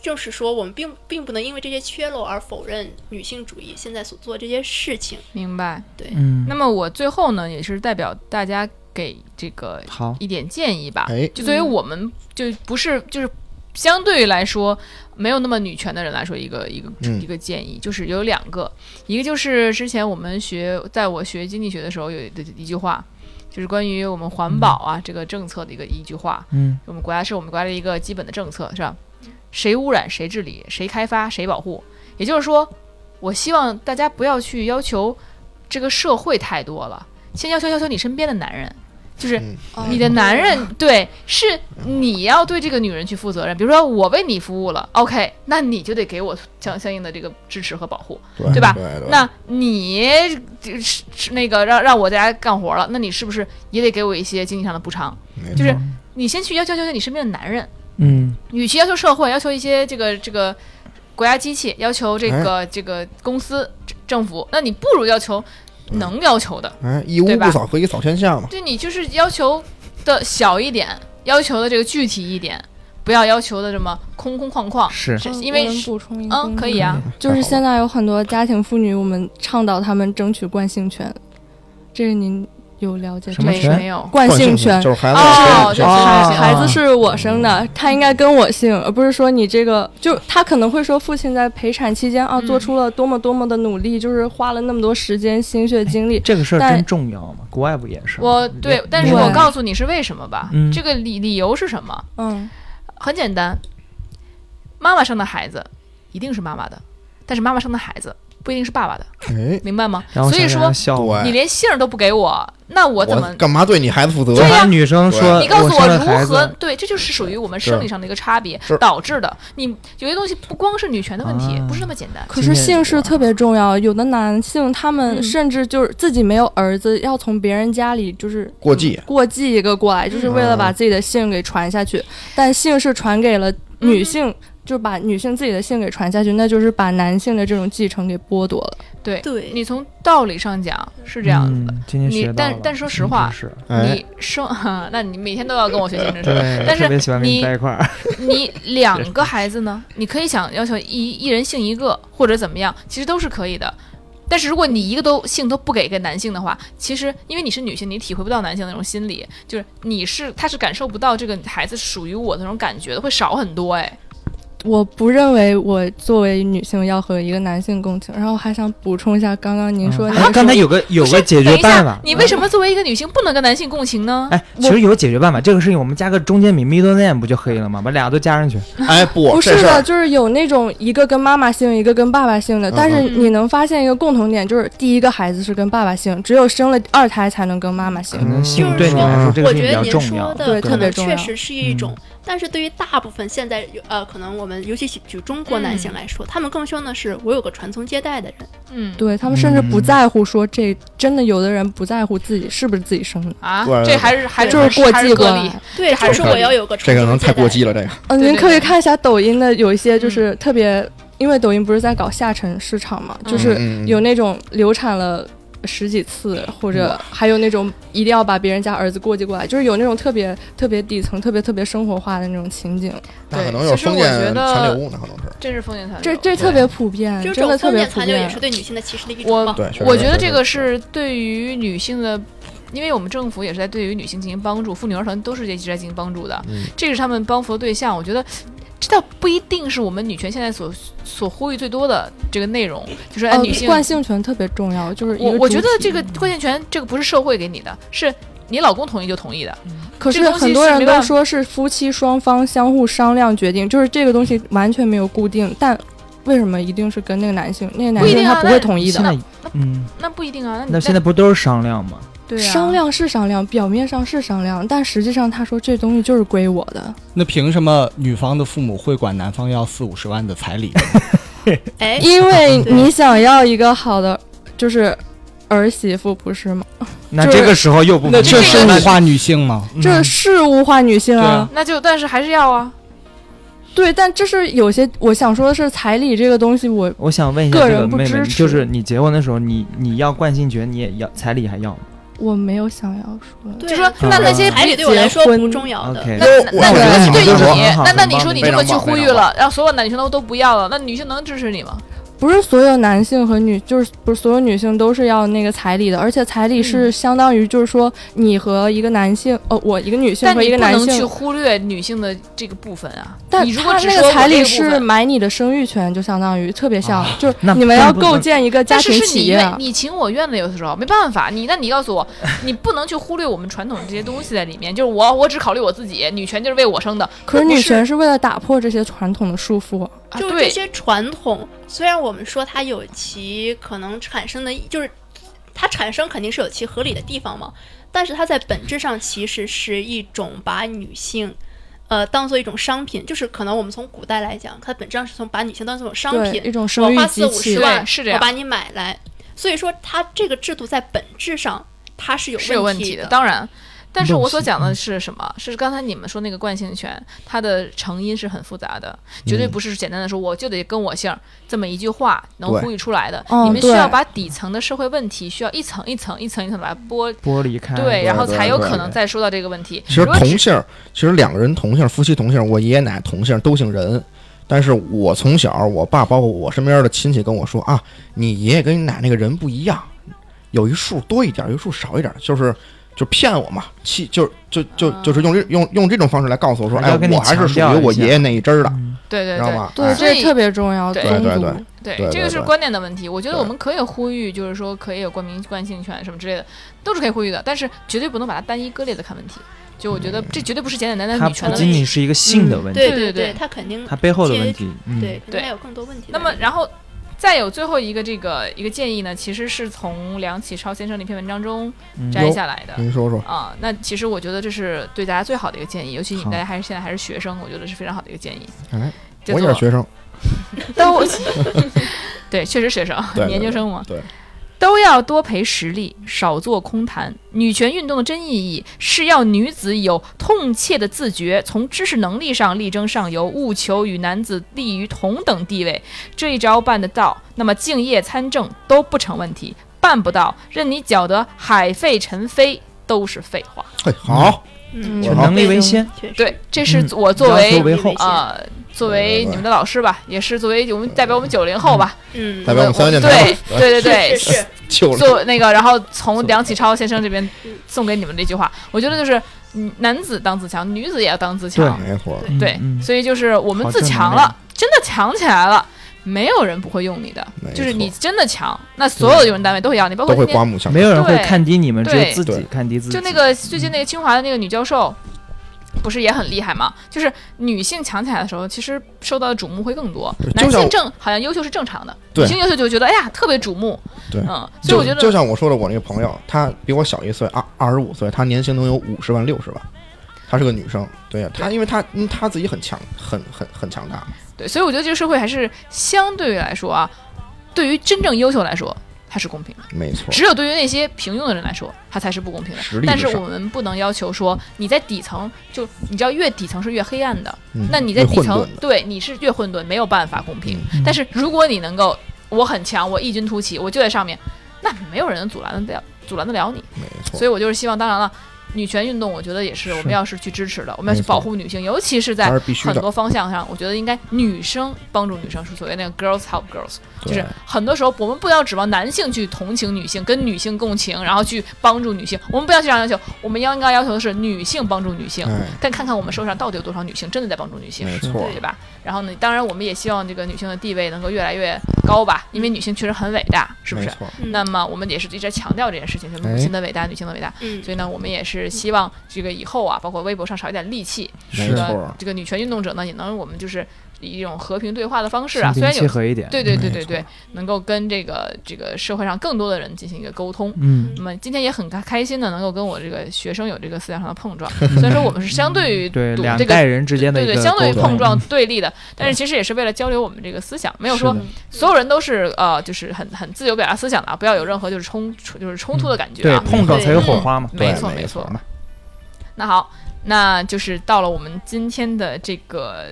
S7: 就是说，我们并并不能因为这些缺漏而否认女性主义现在所做的这些事情。
S2: 明白。
S9: 嗯
S2: 那，么我最后呢，也是代表大家给这个
S9: 好，
S2: 一点建议吧。
S4: 哎
S2: 就作为我们就不是就是相对来说没有那么女权的人来说，一个一个、
S4: 嗯
S2: 一个建议就是有两个，一个就是之前我们学，在我学经济学的时候有的一句话，就是关于我们环保啊、这个政策的一个一句话，
S9: 嗯，
S2: 我们国家是我们国家的一个基本的政策，是吧？谁污染谁治理，谁开发谁保护。也就是说，我希望大家不要去要求这个社会太多了，先要求要求你身边的男人，就是
S4: 嗯
S6: 哦
S2: 你的男人对，是你要对这个女人去负责任。比如说我为你服务了，OK，那你就得给我相相应的这个支持和保护，
S4: 对
S2: 对吧
S4: 对对
S2: 那你是是那个让让我在家干活了，那你是不是也得给我一些经济上的补偿？
S4: 没
S2: 就是你先去要求要求你身边的男人，
S9: 嗯，
S2: 与其要求社会，要求一些这个这个国家机器，要求这个、这个公司政政府，那你不如要求能要求的，
S4: 哎，一屋
S2: 对吧
S4: 不扫，何以扫天下嘛？
S2: 对你就是要求的小一点，要求的这个具体一点，不要要求的这么空空旷旷。
S9: 是
S2: 是
S6: 嗯
S2: 因为
S6: 我能
S2: 是
S6: 补充一个
S2: 嗯，可以啊，
S6: 就是现在有很多家庭妇女，我们倡导她们争取惯性权，这个您有了解
S9: 什么
S6: 这
S2: 没
S6: 个
S9: 权
S2: 没有，
S6: 惯
S4: 惯
S6: 性
S4: 性
S6: 权？
S4: 就是孩子
S2: 哦
S4: 就是
S2: 对
S9: 哦
S6: 孩子是我生的，他应该跟我姓，而不是说你这个，就他可能会说父亲在陪产期间啊，
S2: 嗯
S6: 做出了多么多么的努力，就是花了那么多时间、心血、精力。
S9: 这个事儿
S6: 但
S9: 真重要吗？国外不也是吗？
S2: 我对，但是我
S6: 对
S2: 告诉你是为什么吧，
S9: 嗯
S2: 这个理理由是什么？
S6: 嗯，
S2: 很简单，妈妈生的孩子一定是妈妈的，但是妈妈生的孩子不一定是爸爸的，
S4: 哎，
S2: 明白吗？
S9: 然后
S2: 所以
S9: 想
S2: 说
S9: 想笑话，
S2: 你
S4: 对，
S2: 连姓儿都不给我，那我怎么
S4: 我？干嘛对你孩子负责？
S2: 对呀
S9: 我怕女生说，
S2: 你告诉
S9: 呃我
S2: 我
S9: 生了
S2: 如
S9: 孩子
S2: 何？对，这就是属于我们生理上的一个差别
S4: 是
S2: 导致的。你有些东西不光是女权的问题
S9: 啊，
S2: 不是那么简单。
S6: 可是姓氏特别重要，有的男性他
S2: 嗯
S6: 们甚至就是自己没有儿子，要从别人家里就是嗯
S4: 过继
S6: 过继一个过来，就是为了把自己的姓给传下去。但姓氏传给了
S2: 嗯
S6: 女性，就把女性自己的姓给传下去，那就是把男性的这种继承给剥夺了。
S2: 对，
S7: 对
S2: 你从道理上讲是这样子的。
S9: 嗯今天
S2: 你
S9: 学到
S2: 但
S9: 了
S2: 但说实
S9: 真
S2: 话
S9: 是
S4: 哎，
S2: 你生， 那你每天都要跟我学 习政治。
S9: 对，
S2: 但是
S9: 特别喜欢跟你
S2: 你
S9: 在一块儿，
S2: 你两个孩子呢，你可以想要求一一人姓一个，或者怎么样，其实都是可以的。但是如果你一个都姓都不给给男性的话，其实因为你是女性，你体会不到男性的那种心理，就是你是他是感受不到这个孩子属于我的那种感觉的，会少很多哎。
S6: 我不认为我作为女性要和一个男性共情，然后还想补充一下刚刚您
S2: 嗯
S6: 说那
S9: 啊
S6: 个
S9: 刚才有个有
S2: 不
S9: 个
S2: 是
S9: 解决办法
S2: 等一
S9: 嗯
S2: 下，，你为什么作为一个女性不能跟男性共情呢？
S9: 哎，其实有解决办法，这个事情我们加个中间名 middle name 不就可以了吗？把俩都加上去。
S4: 哎，不，
S6: 不
S4: 这
S6: 是
S4: 事
S6: 的，
S4: 儿
S6: 就是有那种一个跟妈妈姓，一个跟爸爸
S2: 嗯
S6: 姓的，但是你能发现一个共同点，就是第一个孩子是跟爸爸姓，只有生了二胎才能跟妈妈姓
S2: 嗯
S9: 可。能性
S7: 就是
S9: 嗯对你
S4: 说
S9: 来说这个
S7: 我
S9: 事情比
S7: 觉得
S9: 较
S7: 您
S9: 重要嗯
S7: 说，的
S6: 对
S7: 可
S6: 特别
S7: 能
S6: 重
S7: 确
S6: 要
S7: 实是一种，但是对于大部分现在呃，可能我们尤其举中国男
S6: 嗯
S7: 性来说，他们更希望的是我有个传宗接代的人。
S2: 嗯，
S6: 对他们甚至不在乎说这真的，有的人不在乎自己是不是自己生的，
S2: 啊
S4: 对，
S2: 这还是还是
S6: 就是过
S2: 嗯还
S6: 继
S2: 是
S6: 过
S2: 个例
S6: 来。。
S7: 对，
S2: 还
S7: 就是是
S2: 可
S7: 我
S2: 以
S7: 要有个
S4: 这
S7: 传
S4: 个可能
S7: 宗接代。
S4: 太过激了，这个
S6: 嗯，
S2: 对
S6: 您
S2: 对
S6: 可
S2: 对
S6: 以
S2: 嗯
S6: 看一下抖音的有一些就是特别，因为抖音不是在搞下沉市场嘛，就是
S4: 嗯嗯嗯
S6: 有那种流产了十几次，或者还有那种一定要把别人家儿子过继过来，就是有那种特别特别底层、特别特别生活化的那种情景，
S4: 那可
S2: 对
S4: 能有
S2: 其实
S4: 封
S2: 我觉
S4: 建
S2: 得
S4: 残留物，那可能是。
S2: 真是封建残留。
S6: 这这特别普遍，
S7: 就是这
S6: 真的
S7: 种
S6: 特
S7: 封
S6: 别
S7: 建
S6: 普
S7: 残留也
S6: 遍
S7: 是。对女性的歧视的一
S2: 我
S7: 种吧。
S4: 对，确实
S2: 我觉得这
S4: 确实
S2: 个是对于女性的，因为我们政府也是在对于女性进行帮助，妇女儿童都是一直在进行帮助的，
S4: 嗯
S2: 这个是他们帮扶的对象。我觉得这倒不一定是我们女权现在所所呼吁最多的这个内容，就是哎，
S6: 呃
S2: 女，性，
S6: 惯性权特别重要，就是一
S2: 我
S6: 个
S2: 我觉
S6: 主
S2: 得
S6: 体
S2: 这个关键权这个不是社会给你的，是你老公同意就同意的。
S6: 可
S2: 这个
S6: 是
S2: 东西
S6: 很多
S2: 是
S6: 人
S2: 没办
S6: 都
S2: 法
S6: 说是夫妻双方相互商量决定，就是这个东西完全没有固定，但为什么一定是跟那个男性？那个男
S2: 不一
S6: 性
S2: 定啊
S6: 他不会同意
S9: 现
S6: 的。
S9: 在嗯，
S2: 那不一定啊，那你
S9: 那现在不都是商量吗？
S2: 对啊，
S6: 商量是商量，表面上是商量，但实际上他说这东西就是归我的。
S8: 那凭什么女方的父母会管男方要四五十万的彩礼？
S7: 哎，
S6: 因为
S7: 对
S6: 你想要一个好的，就是儿媳妇，不是吗？
S9: 那
S6: 就是
S9: 这个时候又不
S8: 那
S9: 明
S8: 这
S9: 白
S8: 是
S9: 了
S8: 物化女性吗？
S9: 嗯
S6: 这是物化女性
S8: 对
S6: 啊
S8: 啊。
S2: 那就但是还是要啊，
S6: 对，但这是有些我想说的是，彩礼这个东西我
S9: 我想问一下
S6: 个
S9: 这个
S6: 人不
S9: 妹妹，
S6: 支持
S9: 就是你结婚的时候，你你要惯性权，你也要彩礼还要吗
S6: 我没有想要说。
S7: 对
S2: 就
S7: 啊
S2: 说那那些
S7: 彩礼对我来说
S6: 结婚
S7: 不重要的。
S9: ？OK，
S2: 那
S4: 我
S2: 那
S4: 我觉得
S2: 那
S4: 你们
S2: 对于
S4: 就是
S9: 很
S2: 你
S9: 好，
S2: 那那
S9: 很
S2: 你
S9: 棒
S2: 说你
S4: 非
S2: 这
S4: 常
S2: 么去
S4: 棒
S2: 呼
S4: 非
S2: 吁
S4: 常
S2: 了，让所有男女生都都不要了，那女性能支持你吗？
S6: 不是所有男性和女，就是不是所有女性都是要那个彩礼的，而且彩礼是相当于就是说你和一个男性，呃，我一个女性
S2: 但
S6: 和一
S2: 你
S6: 个
S2: 不
S6: 男
S2: 能去
S6: 性，
S2: 忽略女性的这个部分啊。
S6: 但
S2: 你如果
S6: 他
S2: 只
S6: 那
S2: 说
S6: 个
S2: 我
S6: 彩
S2: 这
S6: 礼
S2: 个部
S6: 是
S2: 分
S6: 买你的生育权，就相当于特别像，就是
S9: 啊那
S6: 你们
S9: 那
S6: 要
S9: 不能
S6: 构建一个家
S2: 但是
S6: 庭
S2: 是
S6: 企
S2: 你
S6: 业
S2: 愿
S6: 啊。
S2: 你情我愿的，有的时候没办法。你那你告诉 我，你不能去忽略我们传统这些东西在里面。就是我我只考虑我自己，女权就是为我生的。
S6: 可是
S2: 不
S6: 女
S2: 是
S6: 权是为了打破这些传统的束缚，
S2: 啊
S7: 就是这
S2: 对，
S7: 些传统，虽然我们说它有其可能产生的，就是它产生肯定是有其合理的地方嘛，但是它在本质上其实是一种把女性。呃，当做一种商品，就是可能我们从古代来讲，它本质上是从把女性当做一种商
S6: 对
S7: 品，
S6: 一种生
S7: 我
S6: 育
S7: 花四
S6: 机
S7: 五
S6: 器
S7: 十，万，
S2: 对是这样
S7: 我把你买来。所以说，它这个制度在本质上它是有
S2: 是有问
S7: 题
S2: 题当然。但是我
S5: 陋
S2: 所
S5: 习
S2: 讲
S4: 嗯
S2: 的是什么？是刚才你们说那个惯性权，它的成因是很复杂的，绝
S4: 嗯
S2: 对不是简单的说我就得跟我姓儿这么一句话能
S4: 对
S2: 呼吁出来的。
S6: 嗯
S2: 你们需要
S6: 对
S2: 把底层的社会问题需要一层一层一层一层地把它剥
S9: 剥离开，
S2: 对，然后才有可能
S4: 哎对
S2: 再说到这个问题。
S4: 其实
S2: 如果只
S4: 同姓儿，其实两个人同姓儿，夫妻同姓儿，我爷爷奶奶同姓儿，都姓任。但是我从小，我爸包括我身边的亲戚跟我说啊，你爷爷跟你奶奶那个人不一样，有一数多一点儿，有一数少一点儿，就是就骗我嘛，气就就就
S2: 啊
S4: 就是用这用用这种方式来告诉我说，
S9: 还是
S4: 哎，
S9: 要跟你
S4: 我还是
S9: 强
S4: 属
S9: 调
S4: 于
S9: 一
S4: 我
S9: 下
S4: 爷爷那一支儿的，
S9: 嗯
S2: 对对
S4: 知道
S2: 对
S4: 吗？
S6: 对，
S4: 哎
S2: 所以
S6: 这特别重要，
S2: 对
S4: 对
S6: 宗
S4: 对
S6: 族
S4: 对
S2: 对，
S4: 对
S2: 这个
S4: 对
S2: 是
S4: 对
S2: 观念的问题。我觉得
S4: 对
S2: 我们可以呼吁，就是说可以有冠名惯性权什么之类的，都是可以呼吁的，但是绝对不能把它单一割裂的看问题。就我觉
S4: 嗯
S2: 得这绝对不是简简单单
S9: 它
S2: 女权
S9: 不
S2: 的问
S9: 仅
S2: 题。嗯
S9: 仅是一个性的问题，
S7: 对
S2: 对对
S7: 对
S2: 对
S7: 它肯定
S9: 它背后的问题，嗯，
S7: 对，肯
S2: 对
S7: 定还有更多问题
S2: 那
S7: 在里面。
S2: 么，然后再有最后一个这个一个建议呢，其实是从梁启超先生的一篇文章中
S9: 嗯
S2: 摘下来的。
S4: 您说说，
S2: 啊、那其实我觉得这是对大家最好的一个建议，尤其你们
S9: 好
S2: 大家还是现在还是学生，我觉得是非常好的一个建议。
S4: 哎，
S2: 叫
S4: 我也
S2: 做
S4: 是学生，
S2: 都 对，确实学生
S4: 对对
S2: 研究生嘛，
S4: 对
S2: 都要多培实力，少做空谈。女权运动的真意义是要女子有痛切的自觉，从知识能力上力争上游，务求与男子立于同等地位。这一招办得到，那么敬业参政都不成问题；办不到，任你搅得海费尘飞都是废话。
S4: 嘿，好，
S7: 嗯，
S9: 就能力为先，
S7: 确实，
S2: 对，这是
S9: 嗯
S2: 我作
S9: 要
S2: 为
S9: 求为后
S2: 呃，作为
S4: 对对对
S2: 你们的老师吧，也是作为我们代表我们九零后吧，
S7: 嗯，
S4: 代表我们三个电台
S2: 对对对对
S7: 是，是是，
S4: 就
S2: 做那个，然后从梁启超先生这边送给你们这句话，我觉得就是嗯男子当自强，女子也要当自强，
S4: 没错儿，
S7: 对
S2: 对
S9: 嗯，嗯
S2: 所以就是我们自强
S9: 好正能量
S2: 了，真的强起来了。没有人不会用你的
S4: 没，
S2: 就是
S4: 错
S2: 你真的强，那所有的用人单位都会要你，包括
S4: 都会
S2: 今天
S4: 刮目相
S9: 没
S4: 看。
S9: 有人会
S2: 对
S9: 看低你们，只有
S2: 对
S9: 自己
S4: 对
S9: 看低自己。
S2: 就那个最近那个清华的那个女教授，不是也很厉害吗？就是女性强起来的时候，其实受到的瞩目会更多
S4: 对。就
S2: 男
S4: 像
S2: 性
S4: 我
S2: 正好像优秀是正常的，
S4: 对
S2: 女性优秀就觉得哎呀特别瞩目，
S4: 对
S2: 嗯，所以
S4: 就
S2: 我觉得
S4: 就像我说的，我那个朋友，她比我小一岁，二二十五岁，她年薪能有五十万六十万，她是个女生，对呀，她因为她因为她自己很强，很很很强大，
S2: 对，所以我觉得这个社会还是相对来说啊，对于真正优秀来说，它是公平的；
S4: 没错，
S2: 只有对于那些平庸的人来说，它才是不公平的
S4: 实力。至
S2: 但是
S4: 上
S2: 我们不能要求说你在底层，就你知道越底层是越黑暗的，
S4: 嗯
S2: 那你在
S4: 会
S2: 底
S4: 混
S2: 层
S4: 沌的嗯
S2: 对你是越混沌，没有办法公平。但是如果你能够我很强，我异军突起，我就在上面，那没有人阻拦得了阻拦得了你。
S4: 嗯没错，
S2: 所以我就是希望，当然了，女权运动我觉得也是我们要是去支持的，我们要
S4: 没
S2: 去保
S4: 错
S2: 护女性，尤其是在
S4: 还是必须
S2: 很
S4: 的，
S2: 多方向上，我觉得应该女生帮助女生，是所谓那个 girls help girls，就
S4: 对
S2: 是很多时候我们不要指望男性去同情女性，跟女性共情，然后去帮助女性，我们不要这样要求，我们要应该要求的是女性帮助女性，
S4: 哎，
S2: 但看看我们社会上到底有多少女性真的在帮助女性，
S4: 没错
S2: 对吧？然后呢，当然我们也希望这个女性的地位能够越来越高吧，因为女性确实很伟大，是不
S4: 嗯没
S2: 是？
S4: 错，
S7: 嗯
S2: 那么我们也是一直在强调这件事情，就是母亲的伟大，女性的伟大。
S7: 嗯
S2: 所以呢，我们也是希望这个以后啊，包括微博上少一点戾气，
S4: 没
S2: 这
S4: 错
S2: 个
S4: 儿，
S2: 这个女权运动者呢，也能我们就是以一种和平对话的方式啊，
S9: 心
S2: 虽
S9: 平
S2: 然
S9: 气
S2: 有
S9: 和一点，
S2: 对对对
S4: 没
S2: 对
S4: 错
S2: 对，能够跟这个这个社会上更多的人进行一个沟通。
S9: 嗯，
S2: 那么今天也很开开心的能够跟我这个学生有这个思想上的碰 撞，虽然说我们是相对于
S9: 嗯对，
S2: 赌
S9: 两
S2: 这个
S9: 代人之间的
S2: 对
S9: 一
S2: 对
S9: 个
S2: 相对于
S9: 沟
S2: 碰
S9: 通
S2: 撞啊
S9: 嗯
S2: 对立的，但是其实也是为了交流我们这个思想，没有
S9: 是
S2: 说
S9: 的
S2: 所有人都是呃就是很很自由表达思想的啊，不要有任何就是冲冲就是冲突的感觉
S9: 对
S2: 啊。
S9: 碰撞才有火花嘛，
S2: 没错
S4: 对
S2: 没
S4: 没
S2: 错
S4: 错。
S2: 那好，那就是到了我们今天的这个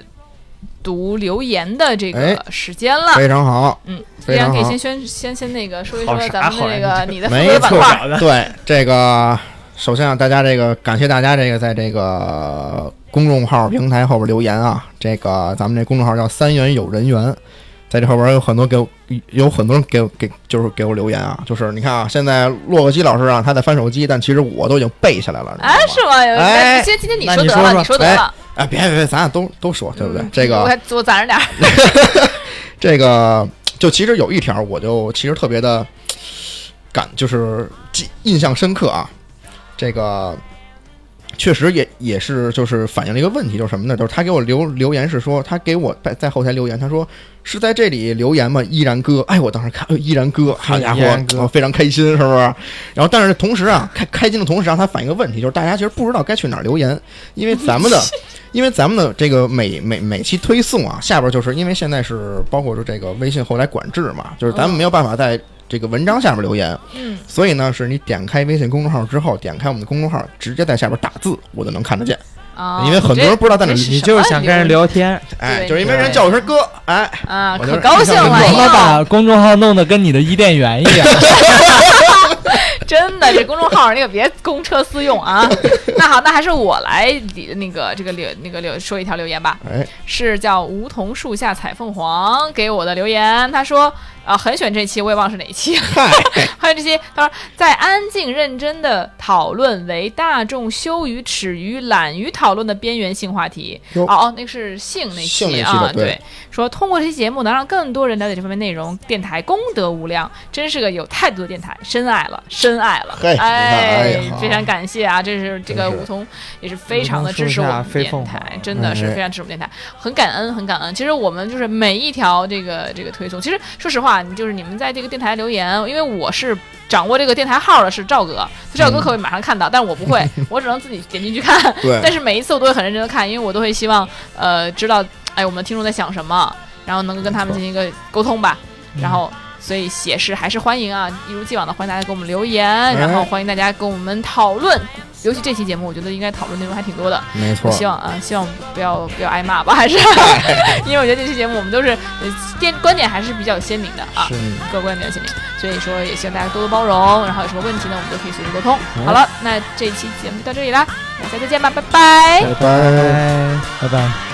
S2: 读留言的这个时间了。
S4: 非常好，
S2: 嗯，依
S4: 哎非
S2: 然
S4: 常
S2: 可以先
S4: 好，
S2: 宣先先那个说一
S9: 好
S2: 说
S9: 啥
S2: 咱们
S9: 好
S2: 的那
S9: 呀
S2: 个你的负
S4: 没
S2: 责板
S4: 错
S2: 块。
S4: 儿，对这个。首先啊，大家这个感谢大家这个在这个公众号平台后边留言啊，这个咱们这公众号叫“三元有人缘”，在这后边有很多给我有很多人给我给就是给我留言啊，就是你看啊，现在洛克基老师啊他在翻手机，但其实我都已经背下来了，
S2: 哎，
S4: 你知
S2: 是
S4: 道吗？
S2: 吗？有
S4: 哎
S2: 今天今天你
S4: 那
S2: 说
S4: 你
S2: 得
S4: 说
S2: 了，
S4: 说
S2: 你说得
S4: 哎
S2: 了，
S4: 哎，别别别，咱俩都都说对不对？这
S2: 嗯我
S4: 个
S2: 还我攒着点儿。
S4: 这个就其实有一条，我就其实特别的感，就是记印象深刻啊。这个确实也也是就是反映了一个问题，就是什么呢？就是他给我留留言是说，他给我在在后台留言，他说是在这里留言吗？依然哥，哎，我当时看，哎 依然哥，好家伙
S9: 依然，哥
S4: 我非常开心，是不是？然后但是同时啊，开开心的同时啊，他反映一个问题，就是大家其实不知道该去哪儿留言，因为咱们的。因为咱们的这个每每每期推送啊，下边就是因为现在是包括说这个微信后来管制嘛，就是咱们没有办法在这个文章下边留言，
S2: 嗯，
S4: 所以呢，是你点开微信公众号之后，点开我们的公众号，直接在下边打字，我就能看得见。
S2: 啊，
S4: 因为很多人不知道在哪
S2: 这
S4: 里
S2: 是
S9: 你
S2: 什
S9: 就
S2: 么
S9: 是想跟人
S2: 理由
S9: 聊天，
S4: 哎，
S2: 对
S4: 就是因为人叫我声哥，哎，
S2: 啊，
S4: 我就
S2: 可
S4: 是
S2: 高兴了，哎
S8: 我们
S2: 呦，
S8: 把公众号弄得跟你的伊甸园一样，
S2: 真的，这公众号儿那个别公车私用 啊。那好，那还是我来理那个这个留那个留说一条留言吧。
S4: 哎，
S2: 是叫梧桐树下采凤凰给我的留言，他说啊、很喜欢这期，我也忘是哪一期， 还有这期，他说在安静认真的讨论为大众羞于、耻于、懒于讨论的边缘性话题。
S4: 哟
S2: 哦哦，那个是性那
S4: 性那
S2: 期
S4: 期
S2: 啊
S4: 的，对
S2: 说通过这期节目能让更多人了解这方面内容，电台功德无量，真是个有态度的电台，深爱了，深爱了，
S4: 嘿你看哎
S2: 哎
S4: 呀，好
S2: 非常感谢啊！这是这个
S4: 真是
S2: 梧桐也是非常的支持我
S9: 梧
S2: 们
S9: 桐树下飞
S2: 电
S9: 凤
S2: 台
S9: 凰，
S2: 真的是
S4: 哎
S2: 非常支持我们电台，很感恩，很感恩。其实我们就是每一条这个这个推送，其实说实话，你就是你们在这个电台留言，因为我是掌握这个电台号的是赵哥，赵哥可以马上看到，但是我不会，我只能自己点进去看。但
S4: 对，
S2: 是每一次我都会很认真的看，因为我都会希望呃知道哎我们的听众在想什么，然后能够跟他们进行一个沟通吧。
S4: 嗯
S2: 然后所以写是还是欢迎啊，一如既往的欢迎大家给我们留言，
S4: 哎
S2: 然后欢迎大家跟我们讨论。尤其这期节目，我觉得应该讨论内容还挺多的。
S4: 没
S2: 我
S4: 错，
S2: 希望啊、希望不要不要挨骂吧，还 是因为我觉得这期节目我们都是呃电观点还是比较鲜明的啊。
S4: 嗯
S2: 各观点鲜明，所以说也希望大家多多包容，然后有什么问题呢，我们都可以随时沟通。好了，那这一期节目就到这里啦，大家再见吧，拜拜。
S4: 拜拜。
S9: 哎拜拜。